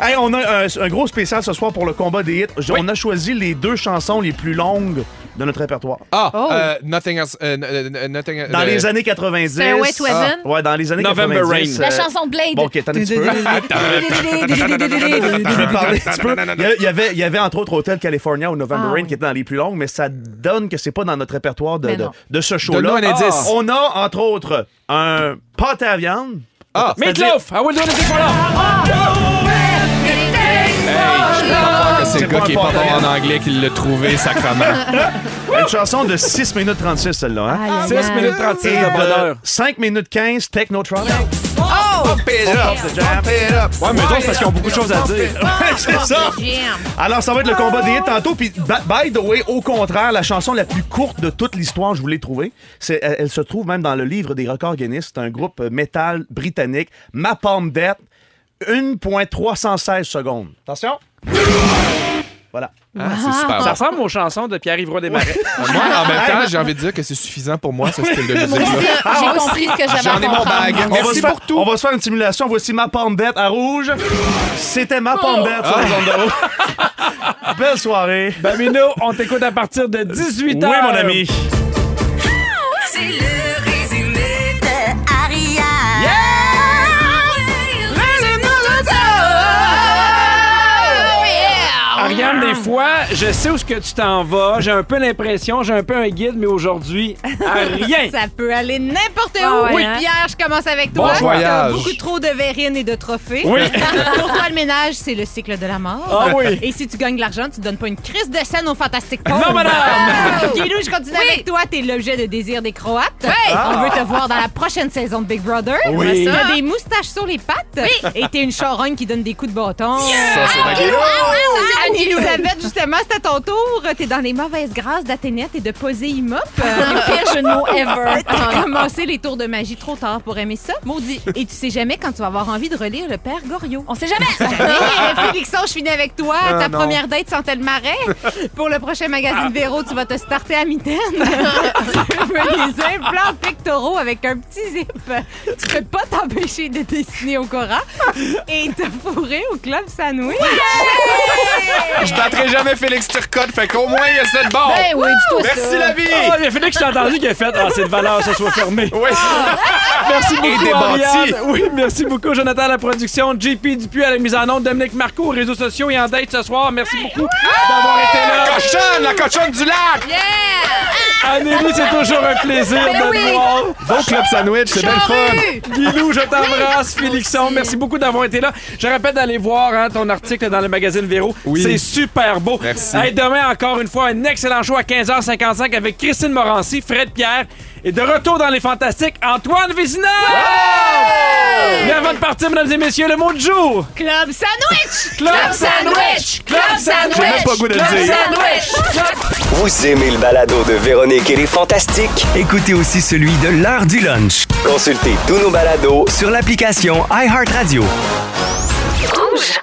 Speaker 10: Hey, on a un, un gros spécial ce soir pour le combat des hits. Je- On a choisi les deux chansons les plus longues de notre répertoire.
Speaker 2: Ah,
Speaker 4: Oh.
Speaker 2: euh, nothing else. euh, n- n- nothing else-
Speaker 10: Dans
Speaker 2: euh,
Speaker 10: les années 90.
Speaker 4: C'est un Wet Weapon?
Speaker 10: Ah, Ouais, dans les années
Speaker 1: November
Speaker 10: 90.
Speaker 1: Rain.
Speaker 3: La
Speaker 10: euh,
Speaker 3: chanson de Blade.
Speaker 10: Bon, ok, attends un petit peu. Je vais parler un petit peu. Il y a- Il y avait, il y avait entre autres Hotel California ou November
Speaker 4: Ah,
Speaker 10: Rain
Speaker 4: oui.
Speaker 10: qui était dans les plus longues, mais ça donne que c'est pas dans notre répertoire de,
Speaker 4: Mais
Speaker 10: de,
Speaker 4: non.
Speaker 10: de ce show-là. Ah.
Speaker 2: Donne-nous un indice.
Speaker 10: On a entre autres un pâté à viande.
Speaker 2: Ah,
Speaker 1: Meatloaf, I will do anything for love.
Speaker 2: Hey, je peux pas croire que c'est le
Speaker 10: C'est
Speaker 2: gars
Speaker 10: pas
Speaker 2: qui est pas
Speaker 10: important.
Speaker 2: bon en anglais qui l'a trouvé sacrement.
Speaker 10: Une chanson de 6 minutes 36, celle-là. Hein?
Speaker 4: Ah,
Speaker 1: Aïe, aïe, 6 aïe. minutes 36,
Speaker 10: Et
Speaker 1: le bonheur.
Speaker 10: 5 minutes 15, Technotronic.
Speaker 3: Oh!
Speaker 10: Ouais, mais autres, parce qu'ils ont beaucoup de choses à dire. c'est ça. Alors, ça va être le combat des hits tantôt. Puis, ba- by the way, au contraire, la chanson la plus courte de toute l'histoire, je vous l'ai trouvée. C'est, elle, elle se trouve même dans le livre des records Guinness. C'est un groupe euh, métal britannique, Ma Palme Death, 1.316 secondes. Attention. Voilà.
Speaker 2: Ah, c'est super.
Speaker 1: Ça ressemble aux chansons de Pierre-Yves Roy Desmarais.
Speaker 2: Moi, en même temps, j'ai envie de dire que c'est suffisant pour moi, ce style de musique.
Speaker 3: Ah,
Speaker 11: J'ai compris ce que j'avais à
Speaker 2: J'en ai mon
Speaker 11: comprendre.
Speaker 2: bag.
Speaker 10: On va, se
Speaker 2: Merci
Speaker 10: faire,
Speaker 2: pour tout.
Speaker 10: on va se faire une simulation. Voici ma pomme bête à rouge. C'était ma pomme bête
Speaker 2: Ah,
Speaker 10: sur les ondes de rouge. Belle soirée.
Speaker 1: Bamino, on t'écoute à partir de 18h.
Speaker 10: Oui, mon ami.
Speaker 3: C'est le résumé de Ariane. Oh,
Speaker 1: Ariane, des fois, je sais où ce que tu t'en vas. J'ai un peu l'impression, j'ai un peu un guide, mais aujourd'hui, à rien.
Speaker 4: Ça peut aller n'importe où.
Speaker 12: Ah ouais,
Speaker 4: Oui,
Speaker 12: hein?
Speaker 4: Pierre, je commence avec toi.
Speaker 2: Bon
Speaker 4: T'as
Speaker 2: voyage.
Speaker 4: Beaucoup trop de verrines et de trophées.
Speaker 1: Oui.
Speaker 4: Pour toi, le ménage, c'est le cycle de la mort.
Speaker 1: Ah oui.
Speaker 4: Et si tu gagnes de l'argent, tu donnes pas une crise de scène au Fantastic Four.
Speaker 1: Non, madame!
Speaker 4: Guilou, je continue avec toi. T'es l'objet de désir des Croates. On veut te voir dans la prochaine saison de Big Brother.
Speaker 1: Oui.
Speaker 4: T'as des moustaches sur les pattes. Et t'es une charogne qui donne des coups de bâton. Ah,
Speaker 2: Ça, c'est vrai.
Speaker 4: Anne-Elisabeth, justement, c'était ton tour. T'es dans les mauvaises grâces d'Athénète et de Poséimop. Euh, le pire jeu de mots ever. T'as commencé les tours de magie trop tard pour aimer ça. Maudit. Et tu sais jamais quand tu vas avoir envie de relire le père Goriot.
Speaker 11: On sait jamais.
Speaker 4: Hey, Félixon, je finis avec toi.
Speaker 10: Ah,
Speaker 4: Ta
Speaker 10: non.
Speaker 4: première date sentait le marais. Pour le prochain magazine Véro, tu vas te starter à mitaine. tu veux des implants pectoraux avec un petit zip. Tu peux pas t'empêcher de dessiner au Cora et te fourrer au club Sandwich.
Speaker 2: Je battrai jamais Félix Turcotte, fait qu'au moins, il y a cette barre.
Speaker 4: Ben oui, du tout
Speaker 2: Merci la vie.
Speaker 1: Oh, il y a Félix, je t'ai entendu qui a fait Ah, c'est de valeur, ça soit fermé.
Speaker 2: Oui.
Speaker 1: Merci
Speaker 2: Et
Speaker 1: beaucoup,
Speaker 2: démenti.
Speaker 1: Ariane. Oui, merci beaucoup, Jonathan à la production, JP Dupuis à la mise en onde, Dominique Marco aux réseaux sociaux et en date ce soir. Merci beaucoup d'avoir été là.
Speaker 2: Cochonne, la cochonne du lac.
Speaker 1: Anélie, c'est toujours un plaisir de te voir.
Speaker 2: Vos club sandwich, c'est bien le fun.
Speaker 1: Guilou, je t'embrasse. Félixon, merci beaucoup d'avoir été là. Je rappelle d'aller voir hein, ton article dans le magazine Véro.
Speaker 2: Oui.
Speaker 1: C'est super beau.
Speaker 2: Merci.
Speaker 1: Hey, demain, encore une fois, un excellent show à 15h55 avec Christine Morancy, Fred Pierre et de retour dans les Fantastiques, Antoine Vézina. Mais avant de partir, mesdames et messieurs, le mot du jour.
Speaker 4: Club Sandwich!
Speaker 1: Club
Speaker 4: Sandwich!
Speaker 1: Club
Speaker 2: J'ai même pas le goût de le dire.
Speaker 13: Vous aimez le balado de Véronique et les Fantastiques?
Speaker 14: Écoutez aussi celui de l'heure du lunch
Speaker 13: Consultez tous nos balados
Speaker 14: sur l'application iHeartRadio.
Speaker 3: Rouge.